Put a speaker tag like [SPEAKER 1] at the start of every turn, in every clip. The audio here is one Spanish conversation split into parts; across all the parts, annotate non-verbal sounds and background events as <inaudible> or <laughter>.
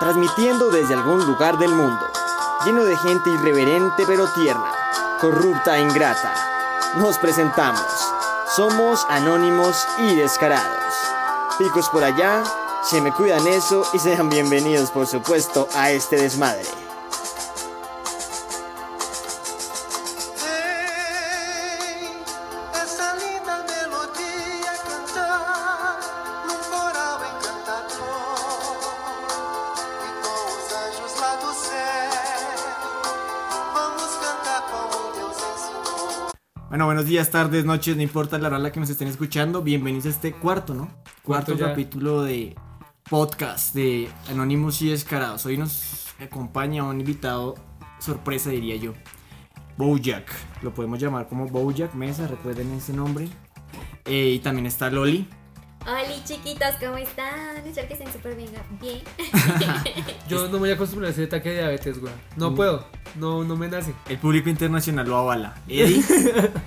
[SPEAKER 1] transmitiendo desde algún lugar del mundo, lleno de gente irreverente pero tierna, corrupta e ingrata. Nos presentamos. Somos anónimos y descarados. Picos por allá, se me cuidan eso y sean bienvenidos por supuesto a este desmadre.
[SPEAKER 2] Ei, essa linda melodia cantar num coral encantador e com os anjos lá do céu. Vamos cantar como Deus ensinou.
[SPEAKER 3] Bueno, buenos días, tardes, noches, no importa la hora a la que nos estén escuchando. Bienvenidos a este cuarto, ¿no? Cuarto,
[SPEAKER 4] ya.
[SPEAKER 3] capítulo de podcast de Anónimos y Descarados. Hoy nos acompaña un invitado sorpresa, diría yo. Bojack. Lo podemos llamar como Bojack Mesa, recuerden ese nombre. Eh, y también está Loli.
[SPEAKER 5] Hola chiquitas, ¿cómo están? Espero que estén súper bien. bien.
[SPEAKER 4] Yo no me voy a acostumbrar a ese ataque de diabetes, güey.
[SPEAKER 3] Mm.
[SPEAKER 4] No puedo. No, no me nace.
[SPEAKER 3] El público internacional lo avala. Eddie.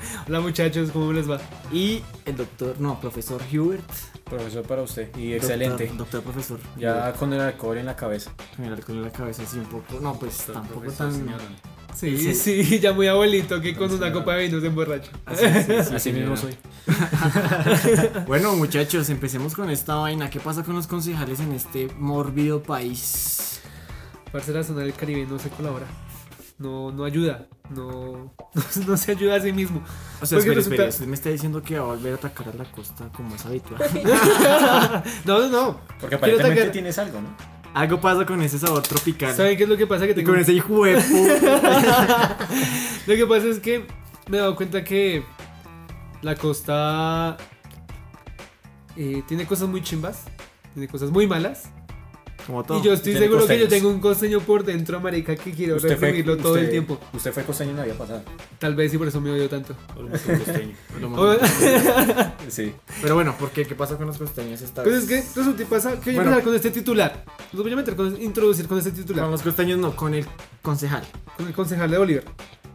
[SPEAKER 6] <laughs>
[SPEAKER 4] Hola muchachos, ¿cómo les va?
[SPEAKER 3] y el doctor, no, profesor Hubert.
[SPEAKER 6] Profesor para usted y excelente.
[SPEAKER 3] Doctor, doctor profesor.
[SPEAKER 6] Ya con el alcohol en la cabeza.
[SPEAKER 3] Con el alcohol en la cabeza así un poco. No, pues tampoco
[SPEAKER 6] Profesor,
[SPEAKER 3] tan.
[SPEAKER 6] señor.
[SPEAKER 4] Sí,
[SPEAKER 3] Sí.
[SPEAKER 4] sí, <laughs> ya muy abuelito que con una copa de vino se emborracha.
[SPEAKER 6] Así mismo soy.
[SPEAKER 3] Bueno, muchachos, empecemos con esta vaina. ¿Qué pasa con los concejales en este mórbido país?
[SPEAKER 4] Parce, la zona del Caribe no se colabora. No, no ayuda. No, <laughs> no, no se ayuda a sí mismo.
[SPEAKER 3] O sea,
[SPEAKER 4] Porque
[SPEAKER 3] espera,
[SPEAKER 4] Pues resulta-
[SPEAKER 3] espera, usted me está diciendo que va a volver a atacar a la costa como es habitual. <laughs>
[SPEAKER 4] No, no, no. Quiero
[SPEAKER 6] Porque aparentemente
[SPEAKER 4] atacar-
[SPEAKER 6] tienes algo, ¿no?
[SPEAKER 3] Algo pasa con ese sabor tropical.
[SPEAKER 4] ¿Saben qué es lo que pasa? Que
[SPEAKER 3] Y
[SPEAKER 4] tengo...
[SPEAKER 3] con ese hijo de
[SPEAKER 4] <laughs>
[SPEAKER 3] pu-
[SPEAKER 4] Lo que pasa es que me he dado cuenta que la costa eh, tiene cosas muy chimbas, tiene cosas muy malas.
[SPEAKER 3] Como todo.
[SPEAKER 4] Y yo estoy
[SPEAKER 6] Tiene
[SPEAKER 4] seguro que yo
[SPEAKER 6] costeños.
[SPEAKER 4] tengo un costeño por dentro, marica, que quiero reprimirlo todo el
[SPEAKER 6] usted-
[SPEAKER 4] tiempo.
[SPEAKER 6] Usted fue costeño en la vida pasada.
[SPEAKER 4] Tal vez y por eso me odio tanto.
[SPEAKER 3] Lo
[SPEAKER 4] <laughs>
[SPEAKER 3] más-
[SPEAKER 4] Pues
[SPEAKER 6] Sí.
[SPEAKER 3] Pero bueno, ¿por qué? ¿Qué pasa con los costeños esta
[SPEAKER 4] Pues es
[SPEAKER 3] vez?
[SPEAKER 4] que resulta y pasa que voy a
[SPEAKER 3] Bueno.
[SPEAKER 4] empezar con este titular. Los voy a meter con, introducir con este
[SPEAKER 3] Con
[SPEAKER 4] titular.
[SPEAKER 3] los costeños no, con el concejal.
[SPEAKER 4] Con el concejal de Oliver.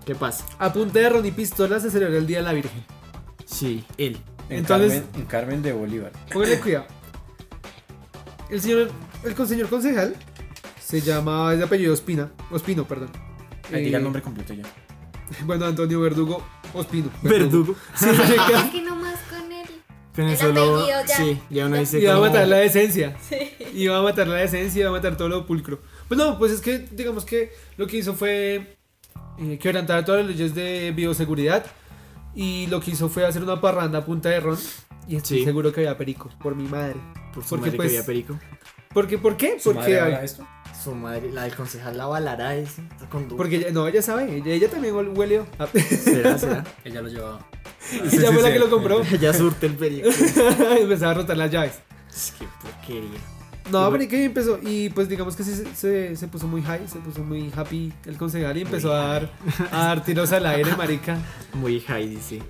[SPEAKER 3] ¿Qué pasa?
[SPEAKER 4] A punta de ron y pistola se celebra el Día de la Virgen.
[SPEAKER 3] Sí, él.
[SPEAKER 6] En,
[SPEAKER 4] Entonces-
[SPEAKER 6] Carmen, en Carmen de Bolívar.
[SPEAKER 4] Póngale cuidado. El señor, el con- señor concejal se llama, es de apellido Ospina. Ospino, perdón.
[SPEAKER 6] Ahí
[SPEAKER 4] Eh,
[SPEAKER 6] diga el nombre completo ya.
[SPEAKER 4] Bueno, Antonio Verdugo Ospino.
[SPEAKER 3] Verdugo.
[SPEAKER 4] Sí, marica.
[SPEAKER 5] Es que nomás con él.
[SPEAKER 3] Con
[SPEAKER 5] El
[SPEAKER 3] eso lo.
[SPEAKER 5] apellido ya.
[SPEAKER 3] Sí, ya uno dice
[SPEAKER 4] Y va a
[SPEAKER 3] como-
[SPEAKER 4] matar la esencia. Y va a matar la esencia, y va a matar todo lo pulcro. Pues no, pues es que digamos que lo que hizo fue eh, quebrantar todas las leyes de bioseguridad. Y lo que hizo fue hacer una parranda a punta de ron. Y estoy
[SPEAKER 3] Sí.
[SPEAKER 4] seguro que había perico, por mi madre.
[SPEAKER 3] Por su
[SPEAKER 4] Porque,
[SPEAKER 3] madre que
[SPEAKER 4] pues,
[SPEAKER 3] había perico.
[SPEAKER 4] Porque, ¿Por qué?
[SPEAKER 6] ¿Su madre
[SPEAKER 4] Porque
[SPEAKER 6] habla
[SPEAKER 4] hay-
[SPEAKER 6] esto?
[SPEAKER 3] Su madre, la del concejal la avalará esa, esa conducta.
[SPEAKER 4] Porque ella- no, ella sabe, ella, ella también huel- huele.
[SPEAKER 3] será,
[SPEAKER 4] <laughs> Ah,
[SPEAKER 3] será.
[SPEAKER 6] Ella lo llevaba.
[SPEAKER 4] <laughs> ella fue la que lo compró. <laughs>
[SPEAKER 3] Ya surte el perico.
[SPEAKER 4] Empezaba a rotar las llaves.
[SPEAKER 3] Es que porquería.
[SPEAKER 4] No, pero que empezó. Y pues digamos que sí se, se- se puso muy high, se puso muy happy el concejal y empezó a dar, a dar tiros al aire, marica.
[SPEAKER 3] Muy high, dice.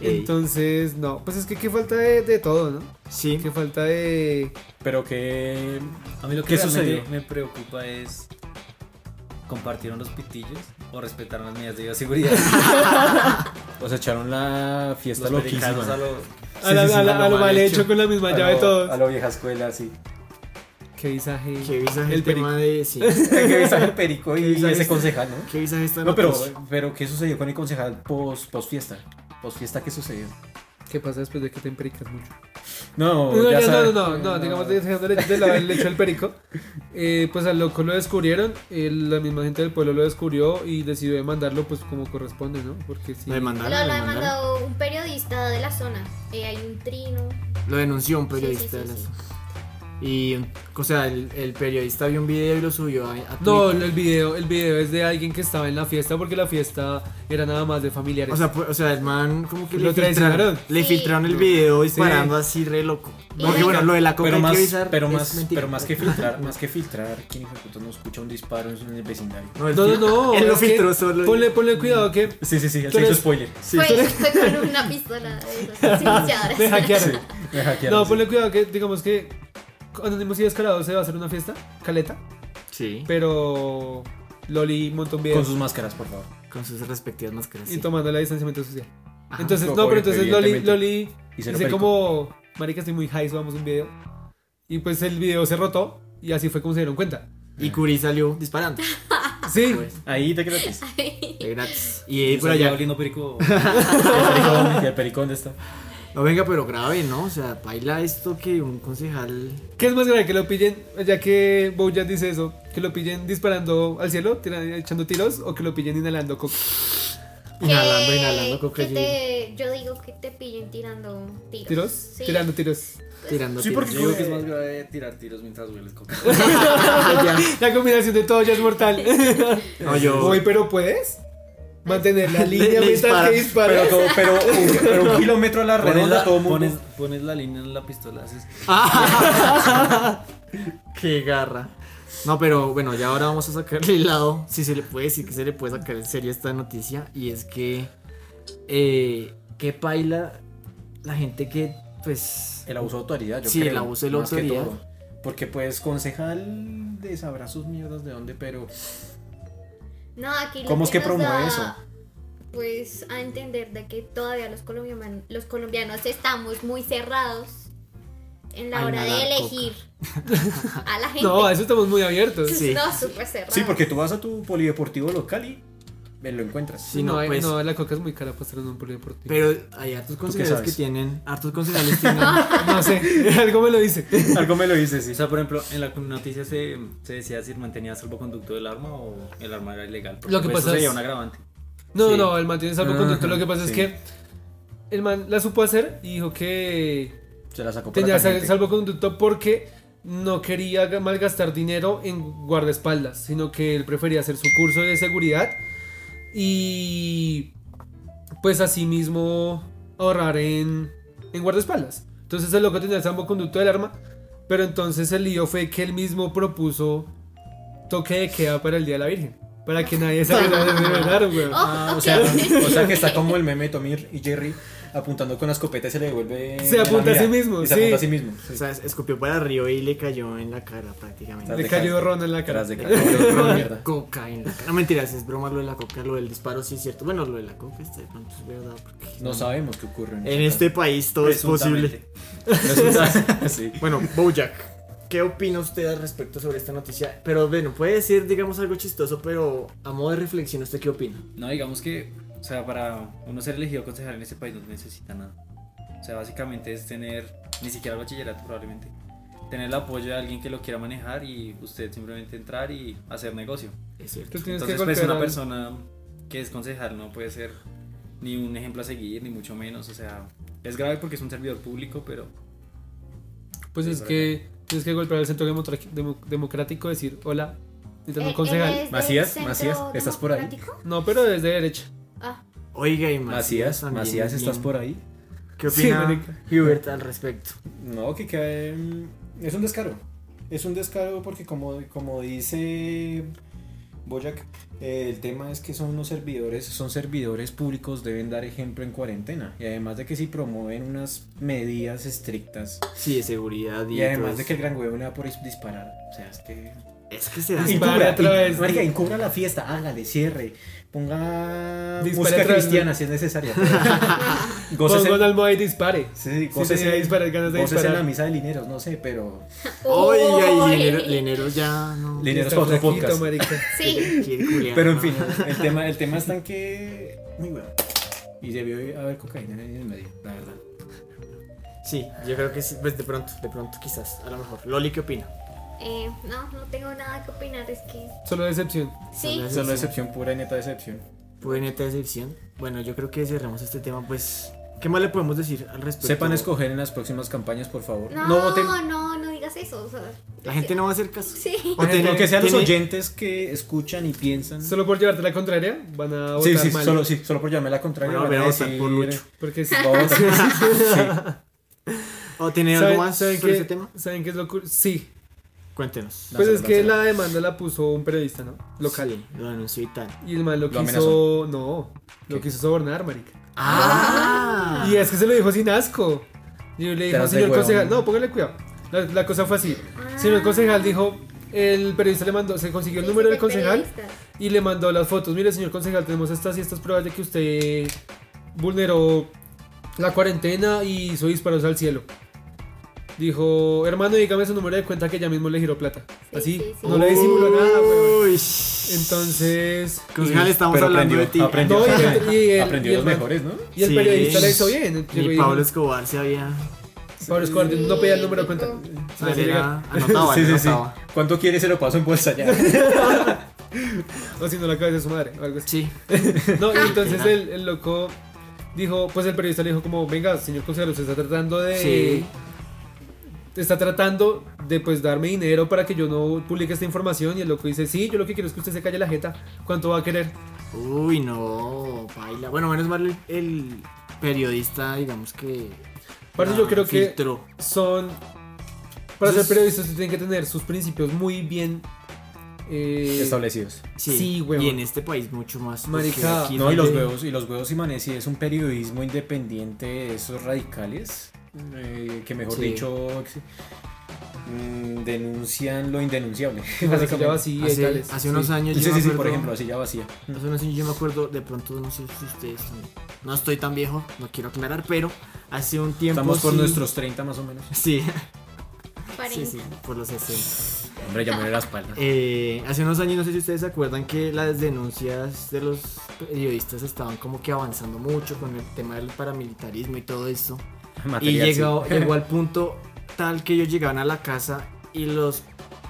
[SPEAKER 3] Ey.
[SPEAKER 4] Entonces, no, pues es que qué falta de, de todo, ¿no?
[SPEAKER 3] Sí.
[SPEAKER 4] Qué falta de.
[SPEAKER 6] Pero que.
[SPEAKER 7] A mí lo
[SPEAKER 6] ¿Qué
[SPEAKER 7] que realmente
[SPEAKER 6] sucedió?
[SPEAKER 7] me preocupa es compartieron los pitillos o respetaron las medidas de
[SPEAKER 3] <laughs>
[SPEAKER 7] bioseguridad.
[SPEAKER 6] O sea, echaron la fiesta
[SPEAKER 7] los
[SPEAKER 6] loquísima.
[SPEAKER 7] americanos a lo
[SPEAKER 4] A, la-
[SPEAKER 6] sí, sí,
[SPEAKER 4] a la-
[SPEAKER 6] a lo
[SPEAKER 4] a lo
[SPEAKER 6] mal
[SPEAKER 4] mal hecho
[SPEAKER 6] hecho.
[SPEAKER 4] con la misma llave de todos.
[SPEAKER 6] a lo vieja
[SPEAKER 4] <laughs>
[SPEAKER 6] escuela, sí.
[SPEAKER 4] Qué visaje.
[SPEAKER 3] Qué visaje el,
[SPEAKER 4] el perico.
[SPEAKER 3] tema de. Sí.
[SPEAKER 6] que visaje el
[SPEAKER 4] <laughs>
[SPEAKER 6] perico
[SPEAKER 3] Qué
[SPEAKER 6] y
[SPEAKER 3] visaje
[SPEAKER 6] ese
[SPEAKER 3] este.
[SPEAKER 6] concejal, ¿no?
[SPEAKER 3] Qué visaje está
[SPEAKER 6] No, pero, pero ¿qué sucedió con el concejal post, post fiesta? Post fiesta, ¿qué sucedió?
[SPEAKER 4] ¿Qué pasa después de que te empericas mucho?
[SPEAKER 6] No,
[SPEAKER 4] No,
[SPEAKER 6] ya
[SPEAKER 4] no, no,
[SPEAKER 6] sabe-
[SPEAKER 4] no, no, no, digamos, dejándole de lado el hecho del perico, eh, pues al loco lo descubrieron, eh, la misma gente del pueblo lo descubrió y decidió demandarlo pues como corresponde, ¿no? Porque sí.
[SPEAKER 3] Lo demandaron.
[SPEAKER 5] Lo, lo ha
[SPEAKER 3] demandaron.
[SPEAKER 5] demandado un periodista de la zona. Eh, hay un trino.
[SPEAKER 3] Lo denunció un periodista.
[SPEAKER 5] Sí, sí, sí,
[SPEAKER 3] de la
[SPEAKER 5] sí.
[SPEAKER 3] zona. Y, un- o sea, el, el periodista vio un video y lo subió a, a
[SPEAKER 4] No,
[SPEAKER 3] Twitter.
[SPEAKER 4] el video, el video es de alguien que estaba en la fiesta porque la fiesta era nada más de familiares.
[SPEAKER 3] O sea, pues, o sea, el man como que
[SPEAKER 4] Lo
[SPEAKER 3] le filtraron,
[SPEAKER 4] traicionaron.
[SPEAKER 3] le
[SPEAKER 5] Sí.
[SPEAKER 3] filtraron el video disparando así re loco.
[SPEAKER 5] Y-
[SPEAKER 3] Porque bueno, lo de la coca
[SPEAKER 6] Pero
[SPEAKER 3] hay que
[SPEAKER 6] más,
[SPEAKER 3] avisar,
[SPEAKER 6] pero,
[SPEAKER 3] es
[SPEAKER 6] más,
[SPEAKER 3] mentira.
[SPEAKER 6] pero más
[SPEAKER 3] <laughs>
[SPEAKER 6] que filtrar, más que filtrar, ¿quién hijo de puta no escucha un disparo en el vecindario?
[SPEAKER 3] No, <laughs> el
[SPEAKER 4] no, no,
[SPEAKER 3] fil-
[SPEAKER 4] no.
[SPEAKER 3] Él lo
[SPEAKER 4] es que
[SPEAKER 3] filtró solo.
[SPEAKER 4] Ponle, ponle cuidado que
[SPEAKER 6] Sí, sí, sí, él
[SPEAKER 4] Tú
[SPEAKER 6] se hizo
[SPEAKER 4] eres-
[SPEAKER 6] spoiler.
[SPEAKER 5] fue, fue con una pistola de esas silenciadoras.
[SPEAKER 4] me hackearon.
[SPEAKER 6] Me <laughs> hackearon,
[SPEAKER 4] No,
[SPEAKER 6] sí.
[SPEAKER 4] ponle cuidado que digamos que Anónimos y Descarados se va a hacer una fiesta, caleta,
[SPEAKER 3] Sí.
[SPEAKER 4] pero Loli montó un video
[SPEAKER 6] Con sus máscaras, por <laughs> favor.
[SPEAKER 3] Con sus respectivas máscaras.
[SPEAKER 4] y
[SPEAKER 3] sí.
[SPEAKER 4] tomando el distanciamiento social.
[SPEAKER 3] Ajá.
[SPEAKER 4] Entonces,
[SPEAKER 6] Ojo,
[SPEAKER 4] no, pero entonces Loli,
[SPEAKER 6] Ah, evidentemente.
[SPEAKER 4] Loli
[SPEAKER 6] Y
[SPEAKER 4] dice
[SPEAKER 6] cero perico.
[SPEAKER 4] como, marica, estoy muy high, subamos un video. Y pues el video se rotó Y así fue como se dieron cuenta.
[SPEAKER 3] Y Curi salió disparando.
[SPEAKER 4] Sí,
[SPEAKER 3] Pues,
[SPEAKER 6] Ahí te gratis.
[SPEAKER 3] de gratis. Y ahí por
[SPEAKER 7] Salía
[SPEAKER 3] allá. <laughs>
[SPEAKER 7] oliendo perico.
[SPEAKER 6] ¿Y el pericón de esta?
[SPEAKER 3] No venga, pero grave, ¿no? O sea, baila esto que un concejal.
[SPEAKER 4] ¿Qué es más grave? Que lo pillen, ya que Bojan dice eso, que lo pillen disparando al cielo, tira- echando tiros, o que lo pillen inhalando coca.
[SPEAKER 3] Inhalando,
[SPEAKER 5] Que-
[SPEAKER 3] inhalando coca
[SPEAKER 5] que te- Yo digo que te pillen tirando tiros.
[SPEAKER 4] ¿Tiros?
[SPEAKER 5] Sí.
[SPEAKER 4] Tirando tiros.
[SPEAKER 3] tirando.
[SPEAKER 6] Sí,
[SPEAKER 3] tiros.
[SPEAKER 6] porque-
[SPEAKER 7] Yo digo que es más grave tirar tiros mientras hueles coca.
[SPEAKER 4] <laughs> La combinación de todo ya es mortal.
[SPEAKER 3] <laughs> No, yo.
[SPEAKER 4] Voy, pero puedes mantener la
[SPEAKER 3] <laughs> le
[SPEAKER 4] línea mientras
[SPEAKER 3] dispara,
[SPEAKER 4] que disparas.
[SPEAKER 6] Pero, todo- pero, un, pero un kilómetro <laughs> a la
[SPEAKER 7] Pones
[SPEAKER 6] redonda
[SPEAKER 7] la,
[SPEAKER 6] todo el mundo.
[SPEAKER 7] pones, pones la línea en la pistola, haces.
[SPEAKER 3] <laughs> Qué garra. No, pero bueno, ya ahora vamos a sacarle el lado, si se le puede decir que se le puede sacar en serio esta noticia, y es que, eh, qué paila la gente que, pues,
[SPEAKER 6] El abuso de autoridad, yo
[SPEAKER 3] Sí,
[SPEAKER 6] creo,
[SPEAKER 3] el abuso de la
[SPEAKER 6] más que
[SPEAKER 3] autoridad.
[SPEAKER 6] todo. Porque pues concejal de sabrá sus mierdas de dónde, pero
[SPEAKER 5] No, aquí lo
[SPEAKER 6] ¿Cómo es que
[SPEAKER 5] nos
[SPEAKER 6] promueve
[SPEAKER 5] da,
[SPEAKER 6] eso?
[SPEAKER 5] Pues a entender de que todavía los colombianos, los colombianos estamos muy cerrados en la
[SPEAKER 3] A
[SPEAKER 5] hora de
[SPEAKER 3] inhalar
[SPEAKER 5] elegir a la gente.
[SPEAKER 4] No, a eso estamos muy abiertos.
[SPEAKER 3] sí.
[SPEAKER 5] No, súper cerrados.
[SPEAKER 6] Sí, porque tú vas a tu polideportivo local y eh, lo encuentras.
[SPEAKER 3] Sí, no,
[SPEAKER 4] no, hay-
[SPEAKER 3] pues.
[SPEAKER 4] no, la coca es muy cara para estar en un polideportivo.
[SPEAKER 3] <laughs> pero hay hartos concejales que
[SPEAKER 6] sabes?
[SPEAKER 3] tienen, hartos concejales tienen,
[SPEAKER 4] No sé, <laughs> algo me lo dice.
[SPEAKER 6] <laughs> Algo me lo dices,
[SPEAKER 7] O sea, por ejemplo, en la noticia se, se decía si mantenía salvoconducto del arma o el arma era ilegal. porque
[SPEAKER 4] Lo que
[SPEAKER 7] pues
[SPEAKER 4] pasa
[SPEAKER 7] eso sería
[SPEAKER 4] es-
[SPEAKER 7] un agravante.
[SPEAKER 4] No,
[SPEAKER 3] Sí.
[SPEAKER 4] no, el man tiene salvoconducto.
[SPEAKER 6] Ajá,
[SPEAKER 4] Lo que pasa
[SPEAKER 6] sí.
[SPEAKER 4] es que el man la supo hacer y dijo que
[SPEAKER 6] Se la sacó por
[SPEAKER 4] tenía
[SPEAKER 6] la
[SPEAKER 4] sal-
[SPEAKER 6] tangente.
[SPEAKER 4] salvoconducto porque no quería ga- malgastar dinero en guardaespaldas, sino que él prefería hacer su curso de seguridad y pues asimismo ahorrar en, en guardaespaldas. Entonces el loco tenía el salvoconducto del arma, pero entonces el lío fue que él mismo propuso toque de queda para el Día de la Virgen, para que nadie saliera de velar, güey.
[SPEAKER 5] Oh,
[SPEAKER 6] Ah,
[SPEAKER 5] <laughs>
[SPEAKER 6] o, sea,
[SPEAKER 5] Eh,
[SPEAKER 6] o sea que está como el meme de Tomir y Jerry apuntando con la escopeta y se le devuelve.
[SPEAKER 4] Se apunta
[SPEAKER 6] la
[SPEAKER 4] a sí
[SPEAKER 6] mira.
[SPEAKER 4] mismo,
[SPEAKER 6] Y se apunta a
[SPEAKER 4] sí.
[SPEAKER 6] sí mismo.
[SPEAKER 3] o sea, escupió para arriba y le cayó en la cara prácticamente.
[SPEAKER 6] <laughs> Tras
[SPEAKER 4] Le
[SPEAKER 6] de
[SPEAKER 4] cayó
[SPEAKER 6] ca-
[SPEAKER 4] ron en la cara.
[SPEAKER 6] tras de ca- Ron, mierda.
[SPEAKER 3] Coca en la cara. No mentiras, es broma lo de la coca, lo del disparo sí es cierto. Bueno, lo de la coca está de pronto es verdad. Porque
[SPEAKER 6] No sabemos qué ocurre.
[SPEAKER 3] En este país todo es posible.
[SPEAKER 6] Resulta- sí.
[SPEAKER 3] Bueno, Bojack, ¿qué opina usted al respecto sobre esta noticia? Pero bueno, puede decir, digamos, algo chistoso, pero a modo de reflexión, ¿usted qué opina?
[SPEAKER 7] No, digamos que, o sea, para uno ser elegido concejal en ese país no necesita nada. O sea, básicamente es tener, ni siquiera el bachillerato probablemente, tener el apoyo de alguien que lo quiera manejar y usted simplemente entrar y hacer negocio.
[SPEAKER 3] Es cierto.
[SPEAKER 4] Tú tienes que
[SPEAKER 7] Entonces, pues
[SPEAKER 4] golpear
[SPEAKER 7] una
[SPEAKER 4] al-
[SPEAKER 7] persona que es concejal no puede ser ni un ejemplo a seguir, ni mucho menos. O sea, es grave porque es un servidor público, pero
[SPEAKER 4] Pues
[SPEAKER 7] Sí,
[SPEAKER 4] es
[SPEAKER 7] por
[SPEAKER 4] que tienes que golpear el centro demotra- demo- democrático, decir hola, necesitamos un
[SPEAKER 5] Eh, él
[SPEAKER 4] concejal.
[SPEAKER 5] es del
[SPEAKER 6] Macías,
[SPEAKER 5] Centro
[SPEAKER 6] Macías, ¿estás por ahí?
[SPEAKER 5] Democrático.
[SPEAKER 4] No, pero desde derecha.
[SPEAKER 5] Ah,
[SPEAKER 3] Oiga, y Macías,
[SPEAKER 6] Macías,
[SPEAKER 3] también,
[SPEAKER 6] Macías, ¿estás
[SPEAKER 3] bien.
[SPEAKER 6] por ahí?
[SPEAKER 3] ¿Qué
[SPEAKER 4] Sí,
[SPEAKER 3] opina
[SPEAKER 4] marica.
[SPEAKER 3] Hubert al respecto?
[SPEAKER 6] No, que, que, em, es un descaro. Es un descaro porque como, como dice Boyac, eh, el tema es que son unos servidores, son servidores públicos, deben dar ejemplo en cuarentena. Y además de que si promueven unas medidas estrictas.
[SPEAKER 3] Sí, de seguridad y,
[SPEAKER 6] Y además
[SPEAKER 4] pues.
[SPEAKER 3] todo
[SPEAKER 6] de que el
[SPEAKER 3] eso.
[SPEAKER 6] gran huevo le da por dis- disparar. O sea, es que...
[SPEAKER 3] Es que se da...
[SPEAKER 4] Y- Dispare otra vez.
[SPEAKER 6] Marica, encubra la fiesta, hágale, cierre. Ponga
[SPEAKER 4] Dispare
[SPEAKER 6] música
[SPEAKER 4] otra vez.
[SPEAKER 6] cristiana si es necesaria. <laughs>
[SPEAKER 4] Pongo
[SPEAKER 6] Gócese-
[SPEAKER 4] una almohada y dispare.
[SPEAKER 6] Sí, sí,
[SPEAKER 4] Si
[SPEAKER 6] gócese-
[SPEAKER 4] tenía disparar ganas de
[SPEAKER 6] gócese la
[SPEAKER 4] disparar.
[SPEAKER 6] misa de lineros, no sé, pero...
[SPEAKER 3] Oiga, y
[SPEAKER 5] Uy.
[SPEAKER 3] Linero, Linero ya no...
[SPEAKER 6] Lineros
[SPEAKER 4] Está
[SPEAKER 6] para otro
[SPEAKER 4] flaquito,
[SPEAKER 6] podcast. <laughs>
[SPEAKER 4] marica.
[SPEAKER 5] Sí,
[SPEAKER 3] quiere culiar,
[SPEAKER 6] Pero en
[SPEAKER 3] ¿no?
[SPEAKER 6] fin, el tema, el tema está en que. Muy bueno. Y debió haber cocaína en el medio, la verdad.
[SPEAKER 3] Sí, yo creo que sí, pues de pronto, de pronto quizás, a lo mejor. Loli, ¿qué opina?
[SPEAKER 5] eh, no, no tengo nada que opinar, es que
[SPEAKER 4] Solo decepción.
[SPEAKER 5] sí,
[SPEAKER 3] Solo
[SPEAKER 6] Solo decepción pura y neta decepción.
[SPEAKER 3] Fue neta decepción. Bueno, yo creo que cerramos este tema, pues... ¿Qué más le podemos decir al respecto?
[SPEAKER 6] Sepan escoger en las próximas campañas, por favor.
[SPEAKER 5] no,
[SPEAKER 6] No voten.
[SPEAKER 5] no, no, digas eso, o sea,
[SPEAKER 3] La gente no va a hacer caso.
[SPEAKER 5] sí,
[SPEAKER 3] O tiene-
[SPEAKER 6] Aunque sean los
[SPEAKER 3] tiene-
[SPEAKER 6] oyentes que escuchan y piensan.
[SPEAKER 4] Solo por llevarte la contraria van a votar
[SPEAKER 6] sí, sí,
[SPEAKER 4] mal.
[SPEAKER 6] solo, sí, solo por llamarme la contraria.
[SPEAKER 3] Bueno,
[SPEAKER 6] van
[SPEAKER 3] voy a votar por Lucho.
[SPEAKER 4] Porque sí.
[SPEAKER 6] Vamos, sí, sí.
[SPEAKER 3] ¿O <laughs> tiene algo más sobre
[SPEAKER 4] qué,
[SPEAKER 3] este tema?
[SPEAKER 4] ¿Saben qué es lo cur- Sí.
[SPEAKER 3] Cuéntenos.
[SPEAKER 4] Pues es
[SPEAKER 6] Lánzala,
[SPEAKER 4] que
[SPEAKER 6] lánzala.
[SPEAKER 4] la demanda la puso un periodista, ¿no? Local.
[SPEAKER 3] Sí, lo anunció y tal.
[SPEAKER 4] Y el man lo,
[SPEAKER 6] Lo
[SPEAKER 4] quiso.
[SPEAKER 6] amenazó.
[SPEAKER 4] No, lo
[SPEAKER 6] ¿Qué?
[SPEAKER 4] quiso sobornar, marica.
[SPEAKER 3] ¡Ah!
[SPEAKER 4] Y es que se lo dijo sin asco. Y yo le dije,
[SPEAKER 6] Pedazo de
[SPEAKER 4] señor
[SPEAKER 6] huevón".
[SPEAKER 4] concejal, no, póngale cuidado. La, la cosa fue así. Señor concejal dijo, el periodista le mandó, se
[SPEAKER 5] <laughs>
[SPEAKER 4] consiguió el número del concejal y le mandó las fotos. Mire, señor concejal, tenemos estas y estas pruebas de que usted vulneró la cuarentena y hizo disparos al cielo. Dijo, hermano, dígame su número de cuenta que ya mismo le giró plata.
[SPEAKER 5] Sí,
[SPEAKER 4] Así,
[SPEAKER 5] sí, sí.
[SPEAKER 4] no le disimuló nada, weón.
[SPEAKER 3] Uy.
[SPEAKER 4] Entonces.
[SPEAKER 3] Concejal, estamos
[SPEAKER 6] Pero
[SPEAKER 3] hablando de ti.
[SPEAKER 6] aprendió, aprendió,
[SPEAKER 4] No, y el- y el-
[SPEAKER 6] aprendió
[SPEAKER 4] y el
[SPEAKER 6] los
[SPEAKER 4] man-
[SPEAKER 6] mejores, ¿no?
[SPEAKER 4] Y el
[SPEAKER 3] Sí.
[SPEAKER 4] periodista la hizo bien. llegó
[SPEAKER 3] Ni
[SPEAKER 4] y-
[SPEAKER 3] Pablo Escobar se había.
[SPEAKER 4] Pablo Escobar no pedía el número de cuenta.
[SPEAKER 3] se
[SPEAKER 4] <laughs>
[SPEAKER 3] había- Anotaba,
[SPEAKER 6] <laughs> sí, sí, sí.
[SPEAKER 3] anotaba.
[SPEAKER 6] ¿Cuánto quiere se lo paso en bolsa ya?
[SPEAKER 4] O si no la cabeza de su madre
[SPEAKER 3] <laughs>
[SPEAKER 4] o algo así.
[SPEAKER 3] Sí.
[SPEAKER 4] No, y entonces el, el loco dijo, pues el periodista le dijo como, venga, señor consejero, usted está tratando de...
[SPEAKER 3] Sí.
[SPEAKER 4] Está tratando de pues darme dinero para que yo no publique esta información y el loco dice, sí, yo lo que quiero es que usted se calle la jeta, ¿cuánto va a querer?
[SPEAKER 3] Uy, no, baila. Bueno, menos mal el, el periodista, digamos que.
[SPEAKER 4] Parce,
[SPEAKER 3] la
[SPEAKER 4] yo creo que-
[SPEAKER 3] filtró.
[SPEAKER 4] Son... Para ser
[SPEAKER 3] Entonces-
[SPEAKER 4] periodista usted tiene que tener sus principios muy bien... eh,
[SPEAKER 6] Establecidos.
[SPEAKER 3] Sí,
[SPEAKER 4] Sí, huevón.
[SPEAKER 3] Y en este país mucho más.
[SPEAKER 4] Marica,
[SPEAKER 3] porque aquí
[SPEAKER 6] No, y los
[SPEAKER 3] donde-
[SPEAKER 6] huevos, y los huevos y manes, sí, es un periodismo independiente de esos radicales, eh, que mejor
[SPEAKER 3] Sí.
[SPEAKER 6] dicho ex- mm, denuncian lo indenunciable.
[SPEAKER 4] así que ya va así, y
[SPEAKER 3] Hace,
[SPEAKER 4] tales,
[SPEAKER 3] hace unos
[SPEAKER 4] sí.
[SPEAKER 3] años
[SPEAKER 6] Sí,
[SPEAKER 3] yo
[SPEAKER 6] sí,
[SPEAKER 3] me
[SPEAKER 6] sí, por
[SPEAKER 3] acuerdo-
[SPEAKER 6] ejemplo, así ya vacía.
[SPEAKER 3] Hace unos años Pues yo me acuerdo, de pronto no sé si ustedes. No estoy tan viejo, no quiero aclarar, pero hace un tiempo.
[SPEAKER 6] Estamos por
[SPEAKER 3] sí-
[SPEAKER 6] nuestros 30 más o menos.
[SPEAKER 3] Sí, sí,
[SPEAKER 5] 40.
[SPEAKER 3] sí, por los 60.
[SPEAKER 6] Hombre, ya me duele la espalda. <laughs>
[SPEAKER 3] Eh, hace unos años, no sé si ustedes se acuerdan que las denuncias de los periodistas estaban como que avanzando mucho con el tema del paramilitarismo y todo esto. Y
[SPEAKER 6] Material, sí.
[SPEAKER 3] llegó, llegó <laughs> al punto tal que ellos llegaban a la casa y los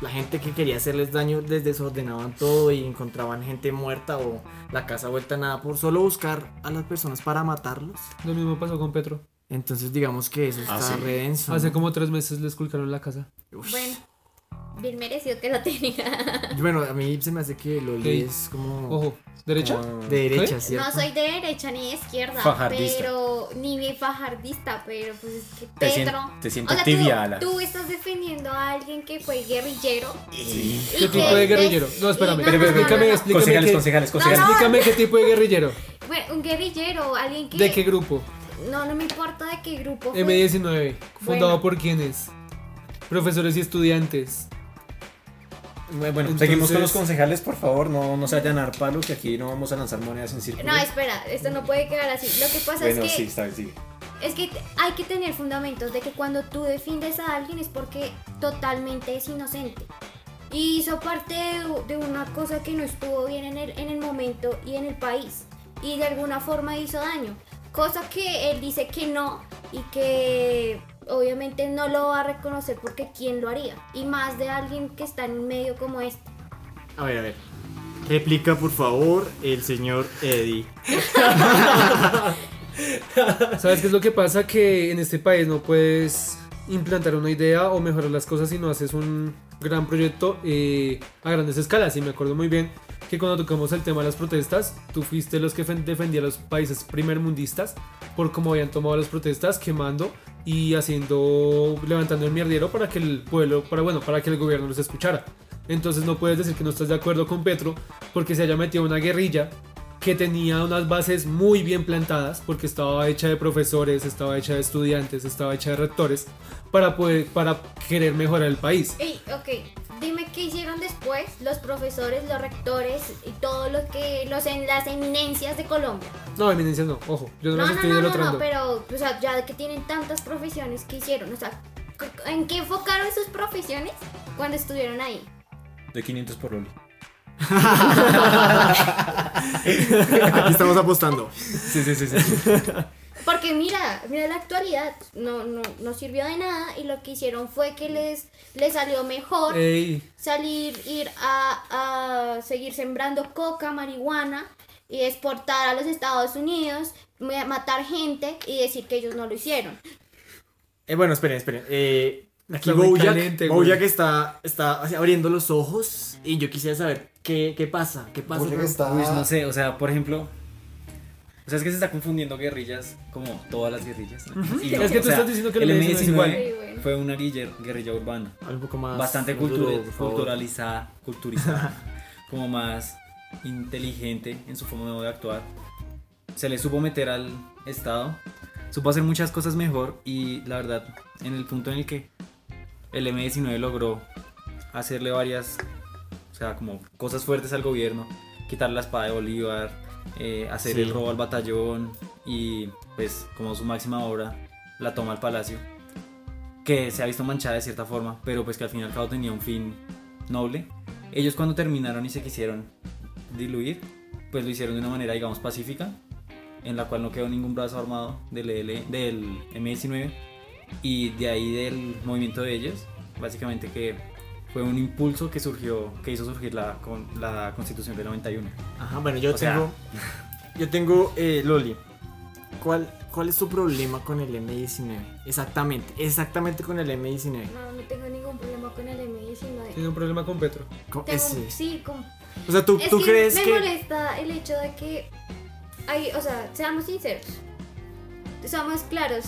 [SPEAKER 3] la gente que quería hacerles daño les desordenaban todo y encontraban gente muerta o la casa vuelta a nada por solo buscar a las personas para matarlos.
[SPEAKER 4] Lo mismo pasó con Petro.
[SPEAKER 3] Entonces digamos que eso está
[SPEAKER 6] Ah, sí.
[SPEAKER 3] re denso,
[SPEAKER 4] Hace
[SPEAKER 3] ¿no?
[SPEAKER 4] como tres meses le esculcaron la casa.
[SPEAKER 3] Ush.
[SPEAKER 5] Bueno, bien merecido que lo tenía.
[SPEAKER 3] Bueno, a mí se me hace que lo
[SPEAKER 4] Ey,
[SPEAKER 3] es como
[SPEAKER 4] Ojo, ¿derecha?
[SPEAKER 6] Ah,
[SPEAKER 3] de derecha, ¿cierto?
[SPEAKER 5] No soy de derecha ni de izquierda,
[SPEAKER 6] Fajardista.
[SPEAKER 5] pero ni bien fajardista, pero pues es que
[SPEAKER 6] Te
[SPEAKER 5] Pedro.
[SPEAKER 6] sien- te siento
[SPEAKER 5] o sea,
[SPEAKER 6] tibia,
[SPEAKER 5] tú,
[SPEAKER 6] Ala.
[SPEAKER 5] tú estás defendiendo a alguien que fue guerrillero. y
[SPEAKER 4] ¿Qué
[SPEAKER 5] que
[SPEAKER 4] tipo de
[SPEAKER 5] es-
[SPEAKER 4] guerrillero? No,
[SPEAKER 5] y-
[SPEAKER 4] espérame.
[SPEAKER 5] no, no, no,
[SPEAKER 4] explícame,
[SPEAKER 5] no, no.
[SPEAKER 4] explícame.
[SPEAKER 6] Concejales,
[SPEAKER 4] qué-
[SPEAKER 6] concejales,
[SPEAKER 5] No,
[SPEAKER 6] concejales.
[SPEAKER 4] Explícame qué tipo de guerrillero.
[SPEAKER 5] Bueno, un guerrillero, alguien que.
[SPEAKER 4] ¿De qué grupo?
[SPEAKER 5] No, no me importa de qué grupo. fue.
[SPEAKER 4] M19. Fundado
[SPEAKER 5] Bueno.
[SPEAKER 4] por quiénes? Profesores y estudiantes.
[SPEAKER 6] Bueno,
[SPEAKER 4] Entonces-
[SPEAKER 6] seguimos con los concejales, por favor, no, no se vayan a dar palo, que aquí no vamos a lanzar monedas en círculo.
[SPEAKER 5] No, espera, esto no puede quedar así. Lo que pasa
[SPEAKER 6] bueno,
[SPEAKER 5] es que
[SPEAKER 6] sí, está bien, sí.
[SPEAKER 5] Es que te- hay que tener fundamentos de que cuando tú defiendes a alguien es porque totalmente es inocente. Y hizo parte de, u- de una cosa que no estuvo bien en el, en el momento y en el país. Y de alguna forma hizo daño. Cosa que él dice que no y que obviamente no lo va a reconocer porque ¿quién lo haría? Y más de alguien que está en un medio como este.
[SPEAKER 3] A ver, a ver. Replica, por favor, el señor Eddie.
[SPEAKER 4] ¿Sabes qué es lo que pasa? Que en este país no puedes implantar una idea o mejorar las cosas si no haces un gran proyecto eh, a grandes escalas. Y me acuerdo muy bien que cuando tocamos el tema de las protestas, tú fuiste los que fen- defendía a los países primermundistas por cómo habían tomado las protestas, quemando y haciendo, levantando el mierdero para que el pueblo, para bueno, para que el gobierno los escuchara. Entonces no puedes decir que no estás de acuerdo con Petro porque se haya metido una guerrilla que tenía unas bases muy bien plantadas porque estaba hecha de profesores, estaba hecha de estudiantes, estaba hecha de rectores para poder para querer mejorar el país.
[SPEAKER 5] Ey, ok, dime qué hicieron después los profesores, los rectores y todos los que, los en las eminencias de Colombia.
[SPEAKER 4] No, eminencias no, ojo, yo no,
[SPEAKER 5] No,
[SPEAKER 4] las
[SPEAKER 5] no,
[SPEAKER 4] estoy
[SPEAKER 5] no, no,
[SPEAKER 4] idolatrando.
[SPEAKER 5] no, pero, o sea, ya que tienen tantas profesiones que hicieron, o sea, c- ¿en qué enfocaron sus profesiones cuando estuvieron ahí?
[SPEAKER 6] Doy 500 por Loli.
[SPEAKER 3] <laughs> Aquí estamos apostando.
[SPEAKER 6] Sí, sí, sí, sí.
[SPEAKER 5] Porque mira, mira la actualidad, no, no, no sirvió de nada y lo que hicieron fue que les, les salió mejor
[SPEAKER 4] Ey,
[SPEAKER 5] salir, ir a, a seguir sembrando coca, marihuana y exportar a los Estados Unidos, ma- matar gente y decir que ellos no lo hicieron.
[SPEAKER 3] <laughs> Eh, bueno, esperen, esperen. Eh, aquí
[SPEAKER 4] Está muy
[SPEAKER 3] Bojack,
[SPEAKER 4] caliente, güey.
[SPEAKER 3] Bojack está, está así abriendo los ojos y yo quisiera saber qué, qué pasa, qué pasa.
[SPEAKER 2] Bojack
[SPEAKER 3] con-
[SPEAKER 2] está-
[SPEAKER 7] Uy,
[SPEAKER 4] Ah.
[SPEAKER 7] no sé, o sea, por ejemplo. O sea, es que se está confundiendo guerrillas como todas las guerrillas. Y
[SPEAKER 4] Es que tú
[SPEAKER 7] o sea,
[SPEAKER 4] estás diciendo que
[SPEAKER 7] el
[SPEAKER 4] el M19
[SPEAKER 7] M19
[SPEAKER 5] Sí, bueno.
[SPEAKER 7] fue una guerrilla, guerrilla urbana.
[SPEAKER 3] Habla Un poco
[SPEAKER 4] Ah,
[SPEAKER 3] más.
[SPEAKER 7] bastante
[SPEAKER 3] más duro,
[SPEAKER 7] cultura-
[SPEAKER 3] por favor.
[SPEAKER 7] culturalizada, culturizada, <laughs> como más inteligente en su forma de actuar. Se le supo meter al Estado, supo hacer muchas cosas mejor y la verdad, en el punto en el que el M19 logró hacerle varias, o sea, como cosas fuertes al gobierno, quitar la espada de Bolívar, eh, hacer
[SPEAKER 3] Sí.
[SPEAKER 7] el robo al batallón y pues como su máxima obra, la toma al palacio. que se ha visto manchada de cierta forma, pero pues que al fin y al cabo tenía un fin noble. Ellos cuando terminaron y se quisieron diluir, pues lo hicieron de una manera, digamos, pacífica, en la cual no quedó ningún brazo armado del, EL del M19 y de ahí del movimiento de ellos, básicamente que fue un impulso que surgió, que hizo surgir la, con, la constitución del 91.
[SPEAKER 3] Ajá, bueno, yo
[SPEAKER 7] O sea-
[SPEAKER 3] tengo. Yo tengo, eh, Loli. ¿Cuál, ¿Cuál es tu problema con el M19? Exactamente, exactamente con el M19.
[SPEAKER 5] No, no tengo ningún problema con el M19.
[SPEAKER 4] Tiene un problema con Petro.
[SPEAKER 3] Con
[SPEAKER 5] Tengo-
[SPEAKER 3] ese.
[SPEAKER 5] sí, con
[SPEAKER 3] O sea, ¿tú,
[SPEAKER 5] Es
[SPEAKER 3] tú
[SPEAKER 5] que
[SPEAKER 3] crees
[SPEAKER 5] me
[SPEAKER 3] que.?
[SPEAKER 5] molesta el hecho de que hay, o sea, seamos sinceros. Seamos claros.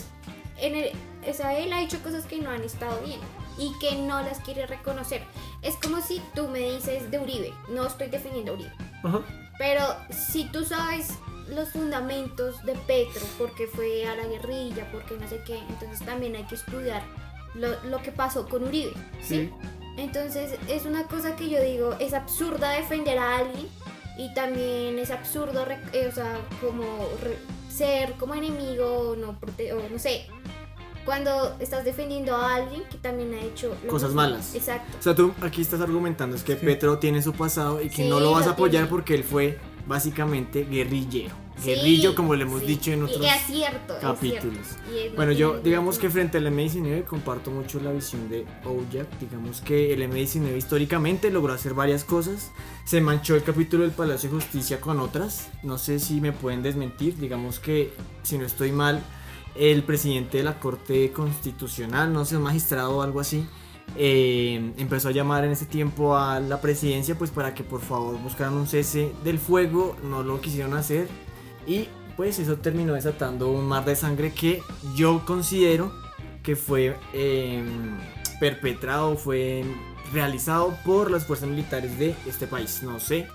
[SPEAKER 5] En el, o sea, él ha hecho cosas que no han estado bien y que no las quiere reconocer. Es como si tú me dices de Uribe, no estoy defendiendo a Uribe,
[SPEAKER 4] Ajá.
[SPEAKER 5] pero si tú sabes los fundamentos de Petro, porque fue a la guerrilla, porque no sé qué, entonces también hay que estudiar lo, lo que pasó con Uribe, ¿sí? Entonces es una cosa que yo digo, es absurda defender a alguien y también es absurdo, re- eh, o sea, como re- ser como enemigo o no, prote- o no sé, cuando estás defendiendo a alguien que también ha hecho lo
[SPEAKER 3] Cosas
[SPEAKER 5] mismo.
[SPEAKER 3] malas.
[SPEAKER 5] Exacto.
[SPEAKER 3] O sea, tú aquí estás argumentando es que Petro tiene su pasado y que
[SPEAKER 5] Sí,
[SPEAKER 3] no lo vas a
[SPEAKER 5] lo
[SPEAKER 3] apoyar
[SPEAKER 5] tiene.
[SPEAKER 3] porque él fue básicamente guerrillero. Guerrillo,
[SPEAKER 5] Sí,
[SPEAKER 3] como le hemos
[SPEAKER 5] sí.
[SPEAKER 3] dicho en
[SPEAKER 5] Y
[SPEAKER 3] otros.
[SPEAKER 5] es cierto, es
[SPEAKER 3] capítulos.
[SPEAKER 5] cierto. Y es-
[SPEAKER 3] Bueno, yo
[SPEAKER 5] y-
[SPEAKER 3] digamos que frente al M19 comparto mucho la visión de Bojack. Digamos que el M19 históricamente logró hacer varias cosas. Se manchó el capítulo del Palacio de Justicia con otras. No sé si me pueden desmentir. Digamos que, si no estoy mal, el presidente de la Corte Constitucional, no sé, un magistrado o algo así, eh, empezó a llamar en ese tiempo a la presidencia pues para que por favor buscaran un cese del fuego. No lo quisieron hacer. Y pues eso terminó desatando un mar de sangre que yo considero que fue eh, perpetrado, fue realizado por las fuerzas militares de este país. No sé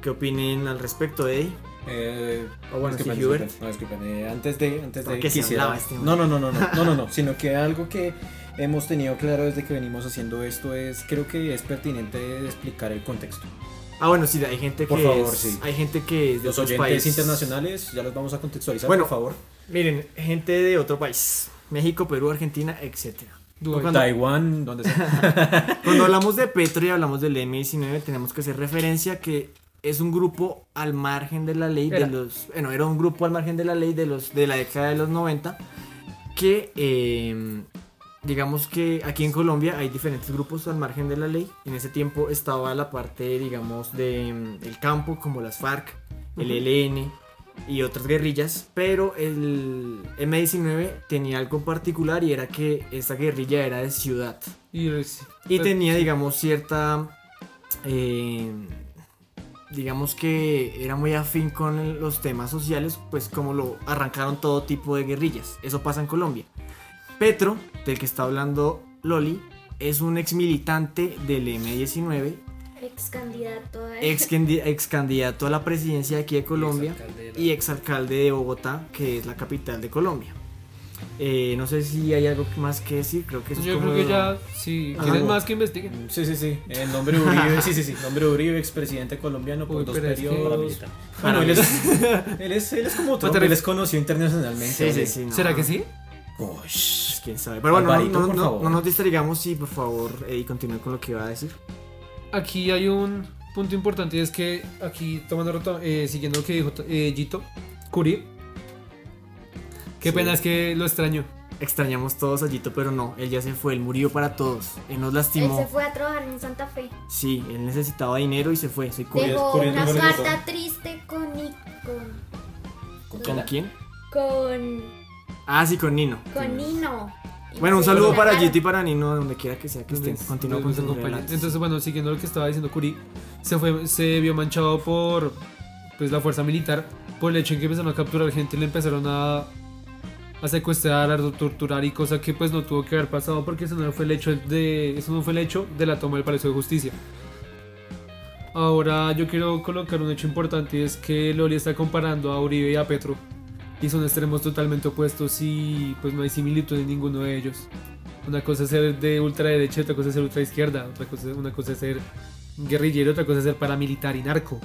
[SPEAKER 3] qué opinen al respecto, Eddie.
[SPEAKER 6] Eh,
[SPEAKER 3] O bueno,
[SPEAKER 6] disculpen,
[SPEAKER 3] sí, Hubert.
[SPEAKER 6] disculpen, no, disculpen, eh, antes de, antes de
[SPEAKER 3] Porque se hablaba este
[SPEAKER 6] no, no, no, no, no, no,
[SPEAKER 3] <laughs>
[SPEAKER 6] no, no, sino que algo que hemos tenido claro desde que venimos haciendo esto es, creo que es pertinente explicar el contexto.
[SPEAKER 3] Ah, bueno, sí, hay gente que
[SPEAKER 6] Por favor,
[SPEAKER 3] es,
[SPEAKER 6] sí.
[SPEAKER 3] hay gente que es de
[SPEAKER 6] Los
[SPEAKER 3] otros
[SPEAKER 6] oyentes
[SPEAKER 3] países
[SPEAKER 6] internacionales ya los vamos a contextualizar,
[SPEAKER 3] Bueno,
[SPEAKER 6] por favor.
[SPEAKER 3] Miren, gente de otro país, México, Perú, Argentina, etcétera. Cuando-
[SPEAKER 6] Taiwán,
[SPEAKER 3] <laughs>
[SPEAKER 6] donde sea.
[SPEAKER 3] Cuando hablamos de Petro y hablamos del M19, tenemos que hacer referencia que es un grupo al margen de la ley
[SPEAKER 4] Era.
[SPEAKER 3] de los. Bueno, era un grupo al margen de la ley de los de la década de los 90. Que eh, digamos que aquí en Colombia hay diferentes grupos al margen de la ley. En ese tiempo estaba la parte, digamos, de mm, el campo, como las FARC, el ELN y otras guerrillas. Pero el M19 tenía algo particular y era que esta guerrilla era de ciudad.
[SPEAKER 4] Y, pues,
[SPEAKER 3] Y tenía, digamos, cierta. eh, digamos que era muy afín con el- los temas sociales, pues como lo arrancaron todo tipo de guerrillas. Eso pasa en Colombia. Petro, del que está hablando Loli, es un ex militante del M19,
[SPEAKER 5] Ex candidato a...
[SPEAKER 3] ex, candi- ex candidato a la presidencia de aquí de Colombia
[SPEAKER 7] Exalcalde de la-
[SPEAKER 3] y ex alcalde de Bogotá, que es la capital de Colombia. Eh, no sé si hay algo más que decir, creo que eso es
[SPEAKER 4] Yo
[SPEAKER 3] como
[SPEAKER 4] creo que
[SPEAKER 3] lo-
[SPEAKER 4] ya, si
[SPEAKER 3] Ajá.
[SPEAKER 4] quieren más que investiguen.
[SPEAKER 6] Sí, sí, sí. El nombre Uribe, sí, sí, sí. Nombre Uribe, expresidente colombiano por
[SPEAKER 4] Uy,
[SPEAKER 6] dos
[SPEAKER 4] pero es que-
[SPEAKER 6] periodos.
[SPEAKER 7] Paramilitar.
[SPEAKER 6] Bueno, él es, <laughs> él es, él es como Trump,
[SPEAKER 4] Pater-
[SPEAKER 6] él es conocido internacionalmente.
[SPEAKER 3] Sí, sí,
[SPEAKER 6] oye.
[SPEAKER 3] sí, no.
[SPEAKER 4] ¿Será que sí?
[SPEAKER 6] Gosh.
[SPEAKER 3] Pues, quién sabe. Pero bueno, no-
[SPEAKER 6] Alvarito,
[SPEAKER 3] no,
[SPEAKER 6] por
[SPEAKER 3] no-
[SPEAKER 6] favor.
[SPEAKER 3] no nos distraigamos y por favor, Eddie, continúe con lo que iba a decir.
[SPEAKER 4] Aquí hay un punto importante y es que aquí, tomando rato, eh, siguiendo lo que dijo eh, Gito, Curí. Qué
[SPEAKER 3] Sí.
[SPEAKER 4] pena es que lo extraño.
[SPEAKER 3] Extrañamos todos a Yito, pero no, él ya se fue, él murió para todos. Él nos
[SPEAKER 5] Él
[SPEAKER 3] lastimó.
[SPEAKER 5] se fue a trabajar en Santa Fe.
[SPEAKER 3] Sí, él necesitaba dinero y se fue. Soy curioso.
[SPEAKER 5] Dejó
[SPEAKER 6] Curioso,
[SPEAKER 5] una
[SPEAKER 6] curioso.
[SPEAKER 5] carta triste con, Ni- con,
[SPEAKER 3] ¿Con quién?
[SPEAKER 5] con,
[SPEAKER 3] Ah, sí, con Nino.
[SPEAKER 5] con Nino. Y
[SPEAKER 3] Bueno, un
[SPEAKER 5] se
[SPEAKER 3] saludo para
[SPEAKER 5] llamaron.
[SPEAKER 3] Yito y para Nino, donde quiera que sea que estén.
[SPEAKER 4] Entonces,
[SPEAKER 3] Continúa con
[SPEAKER 4] nos
[SPEAKER 3] su
[SPEAKER 4] acompaña.
[SPEAKER 3] relato.
[SPEAKER 4] Entonces, bueno, siguiendo lo que estaba diciendo Curí, se, fue, se vio manchado por pues, la fuerza militar, por el hecho en que empezaron a capturar gente y le empezaron a, a secuestrar, a torturar y cosa que pues no tuvo que haber pasado porque eso no fue el hecho de, eso no fue el hecho de la toma del Palacio de Justicia. Ahora yo quiero colocar un hecho importante y es que Loli está comparando a Uribe y a Petro y son extremos totalmente opuestos y pues no hay similitud en ninguno de ellos. Una cosa es ser de ultraderecha, otra cosa es ser ultraizquierda, otra cosa, una cosa es ser guerrillero, otra cosa es ser paramilitar y narco.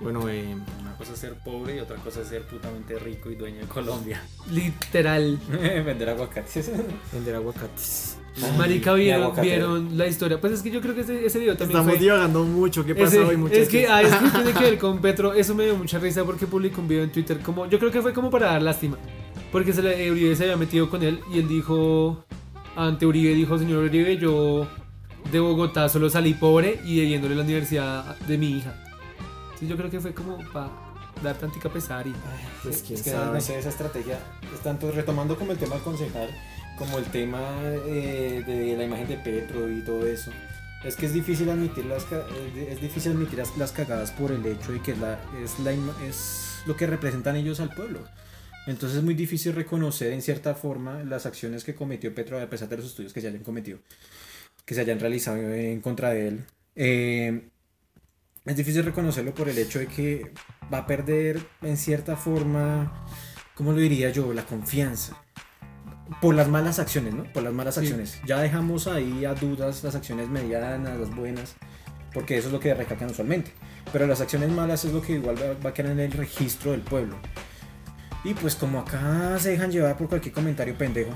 [SPEAKER 3] Bueno, eh,
[SPEAKER 7] Una cosa es ser pobre y otra cosa es ser putamente rico y dueño de <laughs> Colombia.
[SPEAKER 4] Literal.
[SPEAKER 6] Vender aguacates.
[SPEAKER 3] Vender aguacates.
[SPEAKER 4] Marica, vieron,
[SPEAKER 6] aguacate.
[SPEAKER 4] vieron la historia. Pues es que yo creo que ese, ese video también
[SPEAKER 3] Estamos
[SPEAKER 4] fue...
[SPEAKER 3] divagando mucho. ¿Qué pasa
[SPEAKER 4] Ese-
[SPEAKER 3] hoy, muchachos?
[SPEAKER 4] es que ah, es que tiene que
[SPEAKER 3] <laughs>
[SPEAKER 4] ver con Petro. Eso me dio mucha risa porque publicó un video en Twitter. como Yo creo que fue como para dar lástima. Porque se le, eh, Uribe se había metido con él y él dijo, ante Uribe, dijo, señor Uribe, yo de Bogotá solo salí pobre y debiéndole la universidad de mi hija. Sí, yo creo que fue como para dar tantica pesar y...
[SPEAKER 3] Pues quién
[SPEAKER 6] es que
[SPEAKER 3] sabe.
[SPEAKER 6] no sé, esa estrategia, es tanto retomando como el tema concejal, como el tema eh, de la imagen de Petro y todo eso. Es que es difícil admitir las ca- es di- es difícil admitir las, las cagadas por el hecho de que la, es la ima- es lo que representan ellos al pueblo. Entonces es muy difícil reconocer en cierta forma las acciones que cometió Petro a pesar de los estudios que se hayan cometido, que se hayan realizado en contra de él. Eh, es difícil reconocerlo por el hecho de que va a perder en cierta forma, ¿cómo lo diría yo? La confianza. Por las malas acciones, ¿no? Por las malas acciones. Ya dejamos ahí a dudas las acciones medianas, las buenas, porque eso es lo que recalcan usualmente. Pero las acciones malas es lo que igual va, va a quedar en el registro del pueblo. Y pues como acá se dejan llevar por cualquier comentario pendejo.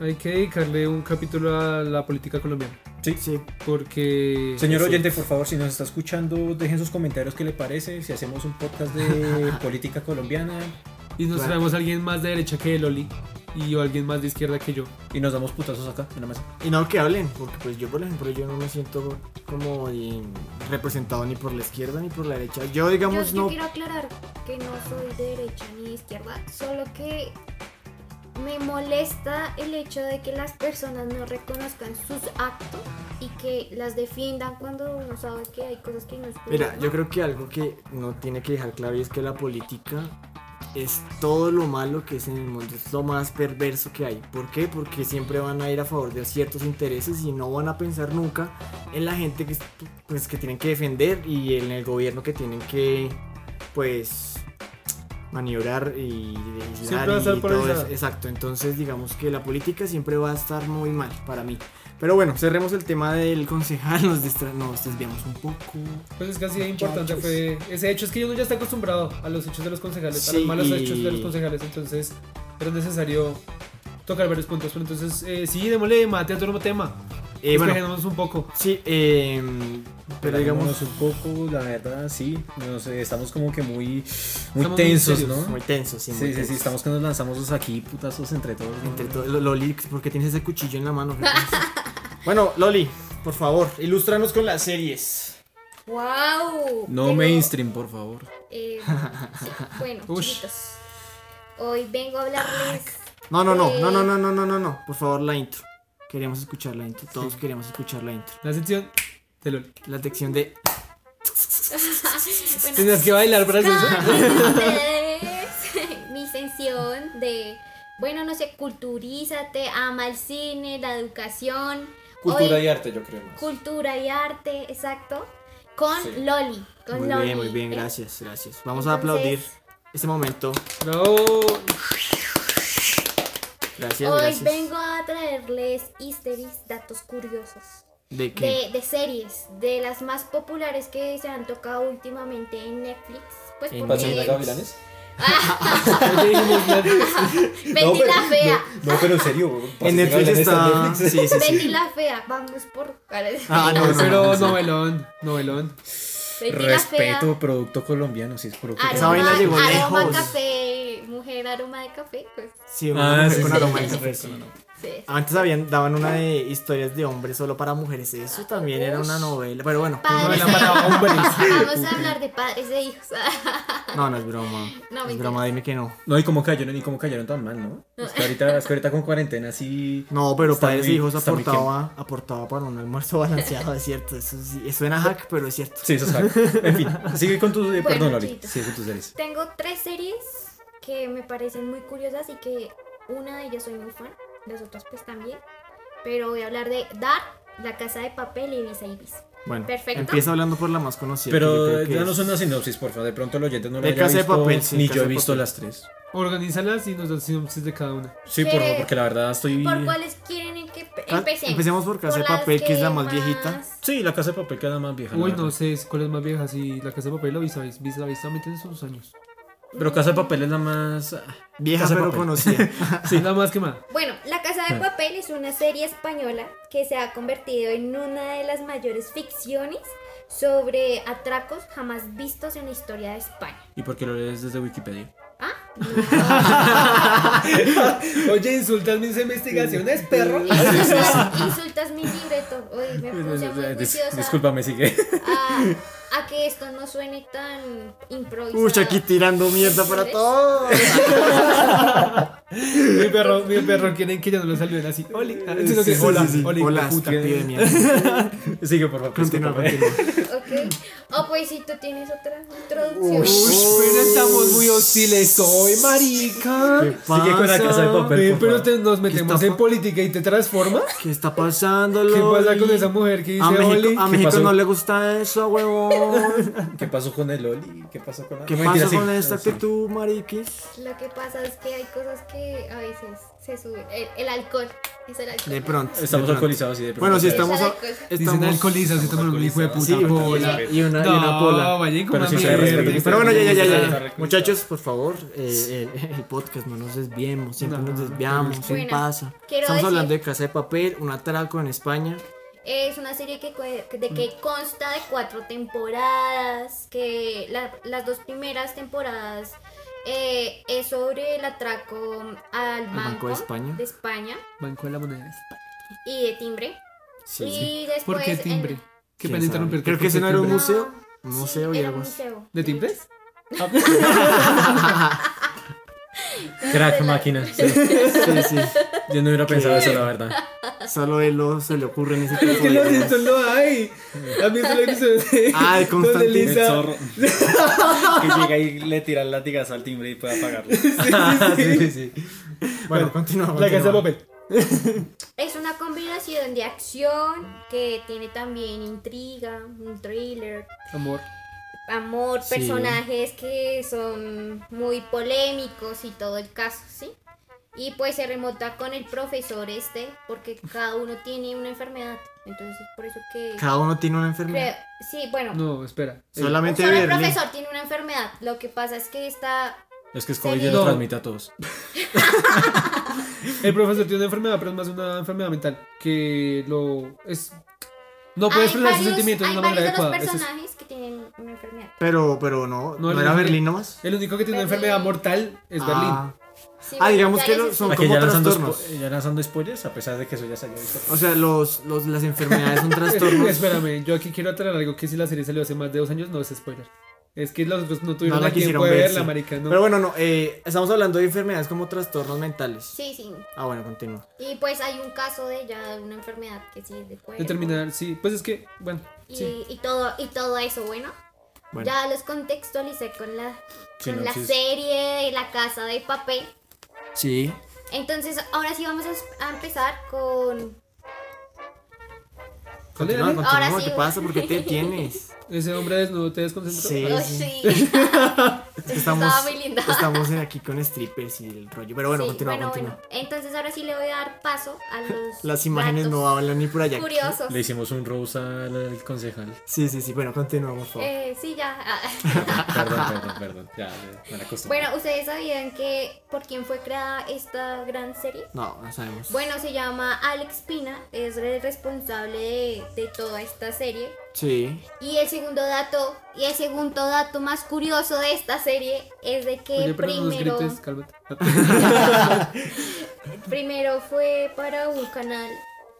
[SPEAKER 4] Hay que dedicarle un capítulo a la política colombiana.
[SPEAKER 3] Sí,
[SPEAKER 4] Porque...
[SPEAKER 6] Señor oyente, por favor, si nos está escuchando, dejen sus comentarios qué le parece. Si hacemos un
[SPEAKER 3] <laughs>
[SPEAKER 6] podcast de política colombiana
[SPEAKER 4] Y nos
[SPEAKER 3] Claro.
[SPEAKER 4] traemos a alguien más de derecha que el Oli y o alguien más de izquierda que yo.
[SPEAKER 6] y nos damos putazos acá en la mesa.
[SPEAKER 3] y no que hablen, porque pues yo por ejemplo yo no me siento como eh, representado ni por la izquierda ni por la derecha. Yo
[SPEAKER 5] Yo,
[SPEAKER 3] digamos
[SPEAKER 5] yo
[SPEAKER 3] no
[SPEAKER 5] quiero aclarar que no soy de derecha ni de izquierda, solo que me molesta el hecho de que las personas no reconozcan sus actos y que las defiendan cuando uno sabe que hay cosas que no es
[SPEAKER 3] Mira, yo creo que algo que no tiene que dejar claro y es que la política es todo lo malo que es en el mundo, es lo más perverso que hay. ¿Por qué? Porque siempre van a ir a favor de ciertos intereses y no van a pensar nunca en la gente que, es- pues, que tienen que defender y en el gobierno que tienen que, pues, maniobrar y legislar
[SPEAKER 4] Siempre va a
[SPEAKER 3] y
[SPEAKER 4] estar
[SPEAKER 3] todo
[SPEAKER 4] polarizada.
[SPEAKER 3] eso. Exacto, entonces digamos que la política siempre va a estar muy mal para mí. Pero bueno, cerremos el tema del concejal, nos, distra- nos desviamos un poco.
[SPEAKER 4] Pues es que así de importante
[SPEAKER 3] Muchachos.
[SPEAKER 4] fue ese hecho. Es que uno ya está acostumbrado a los hechos de los concejales, a
[SPEAKER 3] Sí,
[SPEAKER 4] los malos
[SPEAKER 3] y-
[SPEAKER 4] hechos de los concejales. Entonces era necesario tocar varios puntos. Pero entonces, eh, sí, démosle mate a otro tema.
[SPEAKER 3] Eh, bueno,
[SPEAKER 4] Despejémonos un poco.
[SPEAKER 3] sí, eh, pero digamos
[SPEAKER 6] un poco, la verdad, sí. No sé, estamos como que muy, muy
[SPEAKER 4] muy
[SPEAKER 6] tensos,
[SPEAKER 4] serios,
[SPEAKER 6] ¿no?
[SPEAKER 3] muy tenso, sí,
[SPEAKER 6] sí,
[SPEAKER 3] muy
[SPEAKER 6] sí,
[SPEAKER 3] tenso.
[SPEAKER 6] sí, estamos que nos lanzamos aquí putazos entre todos. ¿no?
[SPEAKER 3] Entre todo, Lo- Loli, ¿por qué tienes ese cuchillo en la <laughs> mano? bueno, Loli, por favor, ilústranos con las series.
[SPEAKER 5] ¡Wow!
[SPEAKER 6] No mainstream, por favor.
[SPEAKER 5] Eh,
[SPEAKER 6] <laughs>
[SPEAKER 5] bueno,
[SPEAKER 4] Ush.
[SPEAKER 5] chiquitos. Hoy vengo a hablarles
[SPEAKER 3] No, no, no,
[SPEAKER 5] Eh.
[SPEAKER 3] no, no, no, no, no, no, no, por favor, la intro. Queremos escuchar la intro, todos queremos escuchar la intro.
[SPEAKER 4] La sección de LOL.
[SPEAKER 3] La sección de...
[SPEAKER 5] bueno,
[SPEAKER 4] Tenías que bailar para hacer eso.
[SPEAKER 6] Ah,
[SPEAKER 5] <laughs> con ustedes, <laughs> mi sección de, bueno, no sé, culturízate, ama el cine, la educación.
[SPEAKER 6] Cultura
[SPEAKER 5] Hoy-
[SPEAKER 6] y arte, yo creo más.
[SPEAKER 5] Cultura y arte, exacto. Con
[SPEAKER 6] Sí.
[SPEAKER 5] Loli. Con
[SPEAKER 3] Muy
[SPEAKER 5] Loli.
[SPEAKER 3] bien, muy bien,
[SPEAKER 5] Eh,
[SPEAKER 3] gracias, gracias. Vamos a
[SPEAKER 5] entonces,
[SPEAKER 3] aplaudir este momento.
[SPEAKER 4] Bravo.
[SPEAKER 3] Gracias,
[SPEAKER 5] Hoy
[SPEAKER 3] gracias.
[SPEAKER 5] vengo a traerles easteris, datos curiosos.
[SPEAKER 3] ¿De qué?
[SPEAKER 5] De, de series, de las más populares que se han tocado últimamente en Netflix. Pues
[SPEAKER 3] En
[SPEAKER 5] porque...
[SPEAKER 6] ¿Paseña Gavilanes?
[SPEAKER 5] <laughs> Betty la fea.
[SPEAKER 6] No, pero en serio.
[SPEAKER 3] Pues, En
[SPEAKER 6] Paseña
[SPEAKER 3] Netflix
[SPEAKER 6] Gavilanes
[SPEAKER 3] está...
[SPEAKER 6] en
[SPEAKER 3] Sí,
[SPEAKER 6] Netflix.
[SPEAKER 3] sí, sí.
[SPEAKER 5] Betty la fea. Vamos por...
[SPEAKER 3] Ah, no, no, no, no,
[SPEAKER 4] Pero
[SPEAKER 3] no.
[SPEAKER 4] novelón, novelón.
[SPEAKER 5] Betty la fea.
[SPEAKER 6] Respeto, producto colombiano, sí, es producto
[SPEAKER 5] Aroma,
[SPEAKER 3] Esa vaina llegó
[SPEAKER 5] aroma
[SPEAKER 3] lejos.
[SPEAKER 5] café, mujer aroma de café, pues
[SPEAKER 3] Sí, una
[SPEAKER 6] Ah,
[SPEAKER 3] mujer
[SPEAKER 6] sí,
[SPEAKER 3] con
[SPEAKER 6] sí,
[SPEAKER 3] aroma
[SPEAKER 5] sí,
[SPEAKER 3] de
[SPEAKER 5] sí,
[SPEAKER 3] café,
[SPEAKER 5] sí,
[SPEAKER 3] sí.
[SPEAKER 5] sí.
[SPEAKER 3] Antes habían, daban una de historias de hombres solo para mujeres. Eso también era una novela. Pero bueno,
[SPEAKER 5] Padres
[SPEAKER 4] Novela
[SPEAKER 5] de-
[SPEAKER 4] para hombres.
[SPEAKER 5] Vamos a hablar de padres e hijos.
[SPEAKER 3] no, no es broma.
[SPEAKER 5] No,
[SPEAKER 3] es
[SPEAKER 5] mentira.
[SPEAKER 3] broma, dime que no.
[SPEAKER 6] No, y cómo cayeron, y cómo cayeron tan mal, ¿no? Es que ahorita, es que ahorita con cuarentena sí.
[SPEAKER 3] No, pero
[SPEAKER 6] Está
[SPEAKER 3] padres e
[SPEAKER 6] muy-
[SPEAKER 3] hijos
[SPEAKER 6] está muy
[SPEAKER 3] aportaba, aportaba para un almuerzo <laughs> balanceado, es cierto. Eso sí, eso suena hack, pero es cierto.
[SPEAKER 6] Sí, eso es hack. En fin, sigue con tus. eh,
[SPEAKER 5] Bueno,
[SPEAKER 6] perdón, Loli.
[SPEAKER 5] chiquito.
[SPEAKER 6] Sigue con tus series.
[SPEAKER 5] Tengo tres series que me parecen muy curiosas y que una de ellas soy muy fan, las otras pues también. Pero voy a hablar de Dar, La Casa de Papel y Visa y Visa.
[SPEAKER 3] Bueno,
[SPEAKER 5] Perfecto.
[SPEAKER 3] empieza hablando por la más conocida. que yo
[SPEAKER 6] Pero
[SPEAKER 3] creo que
[SPEAKER 6] danos
[SPEAKER 3] es-
[SPEAKER 6] una sinopsis, por favor. De pronto el oyente no lo
[SPEAKER 3] De
[SPEAKER 6] haya
[SPEAKER 3] Casa de
[SPEAKER 6] visto.
[SPEAKER 3] Papel, sí,
[SPEAKER 6] ni
[SPEAKER 3] Casa
[SPEAKER 6] yo
[SPEAKER 3] de
[SPEAKER 6] he visto
[SPEAKER 3] Papel.
[SPEAKER 6] las tres.
[SPEAKER 4] Organízalas y nos das sinopsis de cada una.
[SPEAKER 6] Sí,
[SPEAKER 5] ¿Qué?
[SPEAKER 6] por favor, porque la verdad estoy.
[SPEAKER 5] ¿Por cuáles quieren que,
[SPEAKER 3] Ca-
[SPEAKER 5] empecemos.
[SPEAKER 3] empecemos por Casa de
[SPEAKER 5] las
[SPEAKER 3] Papel, que es la más viejita.
[SPEAKER 6] Sí, la casa de papel queda más
[SPEAKER 3] Ah,
[SPEAKER 6] vieja. la
[SPEAKER 4] Uy,
[SPEAKER 6] verdad.
[SPEAKER 4] no sé cuál es más vieja, si la casa de papel o Visa Visa. Visa Visa también tiene sus años.
[SPEAKER 6] Pero casa de papel es la más. ah,
[SPEAKER 3] Vieja
[SPEAKER 6] Casa de
[SPEAKER 3] pero
[SPEAKER 6] Papel.
[SPEAKER 4] <laughs>
[SPEAKER 3] conocida.
[SPEAKER 4] Sí, nada más que más.
[SPEAKER 5] Bueno, La Casa
[SPEAKER 3] Ah.
[SPEAKER 5] de Papel es una serie española que se ha convertido en una de las mayores ficciones sobre atracos jamás vistos en la historia de España.
[SPEAKER 6] ¿Y porque lo lees desde Wikipedia?
[SPEAKER 5] ¿Ah?
[SPEAKER 3] <laughs>
[SPEAKER 4] Oye, insultas mis investigaciones, perro.
[SPEAKER 3] <laughs>
[SPEAKER 5] Insultas, insultas mi libreto. Hoy me puse muy
[SPEAKER 6] Dis-
[SPEAKER 5] juiciosa
[SPEAKER 6] Discúlpame, sigue. <laughs>
[SPEAKER 5] a, a que esto no suene tan improvisado.
[SPEAKER 3] Uy, aquí tirando mierda para
[SPEAKER 5] ¿Ves?
[SPEAKER 3] todo.
[SPEAKER 4] Mi perro, mi perro, quieren que ya no lo saluden así. Oli, Ah, sino que,
[SPEAKER 3] Sí, sí,
[SPEAKER 4] hola,
[SPEAKER 3] sí, sí.
[SPEAKER 4] hola, hijo de
[SPEAKER 3] Hola, hasta
[SPEAKER 4] puta.
[SPEAKER 3] pie de
[SPEAKER 4] <laughs>
[SPEAKER 3] mierda.
[SPEAKER 6] Sigue, por favor.
[SPEAKER 3] Continúa,
[SPEAKER 6] discúlpame.
[SPEAKER 3] continúa.
[SPEAKER 5] Ok. Oh, pues si tú tienes otra introducción.
[SPEAKER 4] Uy, pero estamos muy hostiles hoy, marica.
[SPEAKER 3] ¿Qué
[SPEAKER 6] Sigue con la casa de
[SPEAKER 3] pasa?
[SPEAKER 6] papel.
[SPEAKER 4] Ve,
[SPEAKER 6] por
[SPEAKER 4] pero
[SPEAKER 6] favor.
[SPEAKER 4] te- nos metemos
[SPEAKER 3] está
[SPEAKER 4] en
[SPEAKER 3] pa-
[SPEAKER 4] política y te transformas.
[SPEAKER 3] ¿Qué está pasando,
[SPEAKER 4] ¿Qué
[SPEAKER 3] Loli?
[SPEAKER 4] pasa con esa mujer que dice
[SPEAKER 3] A
[SPEAKER 4] Oli?
[SPEAKER 3] México, a
[SPEAKER 6] ¿Qué
[SPEAKER 3] México
[SPEAKER 6] pasó?
[SPEAKER 3] no le gusta eso, huevón.
[SPEAKER 6] ¿Qué pasó con el Oli? ¿Qué pasó con la.?
[SPEAKER 3] ¿Qué
[SPEAKER 6] No,
[SPEAKER 3] pasa
[SPEAKER 6] mentira, sí.
[SPEAKER 3] con esta
[SPEAKER 6] Ah, sí.
[SPEAKER 3] actitud, mariquis?
[SPEAKER 5] Lo que pasa es que hay cosas que a veces se suben. El, el alcohol. Es el alcohol.
[SPEAKER 3] De pronto.
[SPEAKER 6] Estamos
[SPEAKER 3] de pronto.
[SPEAKER 6] alcoholizados y de
[SPEAKER 3] Bueno, si
[SPEAKER 5] Sí,
[SPEAKER 3] estamos.
[SPEAKER 5] sabe
[SPEAKER 3] a-
[SPEAKER 5] cosas.
[SPEAKER 4] Dicen
[SPEAKER 3] estamos
[SPEAKER 4] alcoholizados y toman un hijo de puta.
[SPEAKER 3] Sí,
[SPEAKER 4] pola.
[SPEAKER 3] y una, y una
[SPEAKER 4] No,
[SPEAKER 3] pola.
[SPEAKER 4] marico,
[SPEAKER 6] Pero sí
[SPEAKER 4] mami,
[SPEAKER 6] se respeta.
[SPEAKER 4] verde.
[SPEAKER 3] Pero bueno, ya, ya, ya, ya, ya.
[SPEAKER 7] Está
[SPEAKER 3] Muchachos, por favor, eh, el, el podcast no nos desviemos, siempre
[SPEAKER 4] No,
[SPEAKER 3] nos desviamos, ¿qué
[SPEAKER 5] Bueno,
[SPEAKER 3] pasa?
[SPEAKER 5] quiero
[SPEAKER 3] Estamos
[SPEAKER 5] decir-
[SPEAKER 3] hablando de Casa de Papel, un atraco en España.
[SPEAKER 5] Es una serie que, cue- de que consta de cuatro temporadas, que la- las dos primeras temporadas eh, es sobre el atraco al banco,
[SPEAKER 3] Banco de España.
[SPEAKER 5] de España
[SPEAKER 4] Banco de la moneda.
[SPEAKER 5] y de timbre. y después
[SPEAKER 4] ¿Por qué
[SPEAKER 5] en-
[SPEAKER 4] timbre? Qué
[SPEAKER 3] ¿Quién
[SPEAKER 4] pena
[SPEAKER 3] sabe?
[SPEAKER 4] interrumpirte.
[SPEAKER 3] Creo
[SPEAKER 4] ¿por
[SPEAKER 3] que
[SPEAKER 4] qué
[SPEAKER 3] ese no era un
[SPEAKER 4] timbre?
[SPEAKER 3] museo. Un museo y
[SPEAKER 5] era
[SPEAKER 3] algo
[SPEAKER 5] un
[SPEAKER 3] así.
[SPEAKER 5] museo.
[SPEAKER 4] ¿De timbres?
[SPEAKER 6] Crack máquina. sí.
[SPEAKER 3] Sí, sí.
[SPEAKER 6] Yo no hubiera pensado eso, la verdad.
[SPEAKER 3] Solo él lo- se le ocurre
[SPEAKER 4] <laughs>
[SPEAKER 3] en ese tipo
[SPEAKER 4] Que
[SPEAKER 3] de
[SPEAKER 4] los
[SPEAKER 3] ideas.
[SPEAKER 4] Simpsons no hay. A mí Ah, solo hay
[SPEAKER 3] Ah, el Constantine.
[SPEAKER 4] Donde
[SPEAKER 7] El
[SPEAKER 4] Lisa.
[SPEAKER 7] zorro. <laughs> que llega y le tira el latigazo al timbre y puede apagarlo.
[SPEAKER 6] sí, sí.
[SPEAKER 3] Bueno, continuamos.
[SPEAKER 4] <laughs> La casa de papel.
[SPEAKER 5] Es una combinación de acción que tiene también intriga, un thriller,
[SPEAKER 4] Amor.
[SPEAKER 5] amor,
[SPEAKER 3] Sí.
[SPEAKER 5] personajes que son muy polémicos y todo el caso, ¿sí? Y pues se remonta con el profesor este, porque cada uno tiene una enfermedad. Entonces, por eso que...
[SPEAKER 3] Cada uno tiene una enfermedad.
[SPEAKER 5] creo- sí, bueno,
[SPEAKER 4] No, espera. Eh,
[SPEAKER 5] un
[SPEAKER 3] Solamente
[SPEAKER 5] solo
[SPEAKER 3] Berlín.
[SPEAKER 5] profesor tiene una enfermedad. Lo que pasa es que está...
[SPEAKER 6] Es que Scooby
[SPEAKER 5] Sí.
[SPEAKER 6] lo
[SPEAKER 4] No.
[SPEAKER 6] transmite a todos.
[SPEAKER 8] <laughs>
[SPEAKER 4] El profesor tiene una enfermedad, pero es más una enfermedad mental. Que lo. es No puede
[SPEAKER 5] hay
[SPEAKER 4] expresar sus
[SPEAKER 5] varios-
[SPEAKER 4] sentimientos de
[SPEAKER 5] hay
[SPEAKER 4] una manera
[SPEAKER 5] varios de los
[SPEAKER 4] adecuada. Eso es-
[SPEAKER 5] personajes que tienen una enfermedad.
[SPEAKER 3] Pero, pero no,
[SPEAKER 4] No,
[SPEAKER 3] no,
[SPEAKER 4] el
[SPEAKER 3] era
[SPEAKER 4] Berlín.
[SPEAKER 3] Berlín nomás.
[SPEAKER 4] El único que tiene una
[SPEAKER 5] Berlín.
[SPEAKER 4] enfermedad mortal es <laughs>
[SPEAKER 3] Ah.
[SPEAKER 5] Sí,
[SPEAKER 3] Ah,
[SPEAKER 5] bueno,
[SPEAKER 3] digamos
[SPEAKER 5] ya
[SPEAKER 3] que
[SPEAKER 5] les
[SPEAKER 3] lo- son
[SPEAKER 5] explico.
[SPEAKER 6] Aquí ya
[SPEAKER 3] como
[SPEAKER 6] lanzando,
[SPEAKER 3] trastornos.
[SPEAKER 6] spo- ya lanzando spoilers, a pesar de que eso ya se haya visto.
[SPEAKER 3] O sea, los, los, las enfermedades
[SPEAKER 4] <laughs>
[SPEAKER 3] son
[SPEAKER 4] Berlín.
[SPEAKER 3] trastornos.
[SPEAKER 4] Espérame, yo aquí quiero aclarar algo que si la serie salió hace más de dos años, no es spoiler. Es que los otros no tuvieron
[SPEAKER 3] No la
[SPEAKER 4] a quien
[SPEAKER 3] quisieron
[SPEAKER 4] puede
[SPEAKER 3] ver,
[SPEAKER 4] verla,
[SPEAKER 3] sí.
[SPEAKER 4] marica. No.
[SPEAKER 3] Pero bueno, no, eh, estamos hablando de enfermedades como trastornos mentales.
[SPEAKER 5] Sí, sí.
[SPEAKER 3] Ah, bueno, continúa.
[SPEAKER 5] Y pues hay un caso de ya una enfermedad que sí es de cuerpo.
[SPEAKER 4] Determinar, sí. Pues es que, bueno,
[SPEAKER 5] Y,
[SPEAKER 4] sí.
[SPEAKER 5] y todo, y todo eso, bueno.
[SPEAKER 3] Bueno.
[SPEAKER 5] Ya los contextualicé con la, con la
[SPEAKER 6] Sinopsis.
[SPEAKER 5] serie de la casa de papel.
[SPEAKER 3] Sí.
[SPEAKER 5] Entonces, ahora sí vamos a, es- a empezar con.
[SPEAKER 3] Continúa,
[SPEAKER 4] Dale,
[SPEAKER 5] Ahora
[SPEAKER 3] continúa,
[SPEAKER 5] sí.
[SPEAKER 3] ¿qué pasa? ¿Por qué
[SPEAKER 5] <laughs>
[SPEAKER 3] te tienes?
[SPEAKER 4] Ese hombre desnudo te desconcentró.
[SPEAKER 3] Sí, sí. <laughs>
[SPEAKER 5] Uy, sí. <laughs>
[SPEAKER 3] Estamos,
[SPEAKER 5] Estaba muy linda.
[SPEAKER 3] estamos aquí con strippers y el rollo. Pero bueno,
[SPEAKER 5] Sí,
[SPEAKER 3] continúa,
[SPEAKER 5] bueno,
[SPEAKER 3] continúa.
[SPEAKER 5] bueno. Entonces, ahora sí le voy a dar paso a
[SPEAKER 3] <laughs>
[SPEAKER 5] los.
[SPEAKER 3] Las imágenes
[SPEAKER 5] datos
[SPEAKER 3] no hablan ni por allá.
[SPEAKER 5] Curiosos.
[SPEAKER 6] Le hicimos un rose al, al concejal.
[SPEAKER 3] Sí, sí, sí. Bueno, continúa, por favor.
[SPEAKER 5] Eh, sí, ya. <laughs>
[SPEAKER 6] Perdón, perdón, perdón. Ya, ya, me la acostumbré.
[SPEAKER 5] bueno, ¿ustedes sabían que por quién fue creada esta gran serie?
[SPEAKER 3] No, no sabemos.
[SPEAKER 5] Bueno, se llama Alex Pina, es el responsable de, de toda esta serie.
[SPEAKER 3] Sí.
[SPEAKER 5] Y el segundo dato, y el segundo dato más curioso de esta serie es de que
[SPEAKER 4] Oye, pero no nos
[SPEAKER 5] primero,
[SPEAKER 4] grites, cálmate.
[SPEAKER 5] primero fue para un canal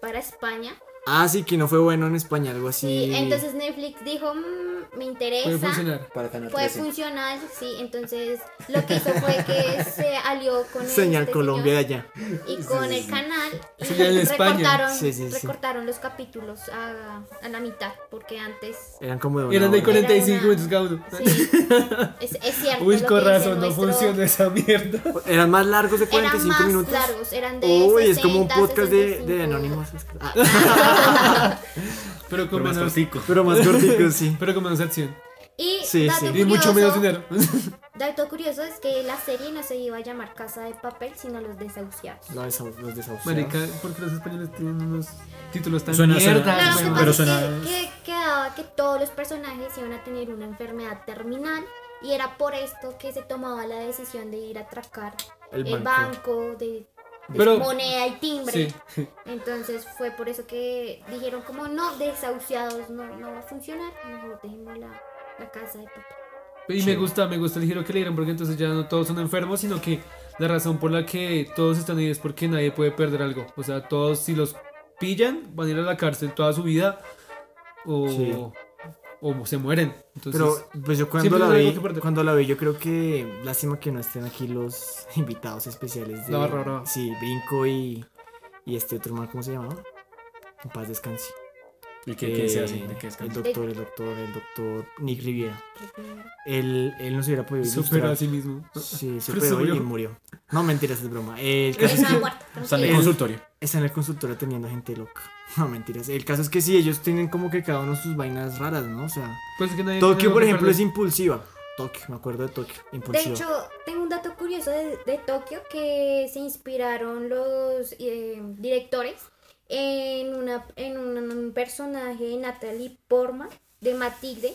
[SPEAKER 5] para España.
[SPEAKER 3] Ah, sí, que no fue bueno en España, algo así.
[SPEAKER 5] Sí, entonces Netflix dijo, "Mm, me interesa.
[SPEAKER 4] Puede funcionar.
[SPEAKER 6] Para Canal
[SPEAKER 5] Puede
[SPEAKER 6] 13.
[SPEAKER 5] funcionar, sí. Entonces lo que hizo fue
[SPEAKER 3] <laughs>
[SPEAKER 5] que se alió con el
[SPEAKER 3] Señal Colombia de allá.
[SPEAKER 5] y con
[SPEAKER 3] <laughs>
[SPEAKER 5] el canal y
[SPEAKER 4] Señal de España.
[SPEAKER 5] recortaron,
[SPEAKER 3] Sí, sí, sí.
[SPEAKER 5] recortaron los capítulos a, a la mitad porque antes
[SPEAKER 3] <laughs> Eran como de una
[SPEAKER 4] Eran de
[SPEAKER 3] hora.
[SPEAKER 4] 45
[SPEAKER 5] Era una-
[SPEAKER 4] minutos cada uno.
[SPEAKER 5] Sí, es, es cierto.
[SPEAKER 4] Uy,
[SPEAKER 5] lo
[SPEAKER 4] con
[SPEAKER 5] que dice
[SPEAKER 4] razón, no
[SPEAKER 5] nuestro-
[SPEAKER 4] funciona esa mierda.
[SPEAKER 3] Eran más largos de
[SPEAKER 5] Eran
[SPEAKER 3] 45
[SPEAKER 5] más
[SPEAKER 3] minutos.
[SPEAKER 5] largos, eran de.
[SPEAKER 3] Uy, es como un
[SPEAKER 5] 60,
[SPEAKER 3] podcast de,
[SPEAKER 5] 65.
[SPEAKER 3] de anónimos. Ah, <laughs>
[SPEAKER 4] Pero con
[SPEAKER 7] Pero más
[SPEAKER 4] menos,
[SPEAKER 7] cortico.
[SPEAKER 4] <laughs>
[SPEAKER 3] pero más cortico, sí.
[SPEAKER 4] pero con menos acción.
[SPEAKER 5] Y,
[SPEAKER 3] Sí,
[SPEAKER 5] dato
[SPEAKER 3] sí.
[SPEAKER 4] Y mucho menos
[SPEAKER 5] curioso,
[SPEAKER 4] dinero.
[SPEAKER 5] Dato curioso es que la serie no se iba a llamar Casa de Papel, sino Los Desahuciados.
[SPEAKER 3] La desau- los desahuciados.
[SPEAKER 4] Marica, porque los españoles tienen unos títulos tan
[SPEAKER 8] Suena- suena-
[SPEAKER 4] mierda.
[SPEAKER 5] Claro,
[SPEAKER 8] Bueno,
[SPEAKER 5] lo que
[SPEAKER 8] pero
[SPEAKER 5] pasa es
[SPEAKER 8] suena-
[SPEAKER 5] que, que quedaba que todos los personajes iban a tener una enfermedad terminal y era por esto que se tomaba la decisión de ir a atracar
[SPEAKER 3] El
[SPEAKER 5] el,
[SPEAKER 3] banco.
[SPEAKER 5] banco. de, de
[SPEAKER 4] Pero-
[SPEAKER 5] moneda y timbre.
[SPEAKER 4] Sí.
[SPEAKER 5] Entonces fue por eso que dijeron como no, desahuciados no, no va a funcionar, mejor dejemos la, la casa de papel.
[SPEAKER 4] Y me gusta, me gusta el giro que le dieron porque entonces ya no todos son enfermos, sino que la razón por la que todos están ahí es porque nadie puede perder algo. O sea, todos si los pillan van a ir a la cárcel toda su vida o,
[SPEAKER 3] Sí.
[SPEAKER 4] o se mueren. Entonces,
[SPEAKER 3] Pero pues yo cuando
[SPEAKER 4] siempre
[SPEAKER 3] la
[SPEAKER 4] hay algo
[SPEAKER 3] vi,
[SPEAKER 4] que perder.
[SPEAKER 3] cuando la vi, yo creo que lástima que no estén aquí los <laughs> invitados especiales de
[SPEAKER 4] La Barra Brava.
[SPEAKER 3] Sí, Brinco y y este otro man, ¿cómo se llamaba? En paz descanse.
[SPEAKER 8] ¿Y qué, qué se hace?
[SPEAKER 3] Eh,
[SPEAKER 8] ¿De qué es
[SPEAKER 3] El
[SPEAKER 8] capaz?
[SPEAKER 3] doctor, el doctor, el doctor Nick Riviera. Él, él no se hubiera podido
[SPEAKER 4] supera a
[SPEAKER 3] ilustrar.
[SPEAKER 4] sí mismo.
[SPEAKER 8] <laughs>
[SPEAKER 3] Sí, se
[SPEAKER 4] Pero se
[SPEAKER 3] operó y
[SPEAKER 4] murió.
[SPEAKER 3] murió. No, mentiras, es broma. El caso es
[SPEAKER 5] Estaba
[SPEAKER 3] que
[SPEAKER 5] muerta, pero
[SPEAKER 8] Está en el
[SPEAKER 3] El-
[SPEAKER 8] consultorio.
[SPEAKER 3] está en el consultorio teniendo gente loca. <laughs> No, mentiras. El caso es que sí, ellos tienen como que cada uno sus vainas raras, ¿no? O sea,
[SPEAKER 4] Pues es que nadie tiene
[SPEAKER 3] Tokio,
[SPEAKER 4] algo
[SPEAKER 3] por
[SPEAKER 4] que
[SPEAKER 3] ejemplo, es
[SPEAKER 4] perder.
[SPEAKER 3] impulsiva. Tokio, me acuerdo de Tokio.
[SPEAKER 4] Pues
[SPEAKER 5] De
[SPEAKER 3] Impulsiva.
[SPEAKER 5] hecho, tengo un dato curioso de, de Tokio que se inspiraron los eh, directores en, una, en un personaje, Natalie Portman, de Matilde,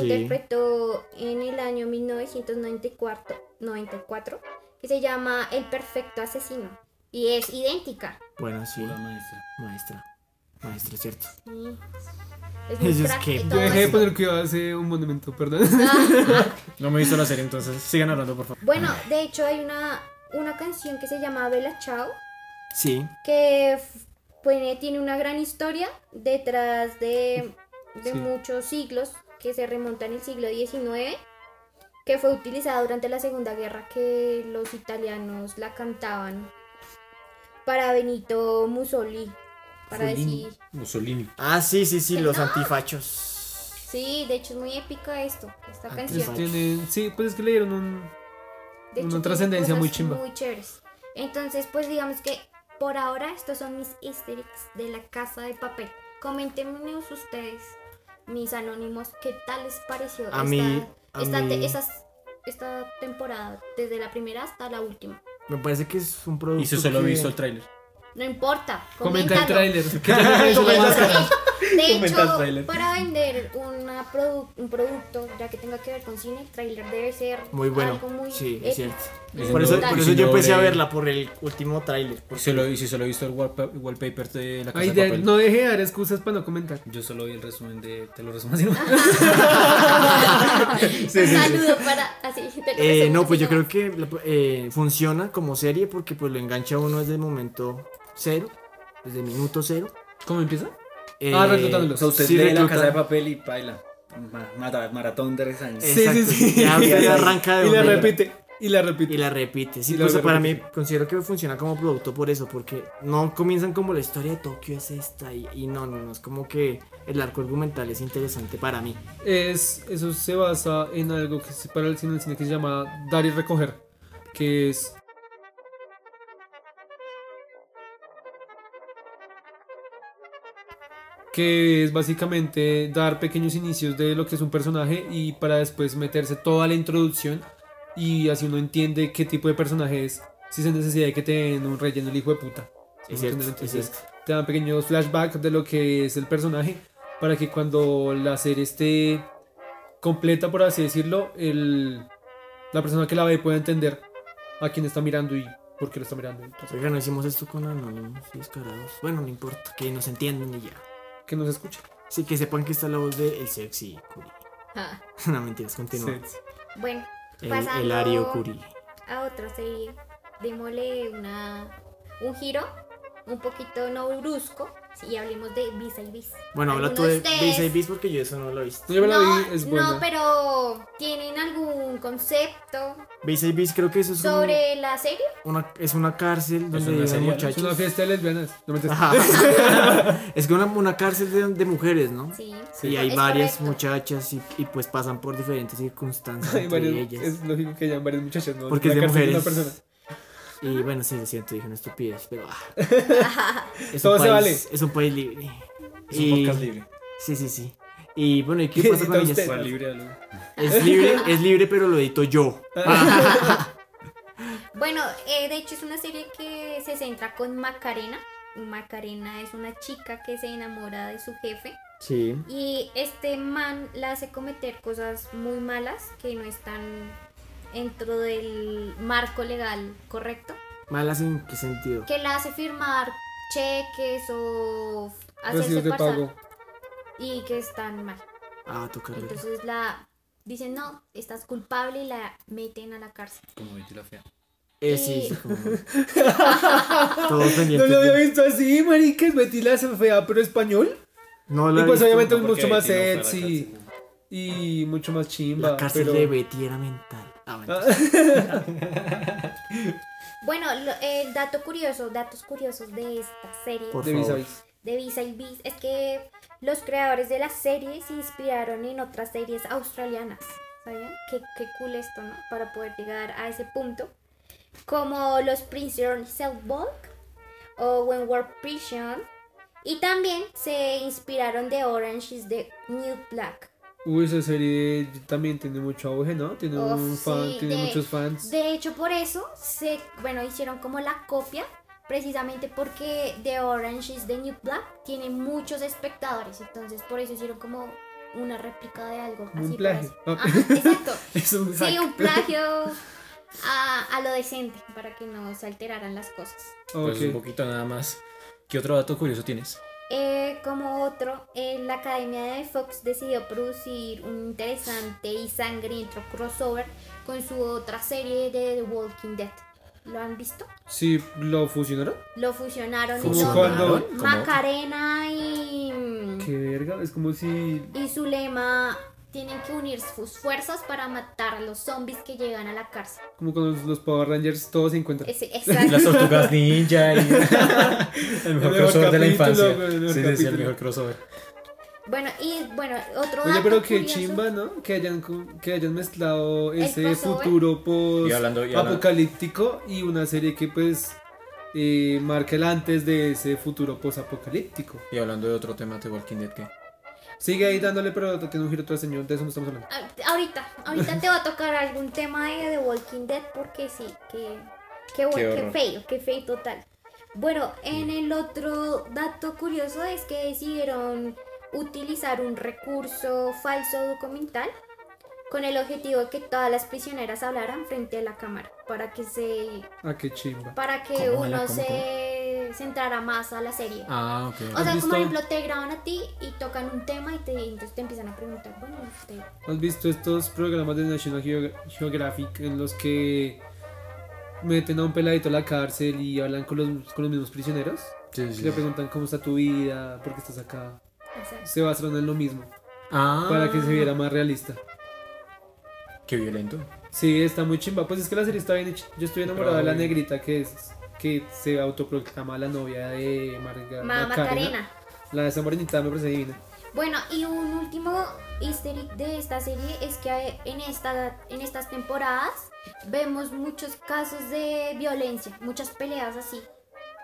[SPEAKER 3] Sí.
[SPEAKER 5] interpretó en el año 1994 94, que se llama El Perfecto Asesino. Y es idéntica.
[SPEAKER 3] bueno, sí,
[SPEAKER 8] La maestra.
[SPEAKER 3] maestra. Maestra, cierto.
[SPEAKER 5] Sí.
[SPEAKER 4] <laughs>
[SPEAKER 5] Es muy
[SPEAKER 3] Ellos
[SPEAKER 5] crack
[SPEAKER 3] que-
[SPEAKER 5] y
[SPEAKER 4] Yo
[SPEAKER 5] todo
[SPEAKER 4] dejé de
[SPEAKER 5] eso.
[SPEAKER 4] poner cuidado hace un monumento, perdón.
[SPEAKER 8] No me he visto la serie, entonces sigan hablando, por favor.
[SPEAKER 5] Bueno, de hecho hay una, una canción que se llama Bella Chao.
[SPEAKER 3] Sí,
[SPEAKER 5] que f- pues, tiene una gran historia detrás de, de
[SPEAKER 4] Sí.
[SPEAKER 5] muchos siglos que se remontan al siglo XIX, que fue utilizada durante la Segunda Guerra que los italianos la cantaban para Benito Mussolini, para decir...
[SPEAKER 8] Mussolini.
[SPEAKER 3] Ah, sí, sí, sí,
[SPEAKER 5] ¿Que
[SPEAKER 3] los
[SPEAKER 5] no?
[SPEAKER 3] antifachos.
[SPEAKER 5] Sí, de hecho es muy épica esto, esta
[SPEAKER 3] Antes
[SPEAKER 5] canción.
[SPEAKER 4] Tienen- sí, pues es que le dieron un...
[SPEAKER 5] De hecho,
[SPEAKER 4] Una
[SPEAKER 5] tiene
[SPEAKER 4] trascendencia
[SPEAKER 5] cosas
[SPEAKER 4] muy chimba.
[SPEAKER 5] Muy chéveres. Entonces, pues digamos que por ahora estos son mis easter eggs de la casa de papel. Comentenmenos ustedes, mis anónimos, qué tal les pareció
[SPEAKER 3] A mí- a
[SPEAKER 5] esta,
[SPEAKER 3] mí-
[SPEAKER 5] te- esas- esta temporada, desde la primera hasta la última.
[SPEAKER 3] Me parece que es un producto.
[SPEAKER 8] Y se solo
[SPEAKER 3] que-
[SPEAKER 8] visto el tráiler.
[SPEAKER 5] No importa,
[SPEAKER 4] Comenta el
[SPEAKER 5] coméntalo. <laughs>
[SPEAKER 4] tráiler.
[SPEAKER 5] De
[SPEAKER 8] Comenta el
[SPEAKER 5] hecho,
[SPEAKER 8] tráiler.
[SPEAKER 5] para vender una produ- un producto ya que tenga que ver con cine, el tráiler debe ser
[SPEAKER 3] Muy bueno.
[SPEAKER 5] algo muy
[SPEAKER 3] sí,
[SPEAKER 5] épico.
[SPEAKER 3] es cierto.
[SPEAKER 8] Es
[SPEAKER 3] Por eso,
[SPEAKER 8] un
[SPEAKER 3] por
[SPEAKER 8] doble-
[SPEAKER 3] eso
[SPEAKER 8] es
[SPEAKER 3] yo
[SPEAKER 8] un
[SPEAKER 3] empecé a
[SPEAKER 8] doble-
[SPEAKER 3] verla por el último tráiler.
[SPEAKER 8] Y se lo- y si solo he visto el wallpa- wallpaper de la casa
[SPEAKER 4] Ay,
[SPEAKER 8] de
[SPEAKER 4] de-
[SPEAKER 8] papel.
[SPEAKER 4] no deje de dar excusas para no comentar.
[SPEAKER 7] Yo solo vi el resumen de. Te lo resumo así. ¿no?
[SPEAKER 3] <laughs>
[SPEAKER 5] Un saludo para así. te lo
[SPEAKER 3] Eh,
[SPEAKER 5] resumo
[SPEAKER 3] no,
[SPEAKER 5] así
[SPEAKER 3] pues yo
[SPEAKER 5] nomás.
[SPEAKER 3] creo que la- eh, funciona como serie porque pues lo engancha a uno desde el momento cero, desde el minuto cero.
[SPEAKER 4] ¿Cómo empieza?
[SPEAKER 3] Eh,
[SPEAKER 4] Ah, reclutándolos.
[SPEAKER 7] Ah, O sea, usted
[SPEAKER 3] Sí,
[SPEAKER 7] lee la
[SPEAKER 3] recluta.
[SPEAKER 7] casa de papel y baila. Ma- mata- maratón de tres años.
[SPEAKER 4] Sí,
[SPEAKER 3] Exacto,
[SPEAKER 4] sí, sí.
[SPEAKER 3] Ya usted arranca de
[SPEAKER 4] Y la
[SPEAKER 3] una.
[SPEAKER 4] repite, y la repite.
[SPEAKER 3] Y la repite. Sí,
[SPEAKER 4] Y la
[SPEAKER 3] pues,
[SPEAKER 4] vuelve a
[SPEAKER 3] para mí
[SPEAKER 4] repetir.
[SPEAKER 3] considero que funciona como producto por eso, porque no comienzan como la historia de Tokio es esta y, y no, no, no, es como que el arco argumental es interesante para mí.
[SPEAKER 4] es, eso se basa en algo que se para el cine, el cine que se llama dar y recoger, que es que es básicamente dar pequeños inicios de lo que es un personaje y para después meterse toda la introducción y así uno entiende qué tipo de personaje es, si se necesidad de que te den un relleno el hijo de puta.
[SPEAKER 3] Es
[SPEAKER 4] ¿Sí me
[SPEAKER 3] cierto, es
[SPEAKER 4] entienden? Entonces,
[SPEAKER 3] cierto.
[SPEAKER 4] te dan pequeños flashbacks de lo que es el personaje para que cuando la serie esté completa, por así decirlo, el, la persona que la ve pueda entender a quién está mirando y por qué lo está mirando. Entonces,
[SPEAKER 3] Oiga, no hicimos esto con anónimos y descarados. Bueno, no importa, que nos entiendan y ya.
[SPEAKER 4] que nos escuche.
[SPEAKER 3] Sí, que sepan que está la voz de el sexy Curi. <laughs>
[SPEAKER 5] Ah,
[SPEAKER 3] no, mentiras, continúa.
[SPEAKER 4] Sí.
[SPEAKER 5] Bueno,
[SPEAKER 3] El,
[SPEAKER 5] pasando
[SPEAKER 3] el Ario Curi.
[SPEAKER 5] a otra serie, démosle una, un giro un poquito no brusco y hablemos de Visa y Visa.
[SPEAKER 3] Bueno, habla tú
[SPEAKER 5] ¿Alguno
[SPEAKER 3] de
[SPEAKER 5] de ustedes?
[SPEAKER 3] Bis y Bis porque yo eso no lo he visto.
[SPEAKER 4] No, yo me la
[SPEAKER 5] No,
[SPEAKER 4] vi, es buena.
[SPEAKER 5] no, pero ¿tienen algún concepto
[SPEAKER 3] Bis y Bis creo que eso es, un-
[SPEAKER 5] sobre la serie?
[SPEAKER 3] una, es una cárcel
[SPEAKER 4] Pues
[SPEAKER 3] donde
[SPEAKER 8] una
[SPEAKER 3] viven
[SPEAKER 8] serie, ¿no?
[SPEAKER 4] es
[SPEAKER 3] muchachos.
[SPEAKER 4] una fiesta de lesbianas. No me
[SPEAKER 3] <laughs>
[SPEAKER 4] entiendes.
[SPEAKER 3] Ajá. <laughs> es que una, una cárcel de, de mujeres, ¿no?
[SPEAKER 5] Sí.
[SPEAKER 3] Y hay
[SPEAKER 5] Es
[SPEAKER 3] varias
[SPEAKER 5] correcto.
[SPEAKER 3] muchachas y, y pues pasan por diferentes circunstancias
[SPEAKER 4] <laughs> Hay
[SPEAKER 3] entre
[SPEAKER 4] varias-
[SPEAKER 3] ellas.
[SPEAKER 4] es lógico que hayan varias muchachas, ¿no?
[SPEAKER 3] Porque es
[SPEAKER 4] La
[SPEAKER 3] de
[SPEAKER 4] cárcel una
[SPEAKER 3] mujeres.
[SPEAKER 4] persona.
[SPEAKER 3] Y bueno, sí, lo siento, dije una estupidez, pero ah. es,
[SPEAKER 4] Todo
[SPEAKER 3] un
[SPEAKER 5] <laughs>
[SPEAKER 4] se
[SPEAKER 3] país,
[SPEAKER 4] vale.
[SPEAKER 3] es un país libre.
[SPEAKER 6] Es un podcast libre.
[SPEAKER 3] Sí, sí, sí. Y bueno,
[SPEAKER 4] <laughs>
[SPEAKER 3] ¿y qué
[SPEAKER 4] ¿Qué
[SPEAKER 3] pasa con
[SPEAKER 4] edita
[SPEAKER 3] ellas?
[SPEAKER 4] usted?
[SPEAKER 7] Fue libre algo.
[SPEAKER 3] Es <laughs> libre, es libre, pero lo edito yo.
[SPEAKER 5] Bueno, eh, de hecho es una serie que se centra con Macarena. Macarena es una chica que se enamora de su jefe
[SPEAKER 3] Sí.
[SPEAKER 5] y este man la hace cometer cosas muy malas que no están dentro del marco legal correcto,
[SPEAKER 3] ¿Malas en qué sentido?
[SPEAKER 5] que la hace firmar cheques o hacerse
[SPEAKER 4] Recibos de
[SPEAKER 5] pasar
[SPEAKER 4] pago.
[SPEAKER 5] y que están mal.
[SPEAKER 3] Ah, toca ver.
[SPEAKER 5] Entonces la dicen, no, estás culpable y la meten a la cárcel.
[SPEAKER 7] Como Betty la fea.
[SPEAKER 3] Eh, sí,
[SPEAKER 5] y- <laughs>
[SPEAKER 3] sí, como- Todos
[SPEAKER 4] No
[SPEAKER 3] pendientes.
[SPEAKER 4] lo había
[SPEAKER 3] de-
[SPEAKER 4] visto así, maricas. Betty la se fea, pero español.
[SPEAKER 3] No lo
[SPEAKER 4] Y
[SPEAKER 3] había
[SPEAKER 4] pues
[SPEAKER 3] visto.
[SPEAKER 4] obviamente
[SPEAKER 7] No,
[SPEAKER 4] es
[SPEAKER 7] porque
[SPEAKER 4] mucho más
[SPEAKER 7] Betty no fue a la
[SPEAKER 4] sexy
[SPEAKER 7] cárcel, ¿no?
[SPEAKER 4] y mucho más chimba.
[SPEAKER 3] La cárcel
[SPEAKER 4] pero-
[SPEAKER 3] de Betty era mental. Ah, mentira.
[SPEAKER 5] Bueno, lo- el dato curioso, datos curiosos de esta serie
[SPEAKER 3] Por
[SPEAKER 4] de
[SPEAKER 3] favor.
[SPEAKER 4] Visavis.
[SPEAKER 5] de Visa y Biz es que los creadores de la serie se inspiraron en otras series australianas. ¿Sabían? Qué, qué cool esto, ¿no? Para poder llegar a ese punto. Como los Prison Cell Bulk o Wentworth Prison. Y también se inspiraron de Orange is the New Black.
[SPEAKER 4] Uy, esa serie también tiene mucho auge, ¿no? Tiene,
[SPEAKER 5] Oh,
[SPEAKER 4] un fan,
[SPEAKER 5] sí,
[SPEAKER 4] tiene
[SPEAKER 5] de-
[SPEAKER 4] muchos fans.
[SPEAKER 5] De hecho, por eso se, bueno, hicieron como la copia, precisamente porque The Orange is the New Black tiene muchos espectadores, entonces por eso hicieron como una réplica de algo.
[SPEAKER 4] Un
[SPEAKER 5] así
[SPEAKER 4] plagio.
[SPEAKER 5] parece. Ajá,
[SPEAKER 4] <laughs>
[SPEAKER 5] exacto.
[SPEAKER 4] Es un
[SPEAKER 5] Sí,
[SPEAKER 4] hack.
[SPEAKER 5] un plagio a, a lo decente, para que no se alteraran las cosas.
[SPEAKER 4] Ok.
[SPEAKER 8] Pues un poquito nada más. ¿Qué otro dato curioso tienes?
[SPEAKER 5] Eh, como otro, eh, la Academia de Fox decidió producir un interesante y sangriento crossover con su otra serie de The Walking Dead. ¿Lo han visto?
[SPEAKER 4] Sí, lo fusionaron.
[SPEAKER 5] Lo fusionaron y
[SPEAKER 4] Como
[SPEAKER 5] todo.
[SPEAKER 4] cuando.
[SPEAKER 8] ¿Cómo?
[SPEAKER 5] Macarena y,
[SPEAKER 4] Qué verga, es como si.
[SPEAKER 5] y Zulema tienen que unir sus fuerzas para matar a los zombies que llegan a la cárcel.
[SPEAKER 4] Como cuando los- los Power Rangers todos se encuentran. <laughs>
[SPEAKER 5] Ese-
[SPEAKER 8] Las
[SPEAKER 5] exacto.
[SPEAKER 8] tortugas ninja y. el
[SPEAKER 3] <laughs>
[SPEAKER 8] mejor, crossover de la
[SPEAKER 4] capítulo,
[SPEAKER 8] infancia.
[SPEAKER 4] güey, el
[SPEAKER 8] sí, sí,
[SPEAKER 4] mejor
[SPEAKER 8] sí, el
[SPEAKER 4] capítulo.
[SPEAKER 8] mejor crossover.
[SPEAKER 5] bueno, y bueno, otro
[SPEAKER 4] Oye,
[SPEAKER 5] dato
[SPEAKER 4] pero qué
[SPEAKER 5] Ah, curioso.
[SPEAKER 4] chimba, ¿no? Que hayan, co- que hayan mezclado
[SPEAKER 5] El ¿eh?
[SPEAKER 4] ese
[SPEAKER 5] crossover.
[SPEAKER 4] futuro post
[SPEAKER 8] Y hablando- y hablando-
[SPEAKER 4] apocalíptico y una serie que pues eh, marca el antes de ese futuro post apocalíptico.
[SPEAKER 8] Y hablando de otro tema de Walking Dead, ¿qué?
[SPEAKER 4] Sigue ahí dándole, pero tiene un giro tras señor, de eso no estamos hablando.
[SPEAKER 5] Ah, Ahorita, ahorita te va a tocar algún tema de The Walking Dead porque sí, que, que,
[SPEAKER 8] Qué
[SPEAKER 5] que
[SPEAKER 8] horror.
[SPEAKER 5] feo, que feo total. Bueno, en el otro dato curioso es que decidieron utilizar un recurso falso documental con el objetivo de que todas las prisioneras hablaran frente a la cámara para que se
[SPEAKER 4] Ah, qué chimba.
[SPEAKER 5] para que
[SPEAKER 8] ¿Cómo?
[SPEAKER 5] uno
[SPEAKER 8] ¿Cómo? ¿Cómo?
[SPEAKER 5] se centrara más a la serie.
[SPEAKER 8] Ah,
[SPEAKER 5] O
[SPEAKER 8] ok.
[SPEAKER 5] sea,
[SPEAKER 4] ¿Has
[SPEAKER 5] como por
[SPEAKER 4] visto?
[SPEAKER 5] ejemplo te graban a ti y tocan un tema y te, y entonces te empiezan a preguntar, bueno, usted
[SPEAKER 4] ¿Has visto estos programas de National Geo- Geographic en los que meten a un peladito a la cárcel y hablan con los, con los mismos prisioneros?
[SPEAKER 8] Sí,
[SPEAKER 4] Le
[SPEAKER 8] sí.
[SPEAKER 4] preguntan cómo está tu vida, por qué estás acá.
[SPEAKER 5] o sea,
[SPEAKER 4] Se basaron en lo mismo
[SPEAKER 8] Ah,
[SPEAKER 4] para que se viera más realista.
[SPEAKER 8] Qué violento.
[SPEAKER 5] Eh,
[SPEAKER 4] Sí, está muy chimba. Pues es que la serie está bien hecha. Yo estoy enamorado de la negrita que es que se autoproclama la novia de Marga,
[SPEAKER 5] Ma- Macarena.
[SPEAKER 4] La de esa morenita me parece divina.
[SPEAKER 5] Bueno, y un último easter egg de esta serie es que en, esta, en estas temporadas vemos muchos casos de violencia, muchas peleas así,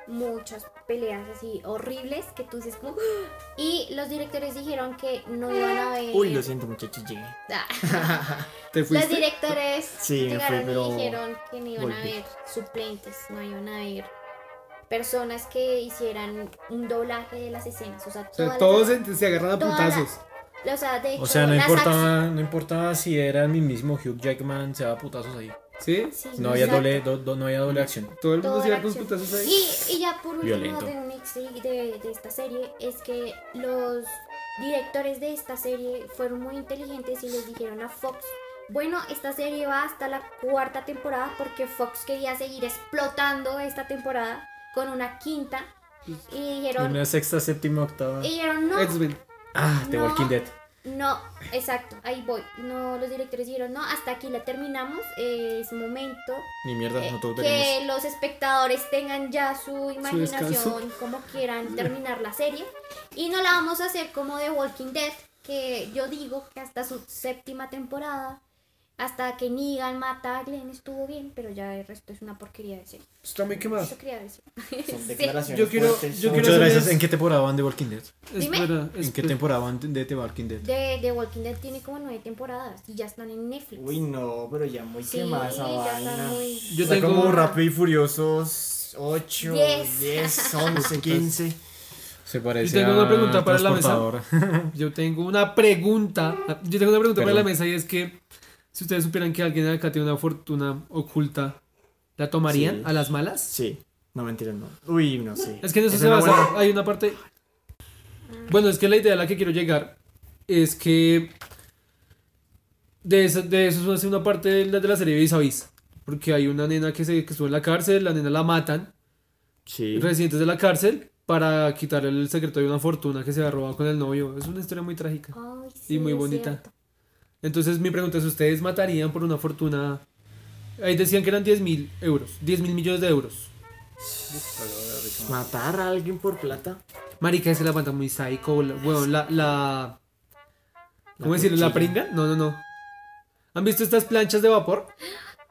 [SPEAKER 5] muchas peleas así horribles que tú dices como... ¡Ah! Y los directores dijeron que no iban a ver... Ah,
[SPEAKER 3] Uy, lo siento, muchachos, llegué.
[SPEAKER 4] ¿Te
[SPEAKER 5] <laughs> los
[SPEAKER 4] fuiste?
[SPEAKER 5] directores
[SPEAKER 3] Sí, me fui,
[SPEAKER 5] llegaron
[SPEAKER 3] pero
[SPEAKER 5] y dijeron que no iban a
[SPEAKER 3] volví.
[SPEAKER 5] haber suplentes, no iban a haber personas que hicieran un doblaje de las escenas. O sea,
[SPEAKER 4] O
[SPEAKER 5] todas
[SPEAKER 4] sea,
[SPEAKER 5] las-
[SPEAKER 4] todos se, se agarran a
[SPEAKER 5] todas las-
[SPEAKER 4] puntazos.
[SPEAKER 5] O sea, de hecho,
[SPEAKER 8] O sea, no
[SPEAKER 5] las
[SPEAKER 8] importaba, no importaba si era el mismo Hugh Jackman, se daba putazos ahí.
[SPEAKER 4] ¿Sí?
[SPEAKER 5] Sí,
[SPEAKER 8] No había
[SPEAKER 5] exacto.
[SPEAKER 8] doble, do- do- no había doble acción.
[SPEAKER 4] Todo el mundo
[SPEAKER 5] Toda
[SPEAKER 4] se
[SPEAKER 5] la
[SPEAKER 4] agarra con
[SPEAKER 5] acción.
[SPEAKER 4] puntazos ahí.
[SPEAKER 5] Y, y ya por último,
[SPEAKER 8] Violento.
[SPEAKER 5] de un easter egg de, de esta serie, es que los directores de esta serie fueron muy inteligentes y les dijeron a Fox, bueno, esta serie va hasta la cuarta temporada porque Fox quería seguir explotando esta temporada con una quinta. Y dijeron,
[SPEAKER 8] Una sexta, séptima, octava.
[SPEAKER 5] y dijeron no,
[SPEAKER 4] X-Men.
[SPEAKER 8] Ah, The
[SPEAKER 5] Eh, No.
[SPEAKER 8] Walking Dead.
[SPEAKER 5] No, exacto, ahí voy. No, los directores dijeron, no, hasta aquí la terminamos. eh, es momento
[SPEAKER 8] Ni mierda,
[SPEAKER 5] eh,
[SPEAKER 8] nosotros tenemos.
[SPEAKER 5] que los espectadores tengan ya su
[SPEAKER 4] descanso.
[SPEAKER 5] imaginación, como quieran terminar la serie. Y no la vamos a hacer como The Walking Dead, que yo digo que hasta su séptima temporada Hasta que Negan mata a Glenn estuvo bien, pero ya el resto es una porquería de serie.
[SPEAKER 4] Está muy quemado.
[SPEAKER 5] Eso quería decir.
[SPEAKER 3] Son
[SPEAKER 5] Sí.
[SPEAKER 3] declaraciones
[SPEAKER 4] Yo quiero-
[SPEAKER 3] fuertes,
[SPEAKER 4] yo
[SPEAKER 3] son-
[SPEAKER 4] quiero-
[SPEAKER 9] Muchas
[SPEAKER 4] hacerles-
[SPEAKER 9] gracias. ¿En qué temporada van de Walking Dead?
[SPEAKER 5] Dime.
[SPEAKER 4] Espera,
[SPEAKER 9] ¿En qué
[SPEAKER 4] espera.
[SPEAKER 9] temporada van de The Walking Dead?
[SPEAKER 5] De, de Walking Dead tiene como nueve temporadas y ya están en Netflix.
[SPEAKER 3] Uy, no, pero ya muy
[SPEAKER 5] sí,
[SPEAKER 3] quemada esa
[SPEAKER 5] ya están
[SPEAKER 3] vaina.
[SPEAKER 5] muy...
[SPEAKER 4] Yo
[SPEAKER 9] Está
[SPEAKER 4] tengo
[SPEAKER 9] como Rápido y Furiosos 8,
[SPEAKER 5] Diez. <laughs>
[SPEAKER 9] 10, 11, 15. Se parece
[SPEAKER 4] Yo tengo una
[SPEAKER 9] a
[SPEAKER 4] pregunta para la mesa.
[SPEAKER 9] Transportadora.
[SPEAKER 8] <laughs>
[SPEAKER 4] Yo tengo una pregunta. Yo tengo una pregunta para
[SPEAKER 9] Perdón.
[SPEAKER 4] la mesa y es que si ustedes supieran que alguien acá tiene una fortuna oculta, ¿la tomarían
[SPEAKER 3] Sí.
[SPEAKER 4] a las malas?
[SPEAKER 3] Sí, no mentiras, no. Uy, no sé.
[SPEAKER 4] Es que en eso
[SPEAKER 3] Es
[SPEAKER 4] se
[SPEAKER 3] una
[SPEAKER 4] basa.
[SPEAKER 3] buena-
[SPEAKER 4] Hay una parte. Bueno, es que la idea a la que quiero llegar es que de eso, de eso hace una parte de la, de la serie Vis a Vis. Porque hay una nena que, se, que estuvo en la cárcel, la nena la matan,
[SPEAKER 3] Sí.
[SPEAKER 4] residentes de la cárcel, para quitarle el secreto de una fortuna que se había robado con el novio. Es una historia muy trágica.
[SPEAKER 5] Ay,
[SPEAKER 4] Y
[SPEAKER 5] Ah, sí,
[SPEAKER 4] muy
[SPEAKER 5] es
[SPEAKER 4] bonita.
[SPEAKER 5] cierto.
[SPEAKER 4] Entonces mi pregunta es, ¿ustedes matarían por una fortuna? Ahí decían que eran 10 mil euros, 10 mil millones de euros.
[SPEAKER 3] Matar a alguien por plata.
[SPEAKER 4] Marica, esa es la banda muy psycho, la- weón, la, la... ¿Cómo
[SPEAKER 3] La
[SPEAKER 4] decirlo? ¿La
[SPEAKER 3] cuchilla.
[SPEAKER 4] pringan? No, no, no. ¿Han visto estas planchas de vapor?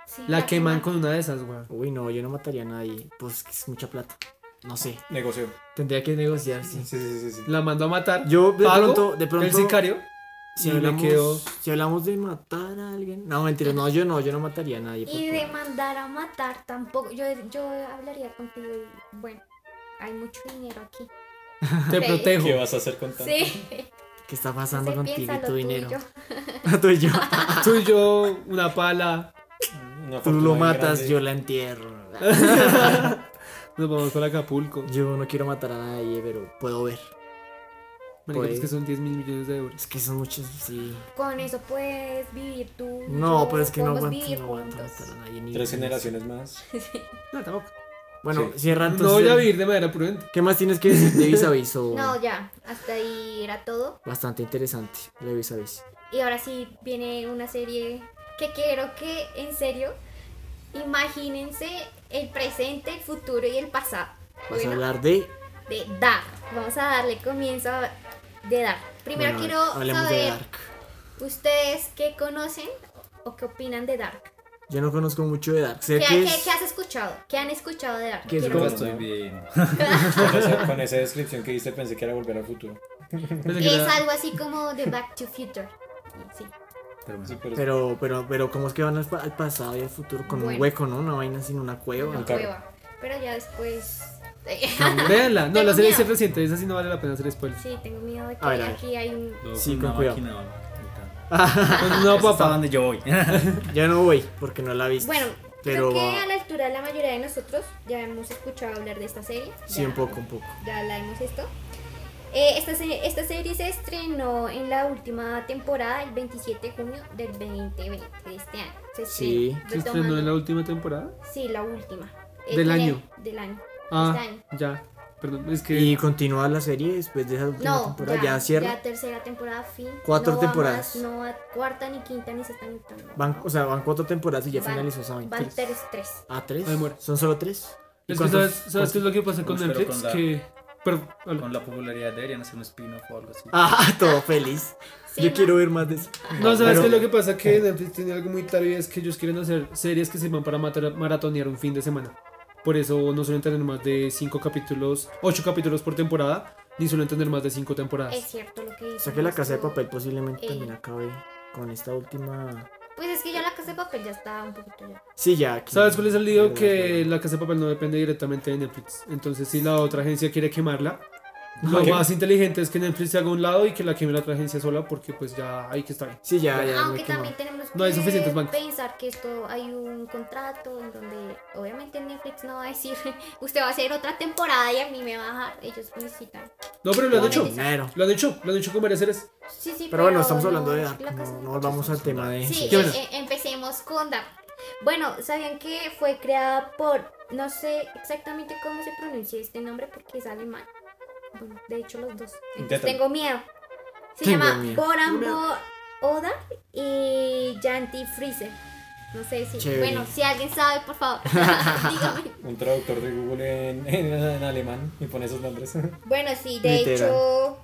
[SPEAKER 5] Sí,
[SPEAKER 4] La queman con una de esas, weón.
[SPEAKER 3] Uy, no, yo no mataría a nadie. Pues que es mucha plata. No sé.
[SPEAKER 6] Negocio.
[SPEAKER 3] Tendría que negociar, sí.
[SPEAKER 6] Sí, sí, sí, sí.
[SPEAKER 4] La mando a matar.
[SPEAKER 3] Yo de
[SPEAKER 4] Pago
[SPEAKER 3] pronto, de
[SPEAKER 4] El
[SPEAKER 3] pronto.
[SPEAKER 4] sicario.
[SPEAKER 3] Si
[SPEAKER 4] y me
[SPEAKER 3] hablamos,
[SPEAKER 4] quedo-
[SPEAKER 3] si hablamos de matar a alguien. No, mentira, no, yo no, yo no mataría a nadie. por
[SPEAKER 5] Y de
[SPEAKER 3] plata.
[SPEAKER 5] mandar a matar tampoco. Yo, yo hablaría contigo y bueno, hay mucho dinero aquí. <laughs>
[SPEAKER 4] Te
[SPEAKER 5] Ok.
[SPEAKER 4] protejo.
[SPEAKER 6] ¿Qué vas a hacer con tanto?
[SPEAKER 5] Sí,
[SPEAKER 3] ¿Qué está pasando
[SPEAKER 5] sí,
[SPEAKER 3] contigo y
[SPEAKER 5] piénsalo
[SPEAKER 3] tu
[SPEAKER 5] tú y
[SPEAKER 3] dinero? <laughs>
[SPEAKER 5] yo. <laughs>
[SPEAKER 3] Tú y yo.
[SPEAKER 4] Tú y yo, una pala.
[SPEAKER 6] Una
[SPEAKER 3] Tú
[SPEAKER 6] fortuna
[SPEAKER 3] lo
[SPEAKER 6] muy
[SPEAKER 3] matas,
[SPEAKER 6] grande.
[SPEAKER 3] yo la entierro. <laughs>
[SPEAKER 4] Nos vamos para Acapulco.
[SPEAKER 3] Yo no quiero matar a nadie, pero puedo ver.
[SPEAKER 4] Marica,
[SPEAKER 3] Pues-
[SPEAKER 4] es que son 10 mil millones de euros.
[SPEAKER 3] Es que son muchos, sí.
[SPEAKER 5] Con eso puedes vivir tú. y
[SPEAKER 3] No,
[SPEAKER 5] yo,
[SPEAKER 3] pero es que no
[SPEAKER 5] podemos
[SPEAKER 3] aguanto,
[SPEAKER 5] vivir
[SPEAKER 3] no aguanto
[SPEAKER 5] juntos.
[SPEAKER 3] matar a nadie. ni-
[SPEAKER 6] Tres generaciones más.
[SPEAKER 4] No, tampoco.
[SPEAKER 3] Bueno,
[SPEAKER 6] Sí.
[SPEAKER 3] cierra
[SPEAKER 4] No
[SPEAKER 3] Ah, entonces.
[SPEAKER 4] voy a vivir de manera prudente.
[SPEAKER 3] ¿Qué más tienes que decir de vis a vis? o-
[SPEAKER 5] No, ya, hasta ahí era todo.
[SPEAKER 3] Bastante interesante, de vis a vis.
[SPEAKER 5] Y ahora sí viene una serie que quiero que, en serio, imagínense el presente, el futuro y el pasado.
[SPEAKER 3] Vas
[SPEAKER 5] Bueno,
[SPEAKER 3] a hablar de.
[SPEAKER 5] de Dark. Vamos a darle comienzo a- de Dark. Primero
[SPEAKER 3] Bueno,
[SPEAKER 5] quiero
[SPEAKER 3] hablemos de
[SPEAKER 5] saber
[SPEAKER 3] Dark.
[SPEAKER 5] ustedes qué conocen o qué opinan de Dark.
[SPEAKER 3] Yo no conozco mucho de Dark. Sé
[SPEAKER 5] ¿Qué,
[SPEAKER 3] que
[SPEAKER 5] qué-
[SPEAKER 3] es-
[SPEAKER 5] qué has escuchado? ¿Qué han escuchado de Dark?
[SPEAKER 3] que es
[SPEAKER 5] Quiero-
[SPEAKER 3] como-
[SPEAKER 7] estoy bien.
[SPEAKER 6] Con esa, con esa descripción que diste pensé que era volver al futuro.
[SPEAKER 4] Pensé que
[SPEAKER 5] Es
[SPEAKER 4] era-
[SPEAKER 5] algo así como de Back to Future. Sí.
[SPEAKER 7] Pero
[SPEAKER 6] Sí,
[SPEAKER 7] bueno.
[SPEAKER 6] pero,
[SPEAKER 3] Pero, pero, pero, ¿cómo es que van al, pa- al pasado y al futuro con un
[SPEAKER 5] Bueno.
[SPEAKER 3] hueco, no? Una vaina sin una cueva.
[SPEAKER 5] una cueva. Pero ya después. <laughs>
[SPEAKER 4] Véanla. No, la
[SPEAKER 5] Tengo
[SPEAKER 4] serie es
[SPEAKER 5] miedo.
[SPEAKER 4] reciente. Esa sí no vale la pena hacer spoiler.
[SPEAKER 5] Sí, tengo miedo de que
[SPEAKER 3] A ver, a ver.
[SPEAKER 5] aquí hay un.
[SPEAKER 7] Luego
[SPEAKER 3] Sí,
[SPEAKER 7] con
[SPEAKER 3] con
[SPEAKER 7] una
[SPEAKER 3] cuidado.
[SPEAKER 7] máquina, y tal.
[SPEAKER 4] Pues
[SPEAKER 5] <laughs>
[SPEAKER 4] no,
[SPEAKER 7] Eso es a
[SPEAKER 4] papá.
[SPEAKER 7] donde yo voy. <laughs>
[SPEAKER 3] Ya no voy porque no la he visto.
[SPEAKER 5] Bueno,
[SPEAKER 3] pero
[SPEAKER 5] creo que
[SPEAKER 3] ah,
[SPEAKER 5] a la altura de la mayoría de nosotros ya hemos escuchado hablar de esta serie.
[SPEAKER 3] sí,
[SPEAKER 5] Ya-
[SPEAKER 3] un poco, un poco.
[SPEAKER 5] ya la hemos esto. Eh, esta, se- esta serie se estrenó en la última temporada, el 27 de junio del 2020 de este año. Se
[SPEAKER 3] Sí.
[SPEAKER 5] estrenó,
[SPEAKER 4] ¿Se estrenó en la
[SPEAKER 5] retomando-
[SPEAKER 4] última temporada?
[SPEAKER 5] Sí, la última.
[SPEAKER 4] Del
[SPEAKER 5] tiene-
[SPEAKER 4] año.
[SPEAKER 5] Del año.
[SPEAKER 4] Ah,
[SPEAKER 5] Este año.
[SPEAKER 4] ya. Perdón, es que.
[SPEAKER 3] Y continúa la serie después de esa última
[SPEAKER 5] No,
[SPEAKER 3] temporada. Ya,
[SPEAKER 5] ya,
[SPEAKER 3] cierra.
[SPEAKER 5] ya tercera temporada, fin.
[SPEAKER 3] Cuatro
[SPEAKER 5] No va
[SPEAKER 3] temporadas.
[SPEAKER 5] más, no va cuarta ni quinta ni sexta ni octava.
[SPEAKER 3] Van, o sea, van cuatro temporadas y ya
[SPEAKER 5] Van-
[SPEAKER 3] finalizó esa
[SPEAKER 5] Van
[SPEAKER 3] vaina.
[SPEAKER 5] tres, tres.
[SPEAKER 3] ¿A tres?
[SPEAKER 4] Ahí muere.
[SPEAKER 3] ¿Son solo tres? ¿Y
[SPEAKER 4] Es que
[SPEAKER 3] cuántos-
[SPEAKER 4] sabes, ¿sabes qué es lo que pasa con
[SPEAKER 7] Uy, pero
[SPEAKER 4] Netflix?
[SPEAKER 7] con la-
[SPEAKER 4] Que. Pero, habla.
[SPEAKER 7] Con la popularidad deberían hacer un spin-off o algo así.
[SPEAKER 3] <laughs> Ah, todo feliz.
[SPEAKER 5] Sí,
[SPEAKER 3] Yo
[SPEAKER 5] ¿no?
[SPEAKER 3] quiero ver más de eso.
[SPEAKER 4] No, ¿sabes
[SPEAKER 3] Pero-
[SPEAKER 4] qué es lo que pasa? Que Netflix tiene algo muy claro y es que ellos quieren hacer series que sirvan para matar- maratonear un fin de semana. Por eso no suelen tener más de 5 capítulos, 8 capítulos por temporada, ni suelen tener más de 5
[SPEAKER 5] Es
[SPEAKER 4] temporadas.
[SPEAKER 5] cierto lo que dice.
[SPEAKER 3] O sea que la casa de papel posiblemente
[SPEAKER 5] Ey.
[SPEAKER 3] también acabe con esta última.
[SPEAKER 5] Pues es que ya la casa de papel ya está un poquito ya.
[SPEAKER 3] Sí, ya. aquí-
[SPEAKER 4] ¿Sabes cuál es el lío?
[SPEAKER 3] Verdad,
[SPEAKER 4] Que
[SPEAKER 3] verdad.
[SPEAKER 4] la casa de papel no depende directamente de Netflix. Entonces, si la otra agencia quiere
[SPEAKER 3] <laughs>
[SPEAKER 4] quemarla, lo
[SPEAKER 3] Ok.
[SPEAKER 4] más inteligente es que Netflix se haga a un lado y que la queme la otra agencia sola, porque pues ya hay que estar bien.
[SPEAKER 3] Sí, Ah, ya, ya.
[SPEAKER 5] Aunque
[SPEAKER 3] me quemó.
[SPEAKER 5] también tenemos que
[SPEAKER 4] No hay suficientes bancos.
[SPEAKER 5] pensar que esto hay un contrato en donde obviamente Netflix no va a decir <laughs> usted va a hacer otra temporada y a mí me va a bajar. Ellos necesitan.
[SPEAKER 4] No, pero lo han hecho.
[SPEAKER 3] Dinero.
[SPEAKER 4] Lo han hecho, lo han hecho con varias series.
[SPEAKER 5] Sí, sí,
[SPEAKER 3] Pero bueno, estamos
[SPEAKER 5] no,
[SPEAKER 3] hablando de
[SPEAKER 5] la
[SPEAKER 3] Dark.
[SPEAKER 5] casa-
[SPEAKER 3] No, no volvamos al tema de.
[SPEAKER 5] Sí,
[SPEAKER 4] ¿Qué bueno?
[SPEAKER 5] eh, eh, empecemos con Dark. Bueno, ¿sabían que fue creada por no sé exactamente cómo se pronuncia este nombre porque es alemán? Bueno, de hecho los dos. Entonces,
[SPEAKER 6] Inténtalo.
[SPEAKER 5] tengo miedo. Se
[SPEAKER 3] Tengo
[SPEAKER 5] llama
[SPEAKER 3] miedo.
[SPEAKER 5] Boran
[SPEAKER 3] Tengo miedo.
[SPEAKER 5] Bo- Oda y Janti Freezer. No sé si.
[SPEAKER 3] Chévere.
[SPEAKER 5] Bueno, si alguien sabe, por favor, <laughs> dígame.
[SPEAKER 6] Un traductor de Google en, <laughs> en- en alemán y pone esos nombres. <laughs>
[SPEAKER 5] Bueno, sí, de
[SPEAKER 3] Literal.
[SPEAKER 5] hecho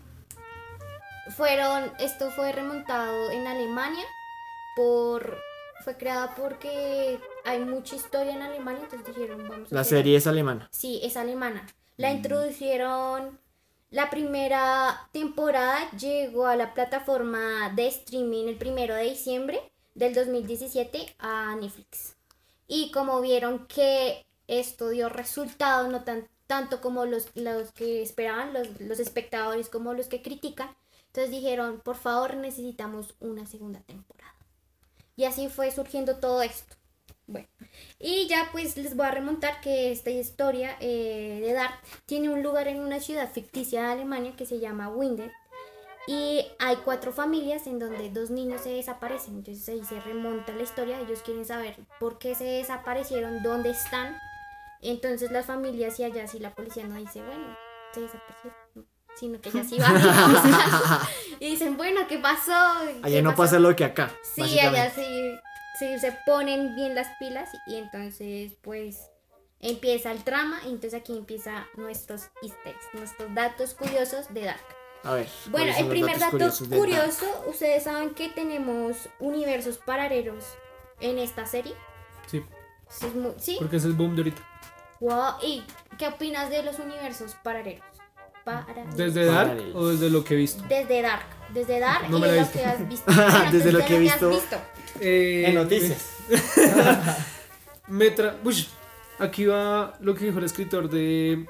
[SPEAKER 5] fueron esto fue remontado en Alemania por fue creada porque hay mucha historia en Alemania, entonces dijeron, vamos a
[SPEAKER 3] La
[SPEAKER 5] crear-
[SPEAKER 3] serie es alemana.
[SPEAKER 5] Sí, es alemana. La introdujeron. La primera temporada llegó a la plataforma de streaming el primero de diciembre del 2017 a Netflix. Y como vieron que esto dio resultados, no tan, tanto como los, los que esperaban, los, los espectadores como los que critican, entonces dijeron, por favor, necesitamos una segunda temporada. Y así fue surgiendo todo esto. Bueno. Y ya pues les voy a remontar que esta historia eh, de Dart tiene un lugar en una ciudad ficticia de Alemania que se llama Winden. Y hay cuatro familias en donde dos niños se desaparecen. Entonces ahí se remonta la historia. Ellos quieren saber por qué se desaparecieron, dónde están. Entonces las familias y allá sí la policía no dice, bueno, se desaparecieron. Sino que ya sí van <laughs> y buscan. y dicen, bueno, ¿qué pasó?
[SPEAKER 3] Allá
[SPEAKER 5] ¿Qué
[SPEAKER 3] no
[SPEAKER 5] pasó?".
[SPEAKER 3] pasa lo que acá.
[SPEAKER 5] Sí,
[SPEAKER 3] básicamente.
[SPEAKER 5] allá sí, sí se ponen bien las pilas y entonces pues empieza el trama y entonces aquí empieza nuestros easter eggs, nuestros datos curiosos de Dark.
[SPEAKER 3] A ver.
[SPEAKER 5] Bueno,
[SPEAKER 3] ¿cuáles son
[SPEAKER 5] el
[SPEAKER 3] los
[SPEAKER 5] primer
[SPEAKER 3] datos
[SPEAKER 5] dato
[SPEAKER 3] curiosos de Dark?
[SPEAKER 5] curioso, ustedes saben que tenemos universos paralelos en esta serie.
[SPEAKER 4] Sí,
[SPEAKER 5] Eso es muy- sí,
[SPEAKER 4] porque ese es boom de ahorita.
[SPEAKER 5] wow. ¿Y qué opinas de los universos paralelos? Paralelos.
[SPEAKER 4] ¿Desde Dark
[SPEAKER 3] Paralelos.
[SPEAKER 4] o desde lo que he visto?
[SPEAKER 5] Desde Dark, desde Dark
[SPEAKER 4] No
[SPEAKER 5] y
[SPEAKER 4] me la
[SPEAKER 5] de
[SPEAKER 4] he
[SPEAKER 5] lo
[SPEAKER 4] visto.
[SPEAKER 5] que has
[SPEAKER 3] <laughs>
[SPEAKER 5] visto. Bueno,
[SPEAKER 3] Desde
[SPEAKER 5] entonces,
[SPEAKER 3] lo
[SPEAKER 5] ¿de
[SPEAKER 3] que he
[SPEAKER 5] has
[SPEAKER 3] visto.
[SPEAKER 4] Eh,
[SPEAKER 3] En noticias.
[SPEAKER 4] Metra. Ush, aquí va lo que dijo el escritor de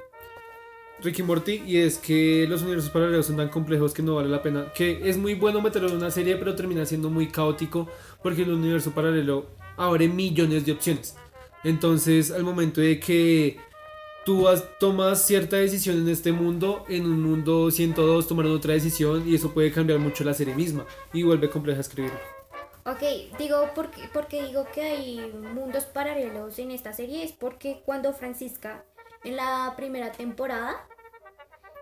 [SPEAKER 4] Ricky Morty y es que los universos paralelos son tan complejos que no vale la pena. Que es muy bueno meterlo en una serie, pero termina siendo muy caótico porque el universo paralelo abre millones de opciones. Entonces, al momento de que tú has- tomas cierta decisión en este mundo, en un mundo 102 tomaron otra decisión y eso puede cambiar mucho la serie misma y vuelve compleja a escribir.
[SPEAKER 5] Ok, digo porque, porque digo que hay mundos paralelos en esta serie es porque cuando Francisca en la primera temporada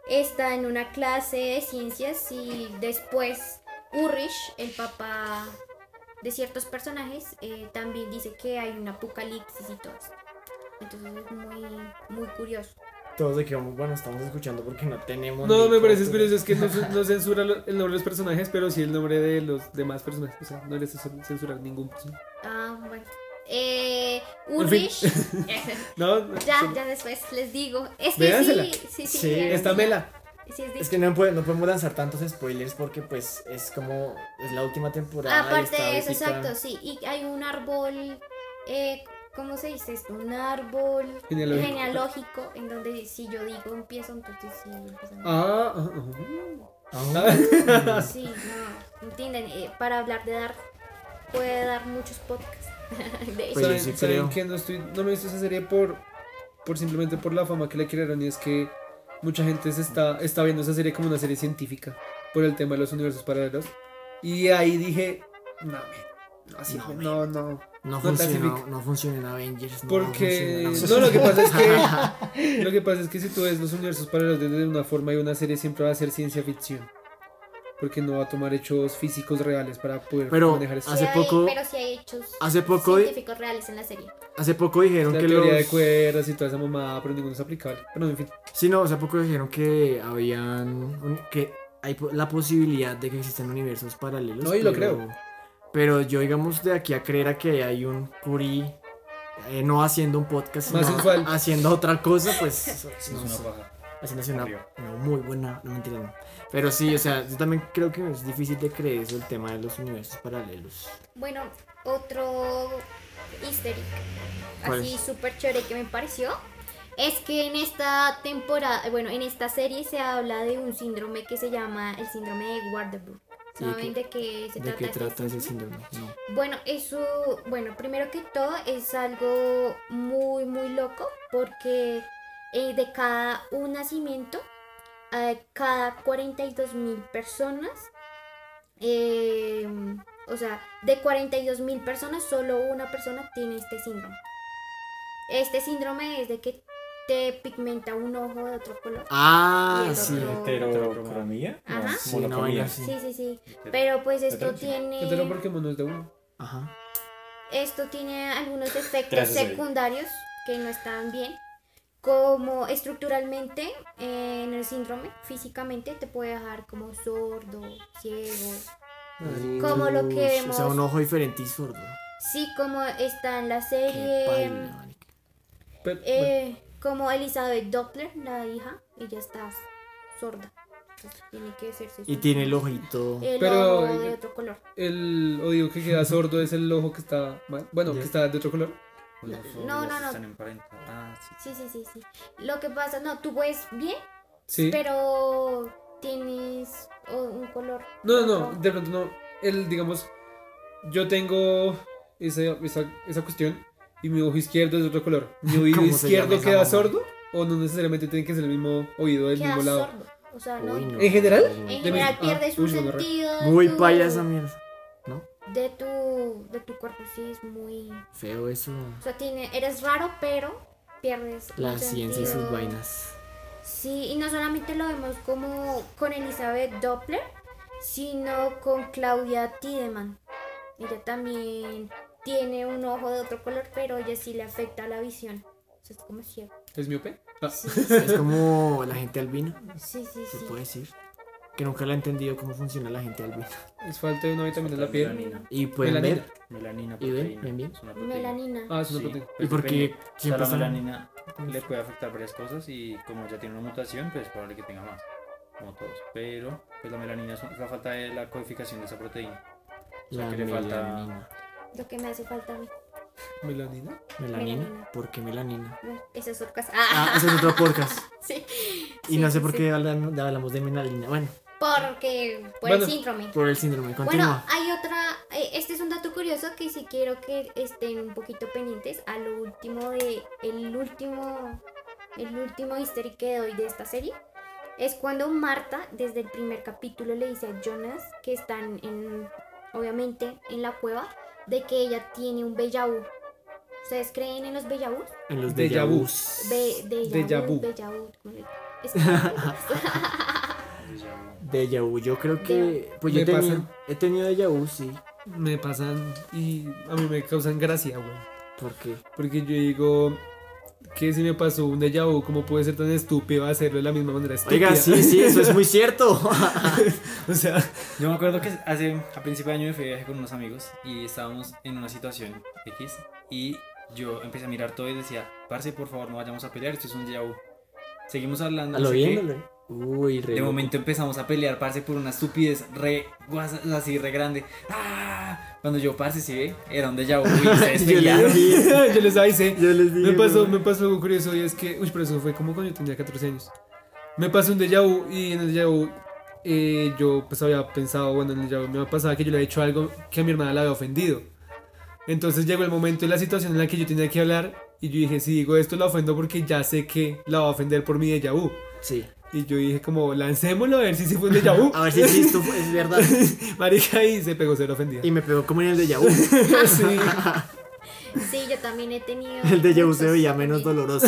[SPEAKER 5] está en una clase de ciencias y después Urrish, el papá de ciertos personajes, eh, también dice que hay un apocalipsis y todo esto. Entonces es muy, muy curioso.
[SPEAKER 3] Todos de que vamos, bueno, estamos escuchando porque no tenemos.
[SPEAKER 4] No,
[SPEAKER 3] ni
[SPEAKER 4] me parece
[SPEAKER 3] cultura.
[SPEAKER 4] curioso, es que
[SPEAKER 3] <laughs>
[SPEAKER 4] no, no censura lo- el nombre de los personajes, pero sí el nombre de los demás personajes. O sea, no les censura- censurar ningún personaje.
[SPEAKER 5] Ah, bueno. Eh,
[SPEAKER 4] En
[SPEAKER 5] Urrish.
[SPEAKER 4] No, no,
[SPEAKER 5] ya,
[SPEAKER 4] son-
[SPEAKER 5] ya después les digo. Es que
[SPEAKER 4] Véansela.
[SPEAKER 5] sí, sí, sí,
[SPEAKER 3] Sí,
[SPEAKER 5] véansela.
[SPEAKER 4] está Mela.
[SPEAKER 5] Sí, es
[SPEAKER 3] Es que no, puede- no podemos lanzar tantos spoilers porque pues es como es la última temporada. y
[SPEAKER 5] Aparte
[SPEAKER 3] está
[SPEAKER 5] de eso,
[SPEAKER 3] ahorita-
[SPEAKER 5] exacto, sí. Y hay un árbol, eh, ¿cómo se dice esto? Un árbol
[SPEAKER 4] Genealógico.
[SPEAKER 5] genealógico, en donde si yo digo empiezo, entonces sí empiezan.
[SPEAKER 4] Ah, ah, ah,
[SPEAKER 5] Sí, no, entienden, Eh, para hablar de dar, puede dar muchos podcasts. <laughs> De hecho,
[SPEAKER 3] Pues yo
[SPEAKER 4] ¿Saben,
[SPEAKER 3] sí
[SPEAKER 4] saben
[SPEAKER 3] creo.
[SPEAKER 4] que no, estoy, no me he visto esa serie por, por simplemente por la fama que le crearon y es que mucha gente se está, está viendo esa serie como una serie científica por el tema de los universos paralelos. Y ahí dije, no, men, no, así no, no, no.
[SPEAKER 3] No
[SPEAKER 4] No
[SPEAKER 3] funcionó,
[SPEAKER 4] clasifica.
[SPEAKER 3] no funcionó en Avengers. no
[SPEAKER 4] Porque
[SPEAKER 3] funcionó en
[SPEAKER 4] no, lo
[SPEAKER 3] Avengers.
[SPEAKER 4] que pasa es que lo que pasa es que si tú ves los universos paralelos de una forma y una serie siempre va a ser ciencia ficción. Porque no va a tomar hechos físicos reales para poder
[SPEAKER 3] Pero
[SPEAKER 4] manejar esto.
[SPEAKER 3] hace
[SPEAKER 5] hay-
[SPEAKER 3] poco-
[SPEAKER 5] pero sí hay hechos
[SPEAKER 3] <laughs> hace poco-
[SPEAKER 5] científicos reales en la serie.
[SPEAKER 3] Hace poco dijeron
[SPEAKER 4] La
[SPEAKER 3] que
[SPEAKER 4] teoría de
[SPEAKER 3] los.
[SPEAKER 4] cuerdas y toda esa mamada, pero ninguno es aplicable. Pero en fin,
[SPEAKER 3] Sí, no, hace poco dijeron que habían. un- que hay po- la posibilidad de que existan universos paralelos.
[SPEAKER 4] No, y lo
[SPEAKER 3] pero-
[SPEAKER 4] creo.
[SPEAKER 3] Pero yo, digamos, de aquí a creer a que hay un Curie. eh, no haciendo un podcast,
[SPEAKER 4] Más
[SPEAKER 3] sino
[SPEAKER 4] sensual.
[SPEAKER 3] haciendo otra cosa,
[SPEAKER 4] <laughs>
[SPEAKER 3] pues no
[SPEAKER 7] una
[SPEAKER 3] sé.
[SPEAKER 7] paja.
[SPEAKER 3] haciéndose una, una muy buena, no mentira, no. Pero sí, o sea, yo también creo que es difícil de creer eso, el tema de los universos paralelos.
[SPEAKER 5] Bueno, otro easter egg,
[SPEAKER 3] ¿Cuál
[SPEAKER 5] así
[SPEAKER 3] es?
[SPEAKER 5] súper chévere que me pareció es que en esta temporada, bueno, en esta serie se habla de un síndrome que se llama el síndrome de Wardenburg.
[SPEAKER 3] ¿Y de
[SPEAKER 5] ¿Saben
[SPEAKER 3] qué-
[SPEAKER 5] de qué se
[SPEAKER 3] ¿De
[SPEAKER 5] trata?
[SPEAKER 3] qué
[SPEAKER 5] este
[SPEAKER 3] trata ese
[SPEAKER 5] síndrome?
[SPEAKER 3] síndrome? No.
[SPEAKER 5] Bueno, eso, bueno, primero que todo es algo muy, muy loco porque eh, de cada un nacimiento, eh, cada 42 mil personas, eh, o sea, de 42 mil personas, solo una persona tiene este síndrome. Este síndrome es de que te pigmenta un ojo de otro color.
[SPEAKER 3] Ah,
[SPEAKER 5] Y el
[SPEAKER 3] sí.
[SPEAKER 5] otro-
[SPEAKER 6] Heterocromía.
[SPEAKER 5] Ajá.
[SPEAKER 3] Sí, una vaina así.
[SPEAKER 5] Sí, sí, sí. Pero pues esto
[SPEAKER 6] Hetero, sí.
[SPEAKER 5] tiene...
[SPEAKER 4] Hetero porque mono es de uno.
[SPEAKER 3] Ajá.
[SPEAKER 5] Esto tiene algunos efectos
[SPEAKER 6] Gracias, David.
[SPEAKER 5] secundarios que no están bien, como estructuralmente eh, en el síndrome, físicamente te puede dejar como sordo, ciego. Como lo que
[SPEAKER 3] O sea,
[SPEAKER 5] vemos-
[SPEAKER 3] un ojo diferente y sordo.
[SPEAKER 5] Sí, como está en la
[SPEAKER 3] Qué
[SPEAKER 5] serie,
[SPEAKER 3] paila, marica.
[SPEAKER 4] Pero, bueno,
[SPEAKER 5] eh, como Elizabeth Doppler, la hija, ella está sorda. Entonces tiene que hacerse
[SPEAKER 3] Y
[SPEAKER 5] su-
[SPEAKER 3] tiene el ojito.
[SPEAKER 5] el
[SPEAKER 4] Pero-
[SPEAKER 5] ojo de otro color.
[SPEAKER 4] el odio que queda sordo es el ojo que está mal. Bueno, que está de otro color.
[SPEAKER 7] O los ojos
[SPEAKER 5] No, no, no.
[SPEAKER 7] están emparentados. Ah, sí.
[SPEAKER 5] Sí, sí, sí, sí. Lo que pasa, no, tú ves bien,
[SPEAKER 4] Sí.
[SPEAKER 5] pero tienes oh, un color.
[SPEAKER 4] No, no, no,
[SPEAKER 5] otro.
[SPEAKER 4] de pronto no. El, digamos, yo tengo esa, esa, esa cuestión y mi ojo izquierdo es de otro color. Mi
[SPEAKER 3] <laughs>
[SPEAKER 4] oído
[SPEAKER 3] ¿Cómo se llama
[SPEAKER 4] izquierdo
[SPEAKER 3] esa
[SPEAKER 4] queda
[SPEAKER 3] mamá?
[SPEAKER 4] sordo o no necesariamente tiene que ser el mismo oído del
[SPEAKER 5] Queda
[SPEAKER 4] mismo lado.
[SPEAKER 5] sordo. O sea, no.
[SPEAKER 3] Uy, no.
[SPEAKER 4] ¿En general?
[SPEAKER 5] En
[SPEAKER 4] De mi-
[SPEAKER 5] general
[SPEAKER 4] ah,
[SPEAKER 5] pierdes
[SPEAKER 4] uy,
[SPEAKER 5] un
[SPEAKER 4] me agarré.
[SPEAKER 5] sentido. de
[SPEAKER 3] Muy
[SPEAKER 5] tu-
[SPEAKER 3] paila esa mierda.
[SPEAKER 5] De tu, de tu cuerpo, sí, es muy.
[SPEAKER 3] Feo eso.
[SPEAKER 5] O sea, tiene, eres raro, pero pierdes. un
[SPEAKER 3] La ciencia y sus
[SPEAKER 5] sentido.
[SPEAKER 3] vainas.
[SPEAKER 5] Sí, y no solamente lo vemos como con Elizabeth Doppler, sino con Claudia Tiedemann. Ella también tiene un ojo de otro color, pero ella sí le afecta la visión. O sea, es como ciego.
[SPEAKER 4] ¿Es miope? Ah,
[SPEAKER 5] Sí,
[SPEAKER 3] Es como la gente albina,
[SPEAKER 5] sí,
[SPEAKER 3] <laughs>
[SPEAKER 5] sí.
[SPEAKER 3] se
[SPEAKER 5] sí.
[SPEAKER 3] puede decir. Que nunca la he entendido cómo funciona la gente albina.
[SPEAKER 4] es falta de una vitamina en la piel.
[SPEAKER 7] Melanina. Pues
[SPEAKER 3] Y pueden
[SPEAKER 4] Melanina.
[SPEAKER 3] ver.
[SPEAKER 7] Melanina,
[SPEAKER 3] ¿Y ven?
[SPEAKER 7] proteína.
[SPEAKER 3] ¿Ven bien?
[SPEAKER 7] Es una proteína.
[SPEAKER 5] Melanina.
[SPEAKER 4] Ah, es una
[SPEAKER 7] Sí.
[SPEAKER 4] proteína.
[SPEAKER 3] Y
[SPEAKER 7] Pues
[SPEAKER 3] porque
[SPEAKER 7] depende. O sea,
[SPEAKER 3] siempre
[SPEAKER 7] la
[SPEAKER 3] están.
[SPEAKER 7] melanina le puede afectar varias cosas y como ya tiene una mutación, pues es probable que tenga más, como todos. Pero pues la melanina es la falta de la codificación de esa proteína. O sea,
[SPEAKER 3] La
[SPEAKER 7] que le falta-
[SPEAKER 3] melanina.
[SPEAKER 5] Lo que me hace falta a mí.
[SPEAKER 4] ¿Melanina?
[SPEAKER 3] ¿Melanina?
[SPEAKER 5] Melanina.
[SPEAKER 3] ¿Por qué melanina?
[SPEAKER 5] Bueno, esa es otra cosa.
[SPEAKER 3] Ah,
[SPEAKER 5] Ah,
[SPEAKER 3] eso es otro podcast.
[SPEAKER 5] sí.
[SPEAKER 3] Y
[SPEAKER 5] <laughs> Sí,
[SPEAKER 3] no sé
[SPEAKER 5] sí,
[SPEAKER 3] por
[SPEAKER 5] sí.
[SPEAKER 3] qué hablan- hablamos de melanina. Bueno,
[SPEAKER 5] Porque. Por
[SPEAKER 4] Bueno,
[SPEAKER 5] el síndrome.
[SPEAKER 3] por el síndrome.
[SPEAKER 5] Bueno,
[SPEAKER 3] Continúa.
[SPEAKER 5] hay otra, eh, este es un dato curioso que sí quiero que estén un poquito pendientes a lo último de el último el último easter egg que doy de esta serie. Es cuando Marta desde el primer capítulo le dice a Jonas que están en obviamente en la cueva de que ella tiene un déjà vu. ¿Ustedes creen en los déjà vus?
[SPEAKER 3] En los
[SPEAKER 4] Déjà
[SPEAKER 3] déjà
[SPEAKER 4] vu.
[SPEAKER 3] vus.
[SPEAKER 5] Be- déjà
[SPEAKER 4] Déjà
[SPEAKER 5] vu,
[SPEAKER 4] vu.
[SPEAKER 5] déjà vu, ¿cómo le-
[SPEAKER 3] <laughs>
[SPEAKER 5] es que-
[SPEAKER 3] Déjà vu, yo creo que. Pues yo he
[SPEAKER 4] Me pasa.
[SPEAKER 3] tenido, he tenido déjà vu, sí.
[SPEAKER 4] Me pasan y a mí me causan gracia, güey.
[SPEAKER 3] Porque.
[SPEAKER 4] Porque yo digo, que si me pasó un déjà vu? ¿Cómo puede ser tan estúpido hacerlo de la misma manera estúpida?
[SPEAKER 3] Oiga, sí, sí, eso es muy cierto.
[SPEAKER 4] o sea,
[SPEAKER 7] Yo me acuerdo que hace a principio de año me fui de viaje con unos amigos y estábamos en una situación X y yo empecé a mirar todo y decía, parce, por favor, no vayamos a pelear, esto es un déjà vu". Seguimos hablando.
[SPEAKER 3] A
[SPEAKER 7] <laughs> no
[SPEAKER 3] lo
[SPEAKER 7] sé qué.
[SPEAKER 3] viéndole. Uy, re.
[SPEAKER 7] De
[SPEAKER 3] loco.
[SPEAKER 7] momento empezamos a pelear, parce, por una estupidez re guasa, así re grande. ¡Ah! Cuando yo, parce, sí ve, era un déjà vu
[SPEAKER 3] <laughs>
[SPEAKER 7] y ustedes
[SPEAKER 3] Yo le
[SPEAKER 7] pelearon.
[SPEAKER 3] dije.
[SPEAKER 4] <laughs> yo les avisé.
[SPEAKER 3] Yo les dije.
[SPEAKER 4] Me pasó,
[SPEAKER 3] no.
[SPEAKER 4] me pasó algo curioso y es que, uy, pero eso fue como cuando yo tenía 14 años. Me pasó un déjà vu y en el déjà vu eh, yo pues había pensado, bueno, en el déjà vu me pasaba que yo le había hecho algo que a mi hermana la había ofendido. Entonces llegó el momento y la situación en la que yo tenía que hablar y yo dije, si digo esto la ofendo porque ya sé que la va a ofender por mi déjà vu.
[SPEAKER 3] Sí.
[SPEAKER 4] Y yo dije como, lancémoslo a ver si sí fue un déjà vu.
[SPEAKER 3] <laughs> A ver si sí, esto fue- es verdad.
[SPEAKER 4] Marica y se pegó ser ofendida.
[SPEAKER 3] Y pues, me pegó como en el déjà vu.
[SPEAKER 4] Sí.
[SPEAKER 5] Sí, yo también he tenido
[SPEAKER 3] <laughs> El déjà vu se
[SPEAKER 5] muchos
[SPEAKER 3] veía menos
[SPEAKER 5] también.
[SPEAKER 3] doloroso.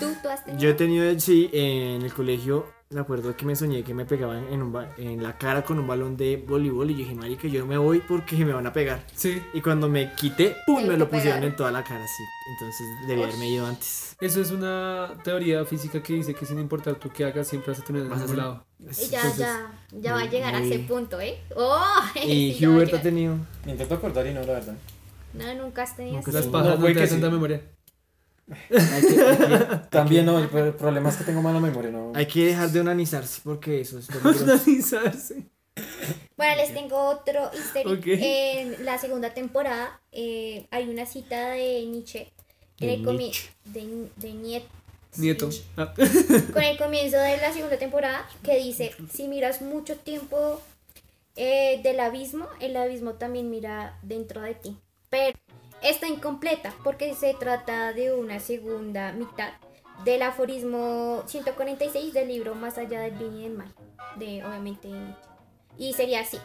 [SPEAKER 5] ¿Tú, tú has tenido?
[SPEAKER 3] Yo he tenido, sí, en el colegio, me acuerdo que me soñé que me pegaban en, un ba- en la cara con un balón de voleibol y yo dije, marica, yo me voy porque me van a pegar.
[SPEAKER 4] sí.
[SPEAKER 3] Y cuando me quité, ¡pum!
[SPEAKER 5] Te
[SPEAKER 3] Me lo
[SPEAKER 5] pegaron.
[SPEAKER 3] pusieron en toda la cara, sí. Entonces debía haberme ido antes.
[SPEAKER 4] Eso es una teoría física que dice que sin importar tú qué hagas, siempre vas a terminar en
[SPEAKER 3] Vas a
[SPEAKER 4] algún
[SPEAKER 3] ser-
[SPEAKER 4] lado.
[SPEAKER 5] Y ya,
[SPEAKER 3] Entonces,
[SPEAKER 5] ya, ya va a
[SPEAKER 3] muy-
[SPEAKER 5] llegar a ese
[SPEAKER 3] muy-
[SPEAKER 5] punto, ¿eh? ¡Oh! <laughs> sí,
[SPEAKER 3] Y
[SPEAKER 5] ya va a
[SPEAKER 3] Hubert ha
[SPEAKER 5] llegar.
[SPEAKER 3] tenido.
[SPEAKER 6] Me intento acordar y no, la verdad.
[SPEAKER 5] No, nunca has tenido
[SPEAKER 3] Nunca
[SPEAKER 5] así.
[SPEAKER 4] Las
[SPEAKER 3] Sí.
[SPEAKER 4] pajas
[SPEAKER 6] No,
[SPEAKER 4] no,
[SPEAKER 6] puede
[SPEAKER 4] te
[SPEAKER 6] que
[SPEAKER 4] hacen
[SPEAKER 6] sí.
[SPEAKER 4] tanta <laughs> memoria.
[SPEAKER 3] Hay que, hay que-
[SPEAKER 6] También no, el pro- el problema es que tengo mala memoria, no.
[SPEAKER 3] hay que dejar de onanizarse porque eso es
[SPEAKER 5] <laughs>
[SPEAKER 3] peligroso.
[SPEAKER 4] Organizarse.
[SPEAKER 5] Bueno, les tengo otro easter egg.
[SPEAKER 4] Ok.
[SPEAKER 5] En la segunda temporada eh, hay una cita de Nietzsche. en
[SPEAKER 3] De
[SPEAKER 5] el comi-
[SPEAKER 3] Nietzsche.
[SPEAKER 5] de, de Niet-
[SPEAKER 4] Nieto.
[SPEAKER 5] sí.
[SPEAKER 4] Ah,
[SPEAKER 5] Con el comienzo de la segunda temporada que dice, si miras mucho tiempo eh, del abismo, el abismo también mira dentro de ti. Pero está incompleta porque se trata de una segunda mitad del aforismo 146 del libro Más allá del bien y del mal, de obviamente Nietzsche. Y sería así.